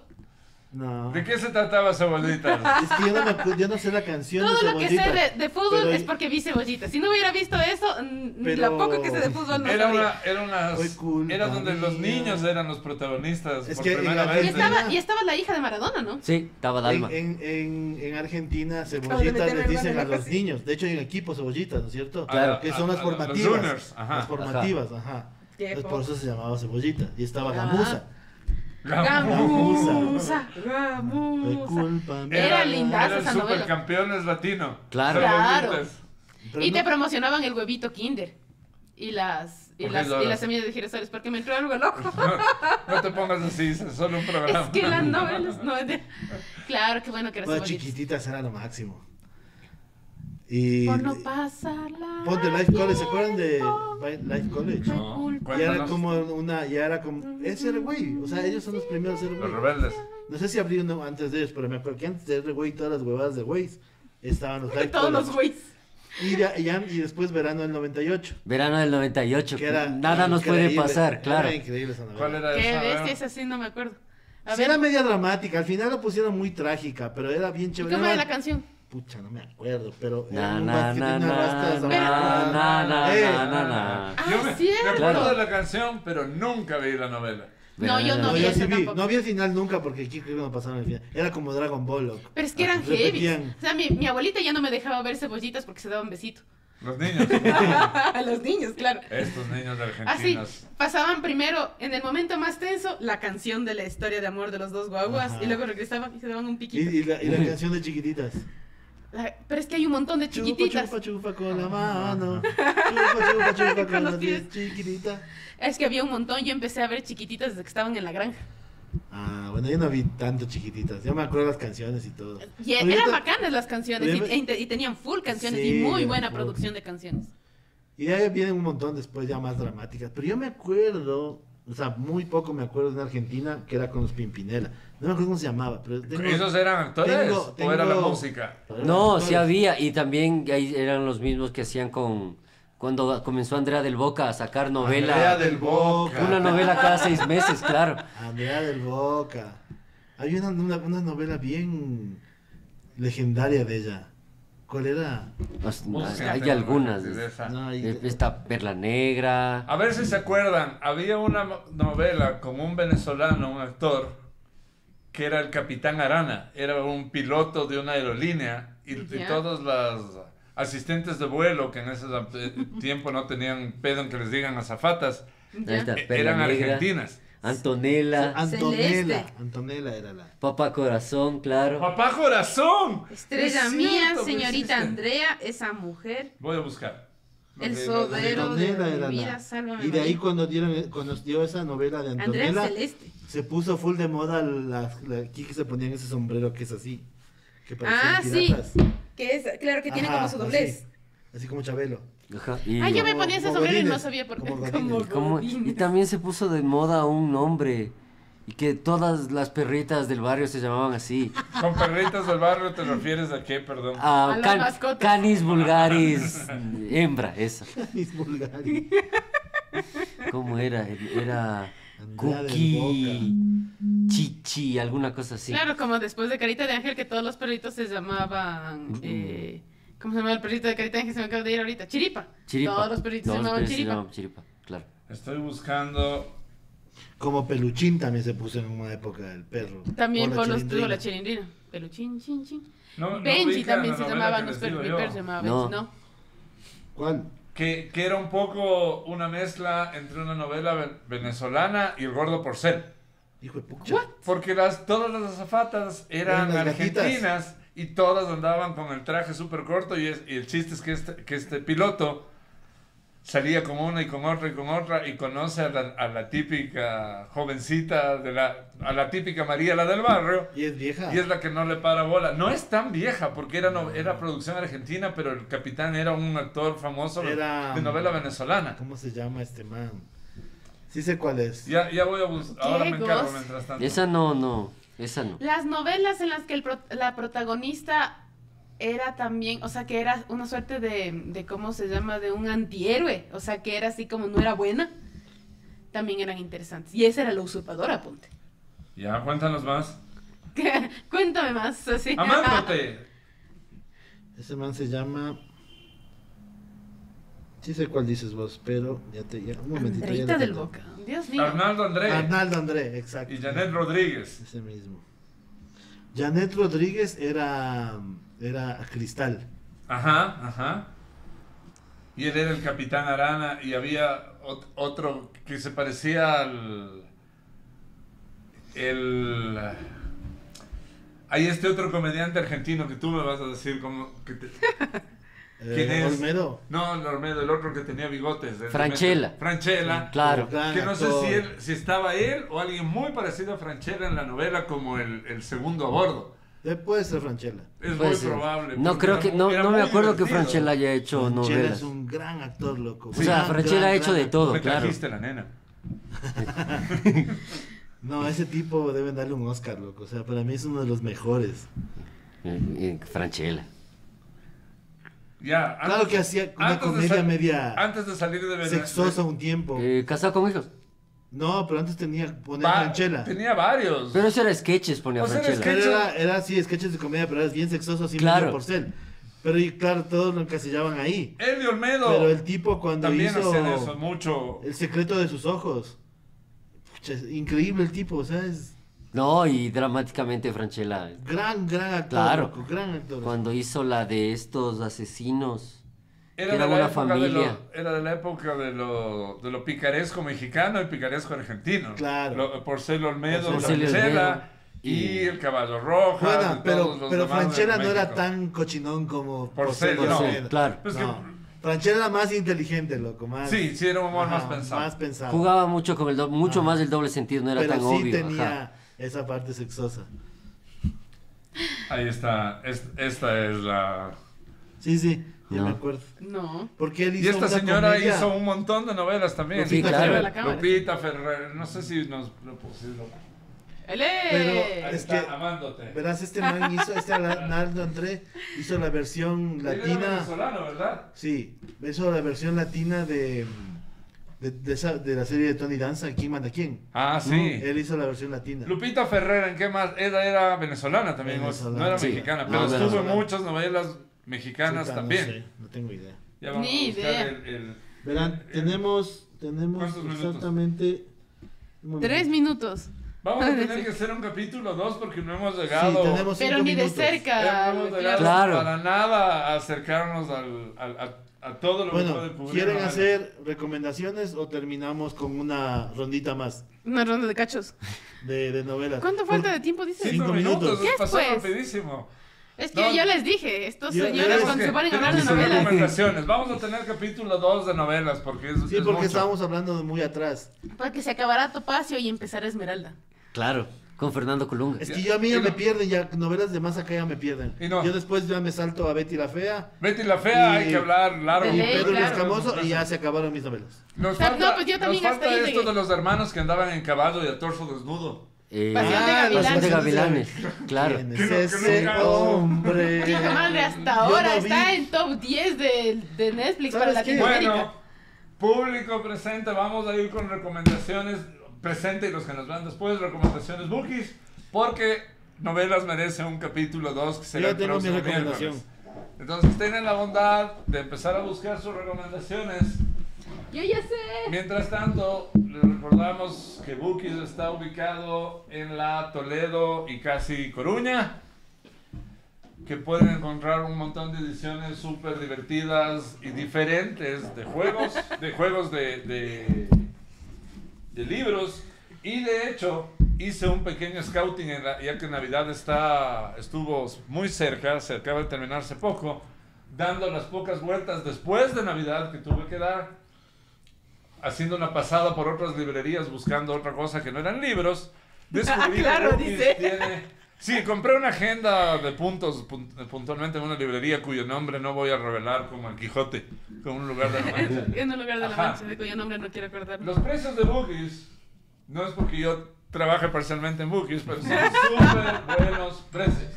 [SPEAKER 4] No.
[SPEAKER 1] ¿De qué se trataba
[SPEAKER 4] <laughs>
[SPEAKER 1] cebollitas?
[SPEAKER 4] Es que yo no, me acu- yo no sé la canción de
[SPEAKER 3] Todo lo que
[SPEAKER 4] cebollitas.
[SPEAKER 3] sé de, de fútbol
[SPEAKER 4] Pero-
[SPEAKER 3] es porque vi cebollitas. Si no hubiera visto eso, mm,
[SPEAKER 4] Pero-
[SPEAKER 3] lo poco que sé de fútbol no
[SPEAKER 1] Era
[SPEAKER 3] sabría.
[SPEAKER 1] una, era unas-
[SPEAKER 4] Soy culpa
[SPEAKER 1] era donde los
[SPEAKER 4] mía.
[SPEAKER 1] niños eran los protagonistas
[SPEAKER 4] Es
[SPEAKER 1] por
[SPEAKER 4] que en
[SPEAKER 1] primera
[SPEAKER 4] la-
[SPEAKER 1] vez.
[SPEAKER 3] Y
[SPEAKER 4] Era-
[SPEAKER 3] estaba, y estaba la hija de Maradona, ¿no?
[SPEAKER 2] Sí, estaba Dalma.
[SPEAKER 4] En, en, en, en Argentina,
[SPEAKER 3] de
[SPEAKER 4] cebollitas
[SPEAKER 3] meter
[SPEAKER 4] les
[SPEAKER 3] el
[SPEAKER 4] dicen
[SPEAKER 3] balón
[SPEAKER 4] a
[SPEAKER 3] en la
[SPEAKER 4] los
[SPEAKER 3] casa.
[SPEAKER 4] niños. De hecho, hay un equipo cebollitas, ¿no es cierto?
[SPEAKER 2] Claro.
[SPEAKER 4] Que son
[SPEAKER 1] A-
[SPEAKER 4] las
[SPEAKER 1] a- a los
[SPEAKER 4] formativas.
[SPEAKER 1] Juniors, ajá.
[SPEAKER 4] Las formativas, ajá.
[SPEAKER 3] Qué
[SPEAKER 4] Entonces,
[SPEAKER 3] jo-
[SPEAKER 4] por eso se llamaba cebollitas. Y estaba
[SPEAKER 3] Ah.
[SPEAKER 4] Gamusa.
[SPEAKER 3] Gamusa,
[SPEAKER 4] Fue
[SPEAKER 3] gamusa.
[SPEAKER 4] culpa mía.
[SPEAKER 3] Era lindaza
[SPEAKER 1] eran
[SPEAKER 3] esa novela.
[SPEAKER 1] supercampeones latino.
[SPEAKER 2] Claro.
[SPEAKER 3] Claro.
[SPEAKER 1] Cebollitas.
[SPEAKER 4] Pero
[SPEAKER 3] Y te
[SPEAKER 4] no-
[SPEAKER 3] promocionaban el huevito Kinder. Y las, y
[SPEAKER 1] ¿Por qué
[SPEAKER 3] las, y
[SPEAKER 1] lloras?
[SPEAKER 3] las semillas de girasoles, porque me entró
[SPEAKER 1] <laughs>
[SPEAKER 3] algo loco.
[SPEAKER 1] No, no te pongas así, es solo un programa.
[SPEAKER 3] Es que las novelas no es de- Claro, qué bueno que era
[SPEAKER 4] Bueno,
[SPEAKER 3] cebollitas.
[SPEAKER 4] chiquititas era lo máximo. Y.
[SPEAKER 3] Por no pasarla.
[SPEAKER 4] Ponte Life College, ¿se acuerdan de
[SPEAKER 3] bien.
[SPEAKER 4] Life College?
[SPEAKER 1] No,
[SPEAKER 3] culpa.
[SPEAKER 4] Ya era
[SPEAKER 1] cuéntanos.
[SPEAKER 4] como una, ya era como, ese era güey, o sea, ellos son los primeros R,
[SPEAKER 1] Los
[SPEAKER 4] güey.
[SPEAKER 1] rebeldes.
[SPEAKER 4] No sé si abrí uno antes de ellos, pero me acuerdo que antes de R, güey, todas las huevadas de güeyes estaban
[SPEAKER 3] <laughs>
[SPEAKER 4] los Life
[SPEAKER 3] Todos los
[SPEAKER 4] College.
[SPEAKER 3] güeyes.
[SPEAKER 4] Y, ya- y ya- y después verano del 98,
[SPEAKER 2] Verano del 98.
[SPEAKER 4] que era
[SPEAKER 2] Nada nos puede
[SPEAKER 4] increíble,
[SPEAKER 2] pasar, claro.
[SPEAKER 4] Era increíble esa novela.
[SPEAKER 1] ¿Cuál era
[SPEAKER 3] Qué
[SPEAKER 1] esa?
[SPEAKER 3] bestia, esa sí no me acuerdo. A
[SPEAKER 4] Sí,
[SPEAKER 3] ver,
[SPEAKER 4] era media dramática, al final la pusieron muy trágica, pero era bien
[SPEAKER 3] ¿y
[SPEAKER 4] chévere.
[SPEAKER 3] ¿cómo era
[SPEAKER 4] Era-
[SPEAKER 3] la canción?
[SPEAKER 4] Pucha, no me acuerdo, pero
[SPEAKER 2] Na,
[SPEAKER 4] era un
[SPEAKER 2] na,
[SPEAKER 4] man que
[SPEAKER 2] na,
[SPEAKER 4] tenía
[SPEAKER 2] na,
[SPEAKER 4] rastas
[SPEAKER 2] na,
[SPEAKER 4] abajo.
[SPEAKER 2] na, na,
[SPEAKER 4] Eh,
[SPEAKER 2] na, na, na.
[SPEAKER 3] Ah,
[SPEAKER 1] Yo me,
[SPEAKER 3] cierto.
[SPEAKER 1] me acuerdo
[SPEAKER 2] Claro.
[SPEAKER 1] de la canción, pero nunca vi la novela.
[SPEAKER 3] No, yo
[SPEAKER 2] Verano
[SPEAKER 3] no
[SPEAKER 4] No,
[SPEAKER 3] vi
[SPEAKER 2] del-
[SPEAKER 4] yo
[SPEAKER 3] eso
[SPEAKER 4] sí vi.
[SPEAKER 3] tampoco.
[SPEAKER 4] No vi el final nunca porque aquí creo que no pasaron el final. Era como Dragon Ball, loco.
[SPEAKER 3] Pero es que eran heavy.
[SPEAKER 4] Ah, pues Repetían.
[SPEAKER 3] O sea, mi, mi abuelita ya no me dejaba ver cebollitas porque se daban
[SPEAKER 4] <laughs>
[SPEAKER 3] besito.
[SPEAKER 1] Los
[SPEAKER 2] <laughs>
[SPEAKER 1] niños.
[SPEAKER 3] A los niños, claro.
[SPEAKER 1] Estos niños
[SPEAKER 3] Ah, Así,
[SPEAKER 1] argentinos.
[SPEAKER 3] pasaban primero, en el momento más tenso, la canción de la historia de amor de los dos guaguas
[SPEAKER 4] Ajá.
[SPEAKER 3] y luego regresaban y se daban un
[SPEAKER 4] Y,
[SPEAKER 3] piquito.
[SPEAKER 4] y la, y
[SPEAKER 2] <laughs>
[SPEAKER 4] la canción de chiquititas.
[SPEAKER 3] La- pero es que hay un montón de
[SPEAKER 4] Chupa,
[SPEAKER 3] chiquititas.
[SPEAKER 4] chupa, chupa con la mano. Chupa,
[SPEAKER 3] <laughs>
[SPEAKER 4] chupa, chupa
[SPEAKER 3] Con
[SPEAKER 4] con
[SPEAKER 3] los
[SPEAKER 4] los
[SPEAKER 3] pies.
[SPEAKER 4] pies. Chiquitita.
[SPEAKER 3] Es que había un montón. Yo empecé a ver chiquititas desde que estaban en la granja.
[SPEAKER 4] Ah, bueno, yo no vi tanto chiquititas. Yo me acuerdo las canciones y todo.
[SPEAKER 3] Y
[SPEAKER 4] Pero yo
[SPEAKER 3] eran
[SPEAKER 4] ta-
[SPEAKER 3] bacanas las canciones y,
[SPEAKER 4] Pero yo-
[SPEAKER 3] e inte- y tenían full canciones
[SPEAKER 4] Sí,
[SPEAKER 3] y muy
[SPEAKER 4] eran
[SPEAKER 3] buena
[SPEAKER 4] full.
[SPEAKER 3] producción de canciones.
[SPEAKER 4] Y de ahí vienen un montón después ya más dramáticas. Pero yo me acuerdo, o sea, muy poco me acuerdo de una Argentina que era con los Pimpinela. No me acuerdo cómo se llamaba, pero tengo-
[SPEAKER 1] ¿Esos eran actores
[SPEAKER 4] tengo-
[SPEAKER 1] o era la
[SPEAKER 4] tengo-
[SPEAKER 1] música?
[SPEAKER 2] No, sí había. Y también ahí eran los mismos que hacían con. Cuando comenzó Andrea del Boca a sacar novela.
[SPEAKER 1] Andrea del Boca.
[SPEAKER 2] Una novela cada seis meses, claro.
[SPEAKER 4] Andrea del Boca. Hay una, una, una novela bien legendaria de ella. ¿Cuál era?
[SPEAKER 2] Los-
[SPEAKER 1] Búsquense
[SPEAKER 2] hay
[SPEAKER 1] una
[SPEAKER 2] algunas.
[SPEAKER 1] de Ah, esa.
[SPEAKER 4] No, y-
[SPEAKER 2] Eh, Esta Perla Negra.
[SPEAKER 1] A ver si se acuerdan, había una mo- novela con un venezolano, un actor, que era el Capitán Arana, era un piloto de una aerolínea y, y
[SPEAKER 3] Ya.
[SPEAKER 1] todos los asistentes de vuelo que en ese eh, tiempo no tenían pedo en que les digan azafatas,
[SPEAKER 2] Ahí está,
[SPEAKER 3] ¿Ya?
[SPEAKER 1] eh,
[SPEAKER 2] Perla
[SPEAKER 1] eran
[SPEAKER 2] Negra,
[SPEAKER 1] argentinas.
[SPEAKER 3] Ah.
[SPEAKER 2] Antonella.
[SPEAKER 4] Antonella.
[SPEAKER 3] Celeste.
[SPEAKER 4] Antonella era la.
[SPEAKER 2] Papá Corazón, claro.
[SPEAKER 1] ¡Papá Corazón!
[SPEAKER 3] Estrella
[SPEAKER 1] Es
[SPEAKER 3] mía,
[SPEAKER 1] cierto,
[SPEAKER 3] señorita
[SPEAKER 1] existen.
[SPEAKER 3] Andrea, esa mujer,
[SPEAKER 1] Voy a buscar.
[SPEAKER 3] El
[SPEAKER 1] Ok,
[SPEAKER 3] Sodero. Pero de
[SPEAKER 4] Antonella era
[SPEAKER 3] mi
[SPEAKER 4] la-
[SPEAKER 3] vida, sálvame,
[SPEAKER 4] Y de ahí
[SPEAKER 3] María.
[SPEAKER 4] cuando dieron, cuando dio esa novela de
[SPEAKER 3] Andrea
[SPEAKER 4] Antonella,
[SPEAKER 3] Celeste.
[SPEAKER 4] se puso full de moda las, la- aquí que se ponían ese sombrero que es así. Que parecían
[SPEAKER 3] Ah, sí.
[SPEAKER 4] piratas.
[SPEAKER 3] Que es, claro, que tiene
[SPEAKER 4] Ajá,
[SPEAKER 3] como su doblez.
[SPEAKER 4] Así, así como
[SPEAKER 3] <laughs>
[SPEAKER 4] Chabelo.
[SPEAKER 2] Ajá, pues y-
[SPEAKER 3] Ah, yo me
[SPEAKER 4] Como-
[SPEAKER 3] ponía ese
[SPEAKER 4] como
[SPEAKER 3] sombrero y no
[SPEAKER 4] Godínez,
[SPEAKER 3] sabía por qué.
[SPEAKER 4] como Godínez.
[SPEAKER 3] Como
[SPEAKER 2] ¿Cómo? Y
[SPEAKER 3] Godínez.
[SPEAKER 2] también se puso de moda un nombre. Y que todas las perritas del barrio se llamaban así.
[SPEAKER 1] ¿Con perritas del barrio te refieres a qué, perdón?
[SPEAKER 2] Ah,
[SPEAKER 3] A las
[SPEAKER 2] can-
[SPEAKER 3] mascotas.
[SPEAKER 2] canis vulgaris hembra, esa.
[SPEAKER 4] Mis vulgares.
[SPEAKER 2] ¿Cómo era? Era
[SPEAKER 4] Andrea del
[SPEAKER 2] Cookie, Chichi, alguna cosa así.
[SPEAKER 3] Claro, como después de Carita de Ángel, que todos los perritos se
[SPEAKER 2] Mm,
[SPEAKER 3] llamaban. eh, ¿Cómo se llamaba el perrito de Carita de Ángel? Se me acaba de ir ahorita. Chiripa.
[SPEAKER 2] Chiripa.
[SPEAKER 3] Todos los perritos
[SPEAKER 2] Todos
[SPEAKER 3] se
[SPEAKER 2] los
[SPEAKER 3] llamaban
[SPEAKER 2] perritos se
[SPEAKER 3] Chiripa.
[SPEAKER 2] llamaban Chiripa, claro.
[SPEAKER 1] Estoy buscando
[SPEAKER 4] Como Peluchín también se puso en una época el perro.
[SPEAKER 3] También
[SPEAKER 4] O la
[SPEAKER 3] por los
[SPEAKER 4] Chilindrina.
[SPEAKER 3] la chilindrina. Peluchín, chin, chin.
[SPEAKER 1] No, no
[SPEAKER 3] Benji
[SPEAKER 1] ubican
[SPEAKER 3] también
[SPEAKER 1] la
[SPEAKER 3] se
[SPEAKER 1] novela
[SPEAKER 3] llamaban
[SPEAKER 1] que
[SPEAKER 3] los
[SPEAKER 1] les digo
[SPEAKER 3] perros. Mi
[SPEAKER 1] yo.
[SPEAKER 3] perro se llamaba
[SPEAKER 2] No.
[SPEAKER 3] Benji. No.
[SPEAKER 4] ¿Cuál?
[SPEAKER 1] que, que era un poco una mezcla entre una novela ve- venezolana y el gordo porcel.
[SPEAKER 4] Hijo de pucha.
[SPEAKER 1] Porque las, todas las azafatas eran
[SPEAKER 4] Eran las
[SPEAKER 1] argentinas y todas andaban con el traje súper corto y, es- y el chiste es que este, que este piloto salía con una y con otra y con otra y conoce a la, a la típica jovencita, de la, a la típica María, la del barrio.
[SPEAKER 4] Y es vieja.
[SPEAKER 1] Y es la que no le para bola. No es tan vieja, porque era, no- era producción argentina, pero el capitán era un actor famoso
[SPEAKER 4] Era-
[SPEAKER 1] de novela venezolana.
[SPEAKER 4] ¿Cómo se llama este man? Sí sé cuál es.
[SPEAKER 1] Ya, ya voy a buscar. Ahora me encargo
[SPEAKER 3] goce.
[SPEAKER 1] mientras tanto.
[SPEAKER 2] Esa no, no. Esa no.
[SPEAKER 3] Las novelas en las que el pro- la protagonista era también, o sea, que era una suerte de, de, ¿cómo se llama?, de un antihéroe, o sea, que era así como no era buena, también eran interesantes. Y esa era la usurpadora, apunte.
[SPEAKER 1] Ya, cuéntanos más.
[SPEAKER 3] Cuéntame más, así.
[SPEAKER 1] Amándote.
[SPEAKER 4] Ese man se llama. Sí sé cuál dices vos, pero ya te. Ya, un momentito. ya
[SPEAKER 3] Andreita
[SPEAKER 4] lo
[SPEAKER 3] del
[SPEAKER 4] tengo.
[SPEAKER 3] Boca. Dios mío.
[SPEAKER 1] Arnaldo André
[SPEAKER 4] Arnaldo André, exacto.
[SPEAKER 1] y Janet Rodríguez.
[SPEAKER 4] Ese mismo. Janet Rodríguez era. Era Cristal.
[SPEAKER 1] Ajá, ajá. Y él era el capitán Arana y había ot- otro que se parecía al... El... Hay este otro comediante argentino que tú me vas a decir como... Que te-
[SPEAKER 4] Eh,
[SPEAKER 1] ¿Quién es?
[SPEAKER 4] Olmedo.
[SPEAKER 1] No, el Olmedo, el otro que tenía bigotes. el-
[SPEAKER 2] Franchella.
[SPEAKER 1] Franchella.
[SPEAKER 2] Claro.
[SPEAKER 4] Gran
[SPEAKER 1] Que no sé
[SPEAKER 4] actor.
[SPEAKER 1] si, él- si estaba él o alguien muy parecido a Franchella en la novela como el, el segundo a bordo.
[SPEAKER 4] Eh, Puede ser Franchella.
[SPEAKER 1] Es
[SPEAKER 2] Puede
[SPEAKER 1] muy
[SPEAKER 2] ser.
[SPEAKER 1] probable.
[SPEAKER 2] No
[SPEAKER 1] porque
[SPEAKER 2] creo
[SPEAKER 1] era
[SPEAKER 2] que.
[SPEAKER 1] muy-
[SPEAKER 2] No,
[SPEAKER 1] era
[SPEAKER 2] no me
[SPEAKER 1] muy
[SPEAKER 2] acuerdo que
[SPEAKER 1] divertido.
[SPEAKER 2] Franchella haya hecho
[SPEAKER 4] Franchella
[SPEAKER 2] novelas.
[SPEAKER 4] es un gran actor, loco.
[SPEAKER 2] O sea, Franchella ha hecho de todo,
[SPEAKER 1] Me
[SPEAKER 2] claro.
[SPEAKER 1] trajiste la nena.
[SPEAKER 4] No, ese tipo deben darle un Oscar, loco. O sea, para mí es uno de los mejores.
[SPEAKER 2] Eh, eh, Franchella.
[SPEAKER 1] Ya.
[SPEAKER 4] Claro que hacía una
[SPEAKER 1] antes de
[SPEAKER 4] comedia
[SPEAKER 1] sal-
[SPEAKER 4] media
[SPEAKER 1] Antes de salir de Venezuela.
[SPEAKER 4] sexosa un tiempo.
[SPEAKER 2] Eh, casado con hijos.
[SPEAKER 4] No, pero antes tenía que poner
[SPEAKER 1] Va-
[SPEAKER 4] Franchella.
[SPEAKER 1] Tenía varios.
[SPEAKER 2] Pero eso era sketches, ponía
[SPEAKER 1] O sea, era
[SPEAKER 2] Franchella.
[SPEAKER 1] sketch.
[SPEAKER 4] Pero era, era así, sketches de comedia, pero era bien sexoso, así
[SPEAKER 2] Claro.
[SPEAKER 4] medio porcel. Pero y claro, todos lo encasillaban ahí.
[SPEAKER 1] El de Olmedo.
[SPEAKER 4] Pero el tipo cuando
[SPEAKER 1] también hacía de eso
[SPEAKER 4] hizo
[SPEAKER 1] mucho.
[SPEAKER 4] El secreto de sus ojos. pucha, es increíble el tipo, o sea, es
[SPEAKER 2] No, y dramáticamente Franchella.
[SPEAKER 4] gran, gran actor.
[SPEAKER 2] Claro.
[SPEAKER 4] loco, gran actor.
[SPEAKER 2] Cuando hizo la de estos asesinos.
[SPEAKER 1] Era,
[SPEAKER 2] Era
[SPEAKER 1] de la
[SPEAKER 2] una
[SPEAKER 1] época de
[SPEAKER 2] familia.
[SPEAKER 1] lo- era de la época de lo, de lo picaresco mexicano y picaresco argentino.
[SPEAKER 4] Claro.
[SPEAKER 1] Lo- Porcel Olmedo,
[SPEAKER 4] Porcel
[SPEAKER 2] Olmedo.
[SPEAKER 1] Franchela y el Caballo Rojo. y
[SPEAKER 4] Bueno,
[SPEAKER 1] todos
[SPEAKER 4] pero,
[SPEAKER 1] los
[SPEAKER 4] pero
[SPEAKER 1] demás de
[SPEAKER 4] Franchella no era
[SPEAKER 1] México.
[SPEAKER 4] tan cochinón como
[SPEAKER 1] Porcel,
[SPEAKER 4] Porcel
[SPEAKER 1] no.
[SPEAKER 4] Olmedo.
[SPEAKER 2] Claro.
[SPEAKER 1] Pues que-
[SPEAKER 4] No. Franchella era más inteligente, loco, más.
[SPEAKER 1] Sí, sí, era un humor
[SPEAKER 4] Ajá,
[SPEAKER 1] más pensado.
[SPEAKER 4] Más pensado.
[SPEAKER 2] Jugaba mucho con el do- mucho
[SPEAKER 4] Ajá.
[SPEAKER 2] más el doble sentido, no era
[SPEAKER 4] Ah. pero
[SPEAKER 2] tan
[SPEAKER 4] sí
[SPEAKER 2] obvio.
[SPEAKER 4] tenía
[SPEAKER 2] ajá.
[SPEAKER 4] esa parte sexosa.
[SPEAKER 1] Ahí está. Es- esta es la.
[SPEAKER 4] Sí, sí, ya
[SPEAKER 2] No.
[SPEAKER 4] me acuerdo.
[SPEAKER 3] No.
[SPEAKER 4] Porque él hizo
[SPEAKER 1] Y esta
[SPEAKER 4] una
[SPEAKER 1] señora
[SPEAKER 4] comedia-
[SPEAKER 1] hizo un montón de novelas también.
[SPEAKER 2] Sí, claro.
[SPEAKER 3] Ferrer, la cámara. Eh,
[SPEAKER 1] Lupita Ferrer. No sé si nos lo pusieron.
[SPEAKER 3] ¡Ele!
[SPEAKER 1] Ahí
[SPEAKER 4] Es
[SPEAKER 1] está,
[SPEAKER 4] que-
[SPEAKER 1] amándote.
[SPEAKER 4] Verás, este man hizo, este Arnaldo André hizo la versión
[SPEAKER 1] Él era
[SPEAKER 4] latina.
[SPEAKER 1] venezolano, ¿verdad?
[SPEAKER 4] Sí, hizo la versión latina de, de, de esa- de la serie de Tony Danza, ¿Quién manda quién?
[SPEAKER 1] Ah, sí.
[SPEAKER 4] Él hizo la versión latina.
[SPEAKER 1] Lupita Ferrer, ¿en qué más? Ella era venezolana también, o- no
[SPEAKER 4] Venezolana.
[SPEAKER 1] era
[SPEAKER 4] Sí.
[SPEAKER 1] mexicana,
[SPEAKER 2] No,
[SPEAKER 1] pero
[SPEAKER 2] no,
[SPEAKER 1] estuvo en
[SPEAKER 4] no.
[SPEAKER 1] muchas novelas mexicanas
[SPEAKER 4] Chuta,
[SPEAKER 1] también.
[SPEAKER 4] No, sé, no tengo idea.
[SPEAKER 1] Ya vamos
[SPEAKER 3] Ni
[SPEAKER 1] a buscar
[SPEAKER 3] idea.
[SPEAKER 1] el- el-
[SPEAKER 4] Verán, tenemos, tenemos
[SPEAKER 1] ¿Cuántos minutos?
[SPEAKER 4] exactamente... un momento.
[SPEAKER 3] Tres minutos.
[SPEAKER 1] Vamos
[SPEAKER 3] <laughs>
[SPEAKER 1] a tener que hacer un capítulo 2 porque no hemos
[SPEAKER 4] Sí,
[SPEAKER 1] llegado.
[SPEAKER 4] tenemos
[SPEAKER 3] Pero
[SPEAKER 4] cinco
[SPEAKER 3] ni de
[SPEAKER 4] minutos.
[SPEAKER 1] Ya
[SPEAKER 3] cerca.
[SPEAKER 1] no hemos
[SPEAKER 3] claro.
[SPEAKER 1] llegado
[SPEAKER 2] Claro.
[SPEAKER 1] para nada a acercarnos al, al- a, a todo lo que puede
[SPEAKER 4] Bueno,
[SPEAKER 1] cubrir.
[SPEAKER 4] ¿quieren
[SPEAKER 1] una-
[SPEAKER 4] hacer recomendaciones o terminamos con una rondita más
[SPEAKER 3] Una ronda de cachos.
[SPEAKER 4] de, de novelas?
[SPEAKER 3] ¿Cuánto falta de tiempo, dices?
[SPEAKER 1] Cinco
[SPEAKER 4] Cinco
[SPEAKER 1] minutos,
[SPEAKER 4] minutos.
[SPEAKER 1] nos
[SPEAKER 3] ¿Qué es,
[SPEAKER 1] pasó
[SPEAKER 3] pues?
[SPEAKER 1] rapidísimo.
[SPEAKER 3] Es que
[SPEAKER 1] No.
[SPEAKER 3] yo les dije, estos
[SPEAKER 4] Yo-
[SPEAKER 3] señores
[SPEAKER 4] yo-
[SPEAKER 1] Es
[SPEAKER 3] cuando
[SPEAKER 1] que
[SPEAKER 3] se ponen a hablar de
[SPEAKER 1] tenemos que hacer
[SPEAKER 3] novelas.
[SPEAKER 1] recomendaciones. Vamos a tener capítulo 2 de novelas porque es.
[SPEAKER 4] Sí,
[SPEAKER 1] es
[SPEAKER 4] porque
[SPEAKER 1] mucho.
[SPEAKER 4] estábamos hablando de muy atrás.
[SPEAKER 3] Para que se acabara Topacio y empezara Esmeralda.
[SPEAKER 2] Claro, con Fernando Colunga.
[SPEAKER 4] Es
[SPEAKER 1] Ya,
[SPEAKER 4] que yo a mí
[SPEAKER 1] y
[SPEAKER 4] ya
[SPEAKER 1] no.
[SPEAKER 4] me pierden, ya novelas de más acá ya me pierden.
[SPEAKER 1] Y no.
[SPEAKER 4] Yo después ya me salto a Betty la Fea
[SPEAKER 1] Betty la Fea, hay
[SPEAKER 4] Y-
[SPEAKER 1] que hablar largo.
[SPEAKER 3] de
[SPEAKER 4] y
[SPEAKER 3] ley,
[SPEAKER 1] Pedro
[SPEAKER 4] Pedro el
[SPEAKER 3] claro.
[SPEAKER 4] Escamoso y ya se acabaron mis novelas.
[SPEAKER 1] Nos
[SPEAKER 3] Ah,
[SPEAKER 1] falta,
[SPEAKER 3] no, pues yo también
[SPEAKER 1] nos
[SPEAKER 3] hasta
[SPEAKER 1] falta
[SPEAKER 3] ahí
[SPEAKER 1] esto
[SPEAKER 3] llegué.
[SPEAKER 1] de los hermanos que andaban en caballo y a torso desnudo.
[SPEAKER 2] Eh,
[SPEAKER 3] Pasión de
[SPEAKER 2] ah,
[SPEAKER 3] Gavilanes.
[SPEAKER 2] Pasión de Gavilanes. Claro.
[SPEAKER 4] ¿Quién
[SPEAKER 1] Que
[SPEAKER 4] es
[SPEAKER 1] no- que
[SPEAKER 4] ese
[SPEAKER 1] nunca- <laughs>
[SPEAKER 4] hombre?
[SPEAKER 3] Hijo de madre, hasta
[SPEAKER 4] Eh, Yo
[SPEAKER 3] ahora
[SPEAKER 4] no vi.
[SPEAKER 3] está en top 10 de, de Netflix para
[SPEAKER 4] ¿Sabes qué?
[SPEAKER 3] Latinoamérica.
[SPEAKER 1] Bueno, público presente, vamos a ir con recomendaciones presente y los que nos van después, recomendaciones bookies, porque novelas merece un capítulo 2 que será
[SPEAKER 4] Yo
[SPEAKER 1] el
[SPEAKER 4] tengo mi
[SPEAKER 1] próximo
[SPEAKER 4] recomendación.
[SPEAKER 1] miércoles. Entonces tengan la bondad de empezar a buscar sus recomendaciones.
[SPEAKER 3] Yo ya sé.
[SPEAKER 1] Mientras tanto, les recordamos que Bookies está ubicado en la Toledo y casi Coruña. Que pueden encontrar un montón de ediciones súper divertidas y diferentes de juegos, de juegos de, de, de libros. Y de hecho, hice un pequeño scouting, en la- ya que Navidad está, estuvo muy cerca, se acaba de terminarse poco, dando las pocas vueltas después de Navidad que tuve que dar haciendo una pasada
[SPEAKER 3] <laughs>
[SPEAKER 1] por otras librerías buscando otra cosa que no eran libros, descubrí
[SPEAKER 3] Ah, claro,
[SPEAKER 1] que Bookies
[SPEAKER 3] dice.
[SPEAKER 1] tiene Sí, compré una agenda de puntos pun- puntualmente en una librería cuyo nombre no voy a revelar como el Quijote, como un lugar de la Mancha.
[SPEAKER 3] en un lugar de la
[SPEAKER 1] Ajá.
[SPEAKER 3] mancha, de cuyo nombre no quiero acordarme.
[SPEAKER 1] Los precios de Bookies, no es porque yo trabaje parcialmente en Bookies, pero son súper buenos precios.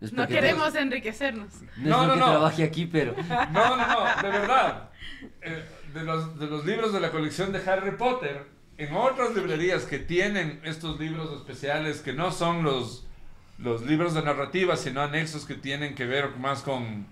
[SPEAKER 2] Es
[SPEAKER 3] No
[SPEAKER 2] porque-
[SPEAKER 3] queremos enriquecernos.
[SPEAKER 2] No es
[SPEAKER 1] No, no,
[SPEAKER 2] porque
[SPEAKER 1] no.
[SPEAKER 2] trabaje aquí, pero.
[SPEAKER 1] No, no, no, de verdad. Eh, de, los, de los libros de la colección de Harry Potter, en otras librerías que tienen estos libros especiales que no son los, los libros de narrativa, sino anexos que tienen que ver más con,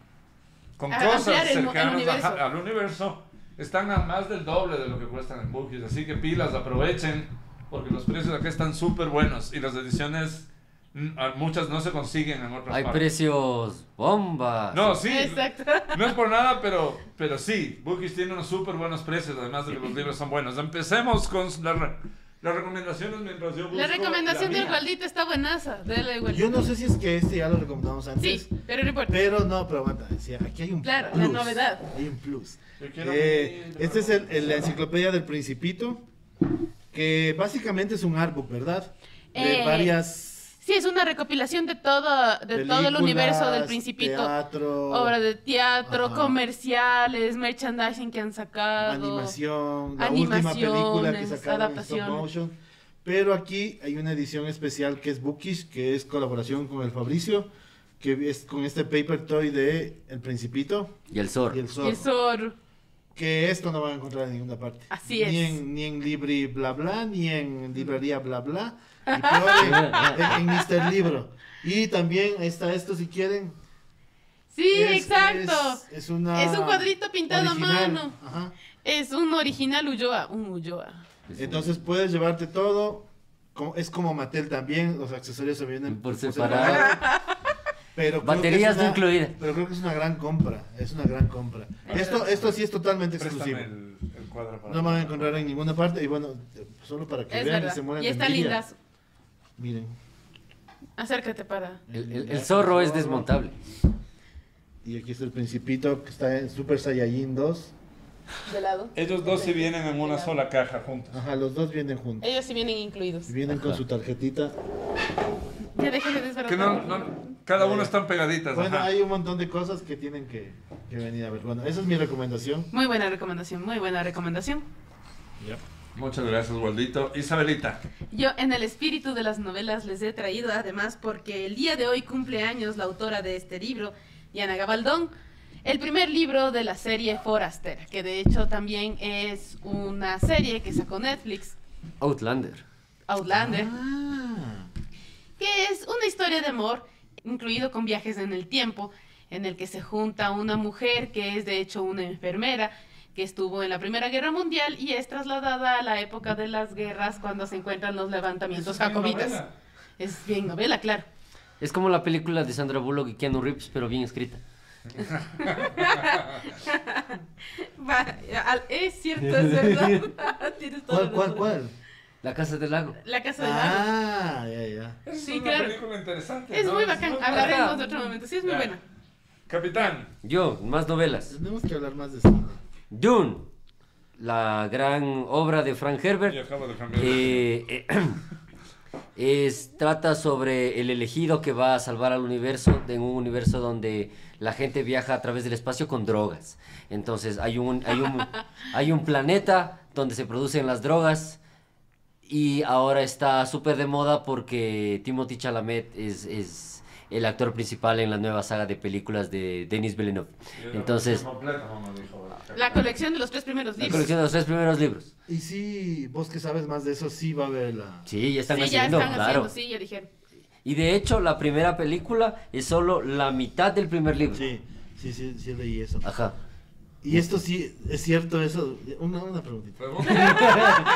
[SPEAKER 1] con
[SPEAKER 3] A- ampliar
[SPEAKER 1] cosas
[SPEAKER 3] el mu- el
[SPEAKER 1] cercanas a-
[SPEAKER 3] universo.
[SPEAKER 1] al universo, están a más del doble de lo que cuestan en Bookies. Así que pilas, aprovechen, porque los precios acá están súper buenos y las ediciones, mm, a- muchas no se consiguen en otras
[SPEAKER 2] Hay
[SPEAKER 1] partes.
[SPEAKER 2] precios bomba.
[SPEAKER 1] No, sí.
[SPEAKER 3] Exacto.
[SPEAKER 1] No es por nada, pero, pero sí, Bookies tiene unos súper buenos precios, además de que los libros son buenos. Empecemos con la re- las recomendaciones mientras yo busco
[SPEAKER 3] La recomendación
[SPEAKER 1] la
[SPEAKER 3] del
[SPEAKER 1] mía.
[SPEAKER 3] Gualdito está buenaza. Dale Gualdito.
[SPEAKER 4] Yo no sé si es que este ya lo recomendamos antes.
[SPEAKER 3] Sí, pero no importa.
[SPEAKER 4] Pero no, pero aguanta, decía, aquí hay un
[SPEAKER 3] Claro,
[SPEAKER 4] plus.
[SPEAKER 3] la novedad.
[SPEAKER 4] Hay un plus.
[SPEAKER 1] Yo quiero
[SPEAKER 4] Eh,
[SPEAKER 1] mi-
[SPEAKER 4] este es el, el- la enciclopedia del Principito, que básicamente es un artbook, ¿verdad? De
[SPEAKER 3] Eh,
[SPEAKER 4] varias
[SPEAKER 3] Sí, es una recopilación de todo, de todo el
[SPEAKER 4] películas,
[SPEAKER 3] universo del Principito.
[SPEAKER 4] teatro,
[SPEAKER 3] Obra de teatro,
[SPEAKER 4] Ajá.
[SPEAKER 3] comerciales, merchandising que han sacado.
[SPEAKER 4] animación, la última película que
[SPEAKER 3] animaciones,
[SPEAKER 4] sacaron en stop
[SPEAKER 3] adaptaciones.
[SPEAKER 4] motion. Pero aquí hay una edición especial que es Bookish, que es colaboración con el Fabricio, que es con este paper toy de El Principito
[SPEAKER 2] Y el Zor.
[SPEAKER 4] y el Zorro.
[SPEAKER 3] El Zorro.
[SPEAKER 4] Que esto no van a encontrar en ninguna parte.
[SPEAKER 3] Así es.
[SPEAKER 4] Ni en, ni en Libri bla bla, ni en librería bla bla.
[SPEAKER 3] <laughs>
[SPEAKER 4] Y peor en, en, en Mr. Libro. Y también está esto si quieren.
[SPEAKER 3] Sí,
[SPEAKER 4] Es-
[SPEAKER 3] exacto.
[SPEAKER 4] Es, es una
[SPEAKER 3] Es un cuadrito pintado a
[SPEAKER 4] original.
[SPEAKER 3] mano.
[SPEAKER 4] Ajá.
[SPEAKER 3] Es un original Ulloa, un Ulloa.
[SPEAKER 2] Pues
[SPEAKER 4] Entonces puedes llevarte todo. como- Es como Mattel también, los accesorios se vienen
[SPEAKER 2] Por separado.
[SPEAKER 4] Pero creo que
[SPEAKER 2] Baterías
[SPEAKER 4] es
[SPEAKER 2] no
[SPEAKER 4] una-
[SPEAKER 2] incluidas.
[SPEAKER 4] Pero creo que es una gran compra. Es una gran compra. Esto, esto sí es totalmente exclusivo.
[SPEAKER 1] Préstame el, el cuadro para
[SPEAKER 4] No me van a encontrar en ninguna parte. Y bueno, solo para que
[SPEAKER 3] Es
[SPEAKER 4] vean y
[SPEAKER 3] verdad.
[SPEAKER 4] se mueran
[SPEAKER 3] Y
[SPEAKER 4] de
[SPEAKER 3] está
[SPEAKER 4] envidia.
[SPEAKER 3] lindazo.
[SPEAKER 4] Miren.
[SPEAKER 3] Acércate para.
[SPEAKER 2] El, el- el zorro es desmontable.
[SPEAKER 4] Y aquí está el Principito que está en Super Saiyajin 2.
[SPEAKER 3] De lado.
[SPEAKER 1] Ellos dos sí vienen en una sola caja juntos.
[SPEAKER 4] Ajá, los dos vienen juntos.
[SPEAKER 3] Ellos sí vienen incluidos.
[SPEAKER 4] Y Vienen con su tarjetita.
[SPEAKER 3] Ya déjenme desbaratar.
[SPEAKER 1] Que no, no- cada uno están pegaditas.
[SPEAKER 4] Bueno,
[SPEAKER 1] ajá.
[SPEAKER 4] hay un montón de cosas que tienen que, que venir a ver. Bueno, esa es mi recomendación.
[SPEAKER 3] Muy buena recomendación, muy buena recomendación.
[SPEAKER 1] Muchas gracias, Waldito. Isabelita.
[SPEAKER 3] Yo en el espíritu de las novelas les he traído además porque el día de hoy cumple años la autora de este libro, Diana Gabaldón, el primer libro de la serie Forastera, que de hecho también es una serie que sacó Netflix,
[SPEAKER 2] Outlander.
[SPEAKER 3] Outlander,
[SPEAKER 4] Ah,
[SPEAKER 3] que es una historia de amor, incluido con viajes en el tiempo, en el que se junta una mujer que es de hecho una enfermera que estuvo en la Primera Guerra Mundial y es trasladada a la época de las guerras cuando se encuentran los
[SPEAKER 1] Eso es
[SPEAKER 3] levantamientos
[SPEAKER 1] una
[SPEAKER 3] jacobitas.
[SPEAKER 1] novela.
[SPEAKER 3] Es bien novela, claro.
[SPEAKER 2] Es como la película de Sandra Bullock y Keanu Reeves, pero bien escrita.
[SPEAKER 3] <laughs> Va, al- es cierto, es verdad. Tienes toda
[SPEAKER 4] ¿Cuál,
[SPEAKER 3] la
[SPEAKER 4] cuál,
[SPEAKER 3] razón.
[SPEAKER 4] cuál?
[SPEAKER 2] La Casa del Lago.
[SPEAKER 3] La casa de Mago.
[SPEAKER 4] Ah, ya, ya.
[SPEAKER 1] Es
[SPEAKER 3] Sí,
[SPEAKER 1] una
[SPEAKER 3] claro.
[SPEAKER 1] película interesante.
[SPEAKER 3] Es
[SPEAKER 1] ¿no?
[SPEAKER 3] muy bacán. Hablaremos de otro momento. Sí, es muy
[SPEAKER 1] Ya.
[SPEAKER 3] buena.
[SPEAKER 1] Capitán.
[SPEAKER 2] Yo, más novelas.
[SPEAKER 4] Tenemos que hablar más de cine.
[SPEAKER 2] Dune. La gran obra de Frank Herbert.
[SPEAKER 1] Y acabo de cambiar.
[SPEAKER 2] Eh, <clears throat> eh, es, trata sobre el elegido que va a salvar al universo, en un universo donde la gente viaja a través del espacio con drogas. Entonces hay un, hay
[SPEAKER 3] <laughs>
[SPEAKER 2] un, hay un planeta donde se producen las drogas y ahora está súper de moda porque Timothy Chalamet es, es el actor principal en la nueva saga de películas de Denis Villeneuve. Entonces,
[SPEAKER 1] Completo, como dijo el
[SPEAKER 3] La
[SPEAKER 1] capitán.
[SPEAKER 3] colección de los tres primeros
[SPEAKER 2] la
[SPEAKER 3] libros.
[SPEAKER 2] colección de los tres primeros libros.
[SPEAKER 4] Y sí, vos que sabes más de eso, sí va a ver la...
[SPEAKER 2] Sí, ya están
[SPEAKER 3] Sí, ya
[SPEAKER 2] haciendo,
[SPEAKER 3] están
[SPEAKER 2] claro.
[SPEAKER 3] haciendo, sí, ya dijeron.
[SPEAKER 2] Y de hecho, la primera película es solo la mitad del primer libro.
[SPEAKER 4] Sí, sí, sí, sí leí eso.
[SPEAKER 2] Ajá.
[SPEAKER 4] Y esto sí, es cierto eso. Una, una
[SPEAKER 1] <laughs>
[SPEAKER 4] preguntita.
[SPEAKER 1] ¿Pregunta?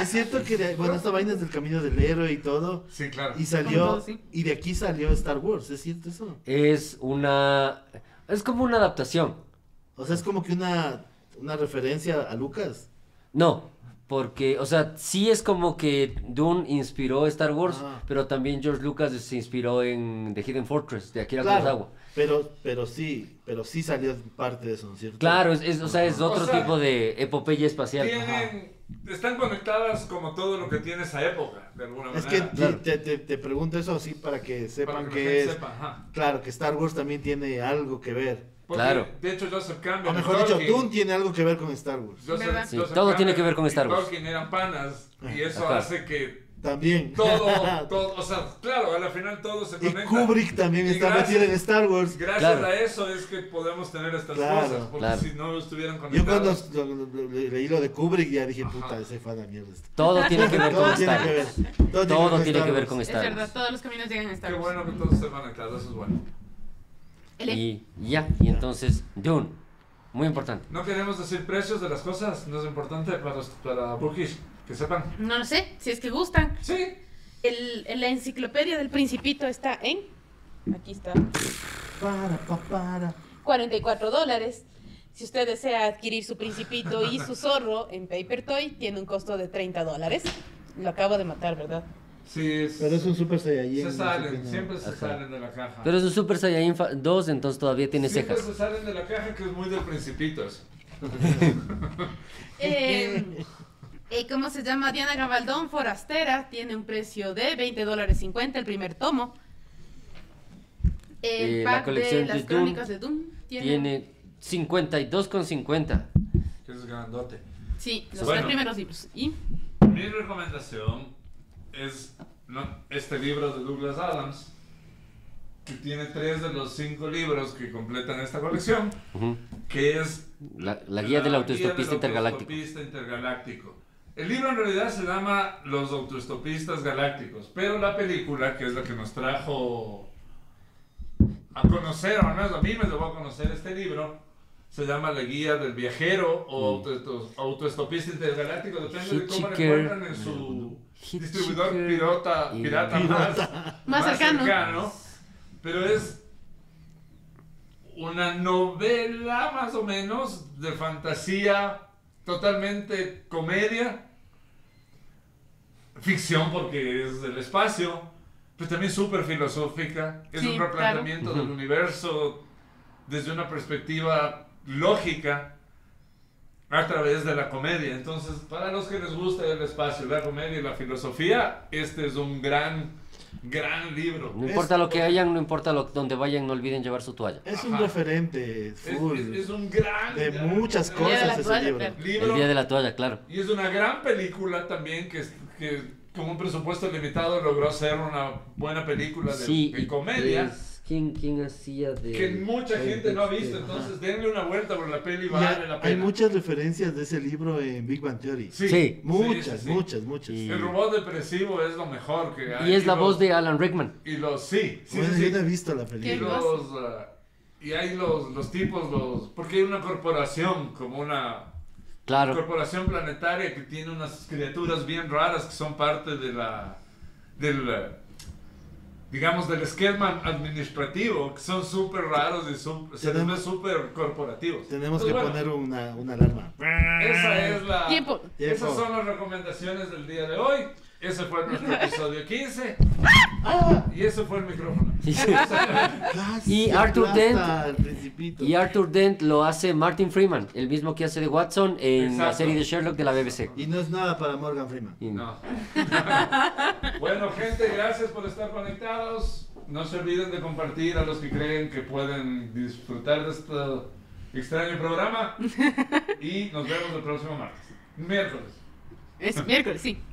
[SPEAKER 4] Es cierto que, de- bueno, esta vaina es del camino del héroe y todo.
[SPEAKER 1] Sí, claro.
[SPEAKER 4] Y salió,
[SPEAKER 3] Con todo, sí.
[SPEAKER 4] y de aquí salió Star Wars, ¿es cierto eso?
[SPEAKER 2] Es una. Es como una adaptación.
[SPEAKER 4] O sea, es como que una, una referencia a Lucas.
[SPEAKER 2] No, Porque, o sea, sí es como que Dune inspiró Star Wars,
[SPEAKER 4] Ah.
[SPEAKER 2] pero también George Lucas se inspiró en The Hidden Fortress, de Akira
[SPEAKER 4] Claro,
[SPEAKER 2] Kurosawa.
[SPEAKER 4] pero, pero sí, pero sí salió parte de eso, ¿no es cierto?
[SPEAKER 2] Claro, es, es- o sea, es
[SPEAKER 1] Ajá.
[SPEAKER 2] otro
[SPEAKER 1] O sea,
[SPEAKER 2] tipo de epopeya espacial. Ajá.
[SPEAKER 1] Tienen, están conectadas como todo lo que tiene esa época, de alguna
[SPEAKER 4] Es
[SPEAKER 1] manera.
[SPEAKER 4] que
[SPEAKER 2] Claro.
[SPEAKER 4] te, te- te pregunto eso así para que
[SPEAKER 1] Para
[SPEAKER 4] sepan
[SPEAKER 1] la
[SPEAKER 4] que
[SPEAKER 1] gente
[SPEAKER 4] es.
[SPEAKER 1] sepa, ajá.
[SPEAKER 4] Claro, que Star Wars también tiene algo que ver.
[SPEAKER 1] Porque,
[SPEAKER 2] Claro.
[SPEAKER 1] De hecho, Joseph Campbell.
[SPEAKER 4] O
[SPEAKER 1] y
[SPEAKER 4] mejor dicho,
[SPEAKER 1] Tolkien-
[SPEAKER 4] Dune tiene algo que ver con Star Wars.
[SPEAKER 1] Joseph-
[SPEAKER 3] ¿Verdad?
[SPEAKER 2] Sí,
[SPEAKER 1] Joseph
[SPEAKER 2] todo tiene que
[SPEAKER 1] Campbell
[SPEAKER 2] ver con
[SPEAKER 1] y
[SPEAKER 2] Star Wars.
[SPEAKER 1] Tolkien eran panas y eso
[SPEAKER 2] Ajá.
[SPEAKER 1] hace que
[SPEAKER 4] También. <laughs>
[SPEAKER 1] todo, todo, o sea, claro, al final todo se
[SPEAKER 4] y
[SPEAKER 1] conecta.
[SPEAKER 4] Kubrick también
[SPEAKER 1] Y
[SPEAKER 4] está
[SPEAKER 1] gracias-
[SPEAKER 4] metido en Star Wars.
[SPEAKER 1] Gracias
[SPEAKER 2] Claro.
[SPEAKER 1] a eso es que podemos tener estas
[SPEAKER 4] Claro.
[SPEAKER 1] cosas, porque
[SPEAKER 2] Claro.
[SPEAKER 1] si no estuvieran
[SPEAKER 4] Yo cuando
[SPEAKER 1] conectadas.
[SPEAKER 4] lo- lo- lo- le- leí lo de Kubrick ya dije,
[SPEAKER 1] Ajá.
[SPEAKER 4] puta, ese fan de mierda. está.
[SPEAKER 2] Todo tiene que ver con
[SPEAKER 4] Todo tiene
[SPEAKER 2] Star
[SPEAKER 4] que ver.
[SPEAKER 2] Wars.
[SPEAKER 4] Todo,
[SPEAKER 2] Todo tiene
[SPEAKER 4] Star
[SPEAKER 2] que ver
[SPEAKER 4] Wars.
[SPEAKER 2] con
[SPEAKER 3] Es
[SPEAKER 2] Star
[SPEAKER 3] verdad,
[SPEAKER 2] Wars.
[SPEAKER 3] todos los caminos llegan a Star
[SPEAKER 1] Qué
[SPEAKER 3] Wars.
[SPEAKER 1] bueno que todos estén conectados, eso es bueno.
[SPEAKER 3] Ele-
[SPEAKER 2] Y ya, y entonces, Dune, muy importante.
[SPEAKER 1] No queremos decir precios de las cosas, no es importante para, los- para Burkish, que sepan.
[SPEAKER 3] No lo sé, si es que gustan.
[SPEAKER 1] Sí,
[SPEAKER 3] El, el- la enciclopedia del Principito está en. Aquí está.
[SPEAKER 4] Para, pa, para.
[SPEAKER 3] 44 dólares. Si usted desea adquirir su Principito y su zorro en Paper Toy, tiene un costo de 30 dólares. Lo acabo de matar, ¿verdad?
[SPEAKER 1] sí, es-
[SPEAKER 4] Pero es un super saiyajin.
[SPEAKER 1] se
[SPEAKER 4] no sé qué,
[SPEAKER 1] salen,
[SPEAKER 4] no.
[SPEAKER 1] siempre se
[SPEAKER 2] Ajá.
[SPEAKER 1] salen de la caja.
[SPEAKER 2] Pero es un Super Saiyan 2, entonces todavía tiene
[SPEAKER 1] siempre
[SPEAKER 2] cejas.
[SPEAKER 1] se salen de la caja que es muy de principitos.
[SPEAKER 3] Eh, <laughs> eh, ¿Cómo se llama? Diana Gabaldón, Forastera, tiene un precio de 20 dólares 50 el primer tomo. El
[SPEAKER 2] Eh, la
[SPEAKER 3] pack de
[SPEAKER 2] colección de
[SPEAKER 3] las
[SPEAKER 2] Doom
[SPEAKER 3] crónicas de Doom tiene.
[SPEAKER 2] Tiene 52,50.
[SPEAKER 1] Que es grandote.
[SPEAKER 3] Sí, los
[SPEAKER 1] Bueno.
[SPEAKER 3] tres primeros libros. Y
[SPEAKER 1] Mi recomendación es no, este libro de Douglas Adams, que tiene tres de los cinco libros que completan esta colección,
[SPEAKER 2] Ujú.
[SPEAKER 1] que es
[SPEAKER 2] La, la guía del
[SPEAKER 1] la
[SPEAKER 2] autoestopista
[SPEAKER 1] guía del
[SPEAKER 2] intergaláctico.
[SPEAKER 1] autoestopista intergaláctico. El libro en realidad se llama Los autoestopistas galácticos, pero la película, que es la que nos trajo a conocer, o al menos a mí me llevó a conocer este libro, se llama La guía del viajero o autoesto- autoestopista intergaláctico, depende de cómo lo
[SPEAKER 2] Mm. Hitchhiker. eh,
[SPEAKER 1] encuentran en su
[SPEAKER 2] Hitchhiker.
[SPEAKER 1] distribuidor pirota,
[SPEAKER 2] Y- <laughs>
[SPEAKER 1] pirata más,
[SPEAKER 3] Más cercano.
[SPEAKER 1] Pero es una novela más o menos de fantasía, totalmente comedia, ficción porque es del espacio, pero también súper filosófica. Es
[SPEAKER 3] Sí,
[SPEAKER 1] un replanteamiento del universo desde una perspectiva lógica a través de la comedia. Entonces, para los que les gusta el espacio, la comedia y la filosofía, este es un gran, gran libro.
[SPEAKER 2] No importa lo que hayan, no importa lo, donde vayan, no olviden llevar su toalla.
[SPEAKER 4] Es un
[SPEAKER 1] Ajá.
[SPEAKER 4] referente
[SPEAKER 1] Es,
[SPEAKER 4] full.
[SPEAKER 1] es- es un gran
[SPEAKER 4] de
[SPEAKER 1] gran-
[SPEAKER 4] muchas
[SPEAKER 1] gran
[SPEAKER 3] Día de la
[SPEAKER 4] cosas ese
[SPEAKER 3] toalla,
[SPEAKER 4] libro.
[SPEAKER 3] claro.
[SPEAKER 1] libro.
[SPEAKER 2] El día de la toalla, claro.
[SPEAKER 1] Y es una gran película también que, es- que con un presupuesto limitado logró ser una buena película de,
[SPEAKER 2] Sí.
[SPEAKER 1] de
[SPEAKER 2] y
[SPEAKER 1] comedia.
[SPEAKER 2] es- ¿quién, quién hacía de.? este.
[SPEAKER 1] que mucha gente no ha visto, entonces denle una vuelta por la peli,
[SPEAKER 4] Y
[SPEAKER 1] vale la
[SPEAKER 4] hay,
[SPEAKER 1] pena.
[SPEAKER 4] hay muchas referencias de ese libro en Big Bang Theory.
[SPEAKER 1] Sí,
[SPEAKER 2] Sí.
[SPEAKER 1] sí,
[SPEAKER 4] Muchas,
[SPEAKER 1] sí, sí.
[SPEAKER 4] muchas, muchas.
[SPEAKER 2] Y-
[SPEAKER 1] El robot depresivo es lo mejor que hay.
[SPEAKER 2] Y es la
[SPEAKER 1] los-
[SPEAKER 2] voz de Alan Rickman.
[SPEAKER 1] Y los, sí, sí,
[SPEAKER 4] Bueno,
[SPEAKER 1] sí,
[SPEAKER 4] yo
[SPEAKER 1] sí.
[SPEAKER 4] no he visto la
[SPEAKER 1] Y
[SPEAKER 3] ¿Qué
[SPEAKER 4] película.
[SPEAKER 3] cosa?
[SPEAKER 1] los, ah, y hay los, los tipos, los, porque hay una corporación, como una
[SPEAKER 2] <laughs> Claro.
[SPEAKER 1] corporación planetaria que tiene unas criaturas bien raras que son parte de la, del, eh, digamos, del esquema administrativo, que son súper raros y sup- se les ve
[SPEAKER 4] Tenemos-
[SPEAKER 1] súper corporativos.
[SPEAKER 4] Tenemos que
[SPEAKER 1] Entonces, bueno,
[SPEAKER 4] poner una, una alarma.
[SPEAKER 1] Esa es la...
[SPEAKER 3] tiempo.
[SPEAKER 1] Esas son las recomendaciones del día de hoy. Ese fue nuestro episodio 15. Y ese fue el micrófono.
[SPEAKER 2] Y Arthur
[SPEAKER 4] Dent.
[SPEAKER 2] Y Arthur Dent lo hace Martin Freeman, el mismo que hace de Watson en la
[SPEAKER 1] Exacto.
[SPEAKER 2] serie de Sherlock de la BBC.
[SPEAKER 4] Y no es nada para Morgan Freeman.
[SPEAKER 2] Y-
[SPEAKER 1] No. bueno, gente, gracias por estar conectados. No se olviden de compartir a los que creen que pueden disfrutar de este extraño programa. Y nos vemos el próximo martes. Miércoles.
[SPEAKER 3] Es miércoles, sí.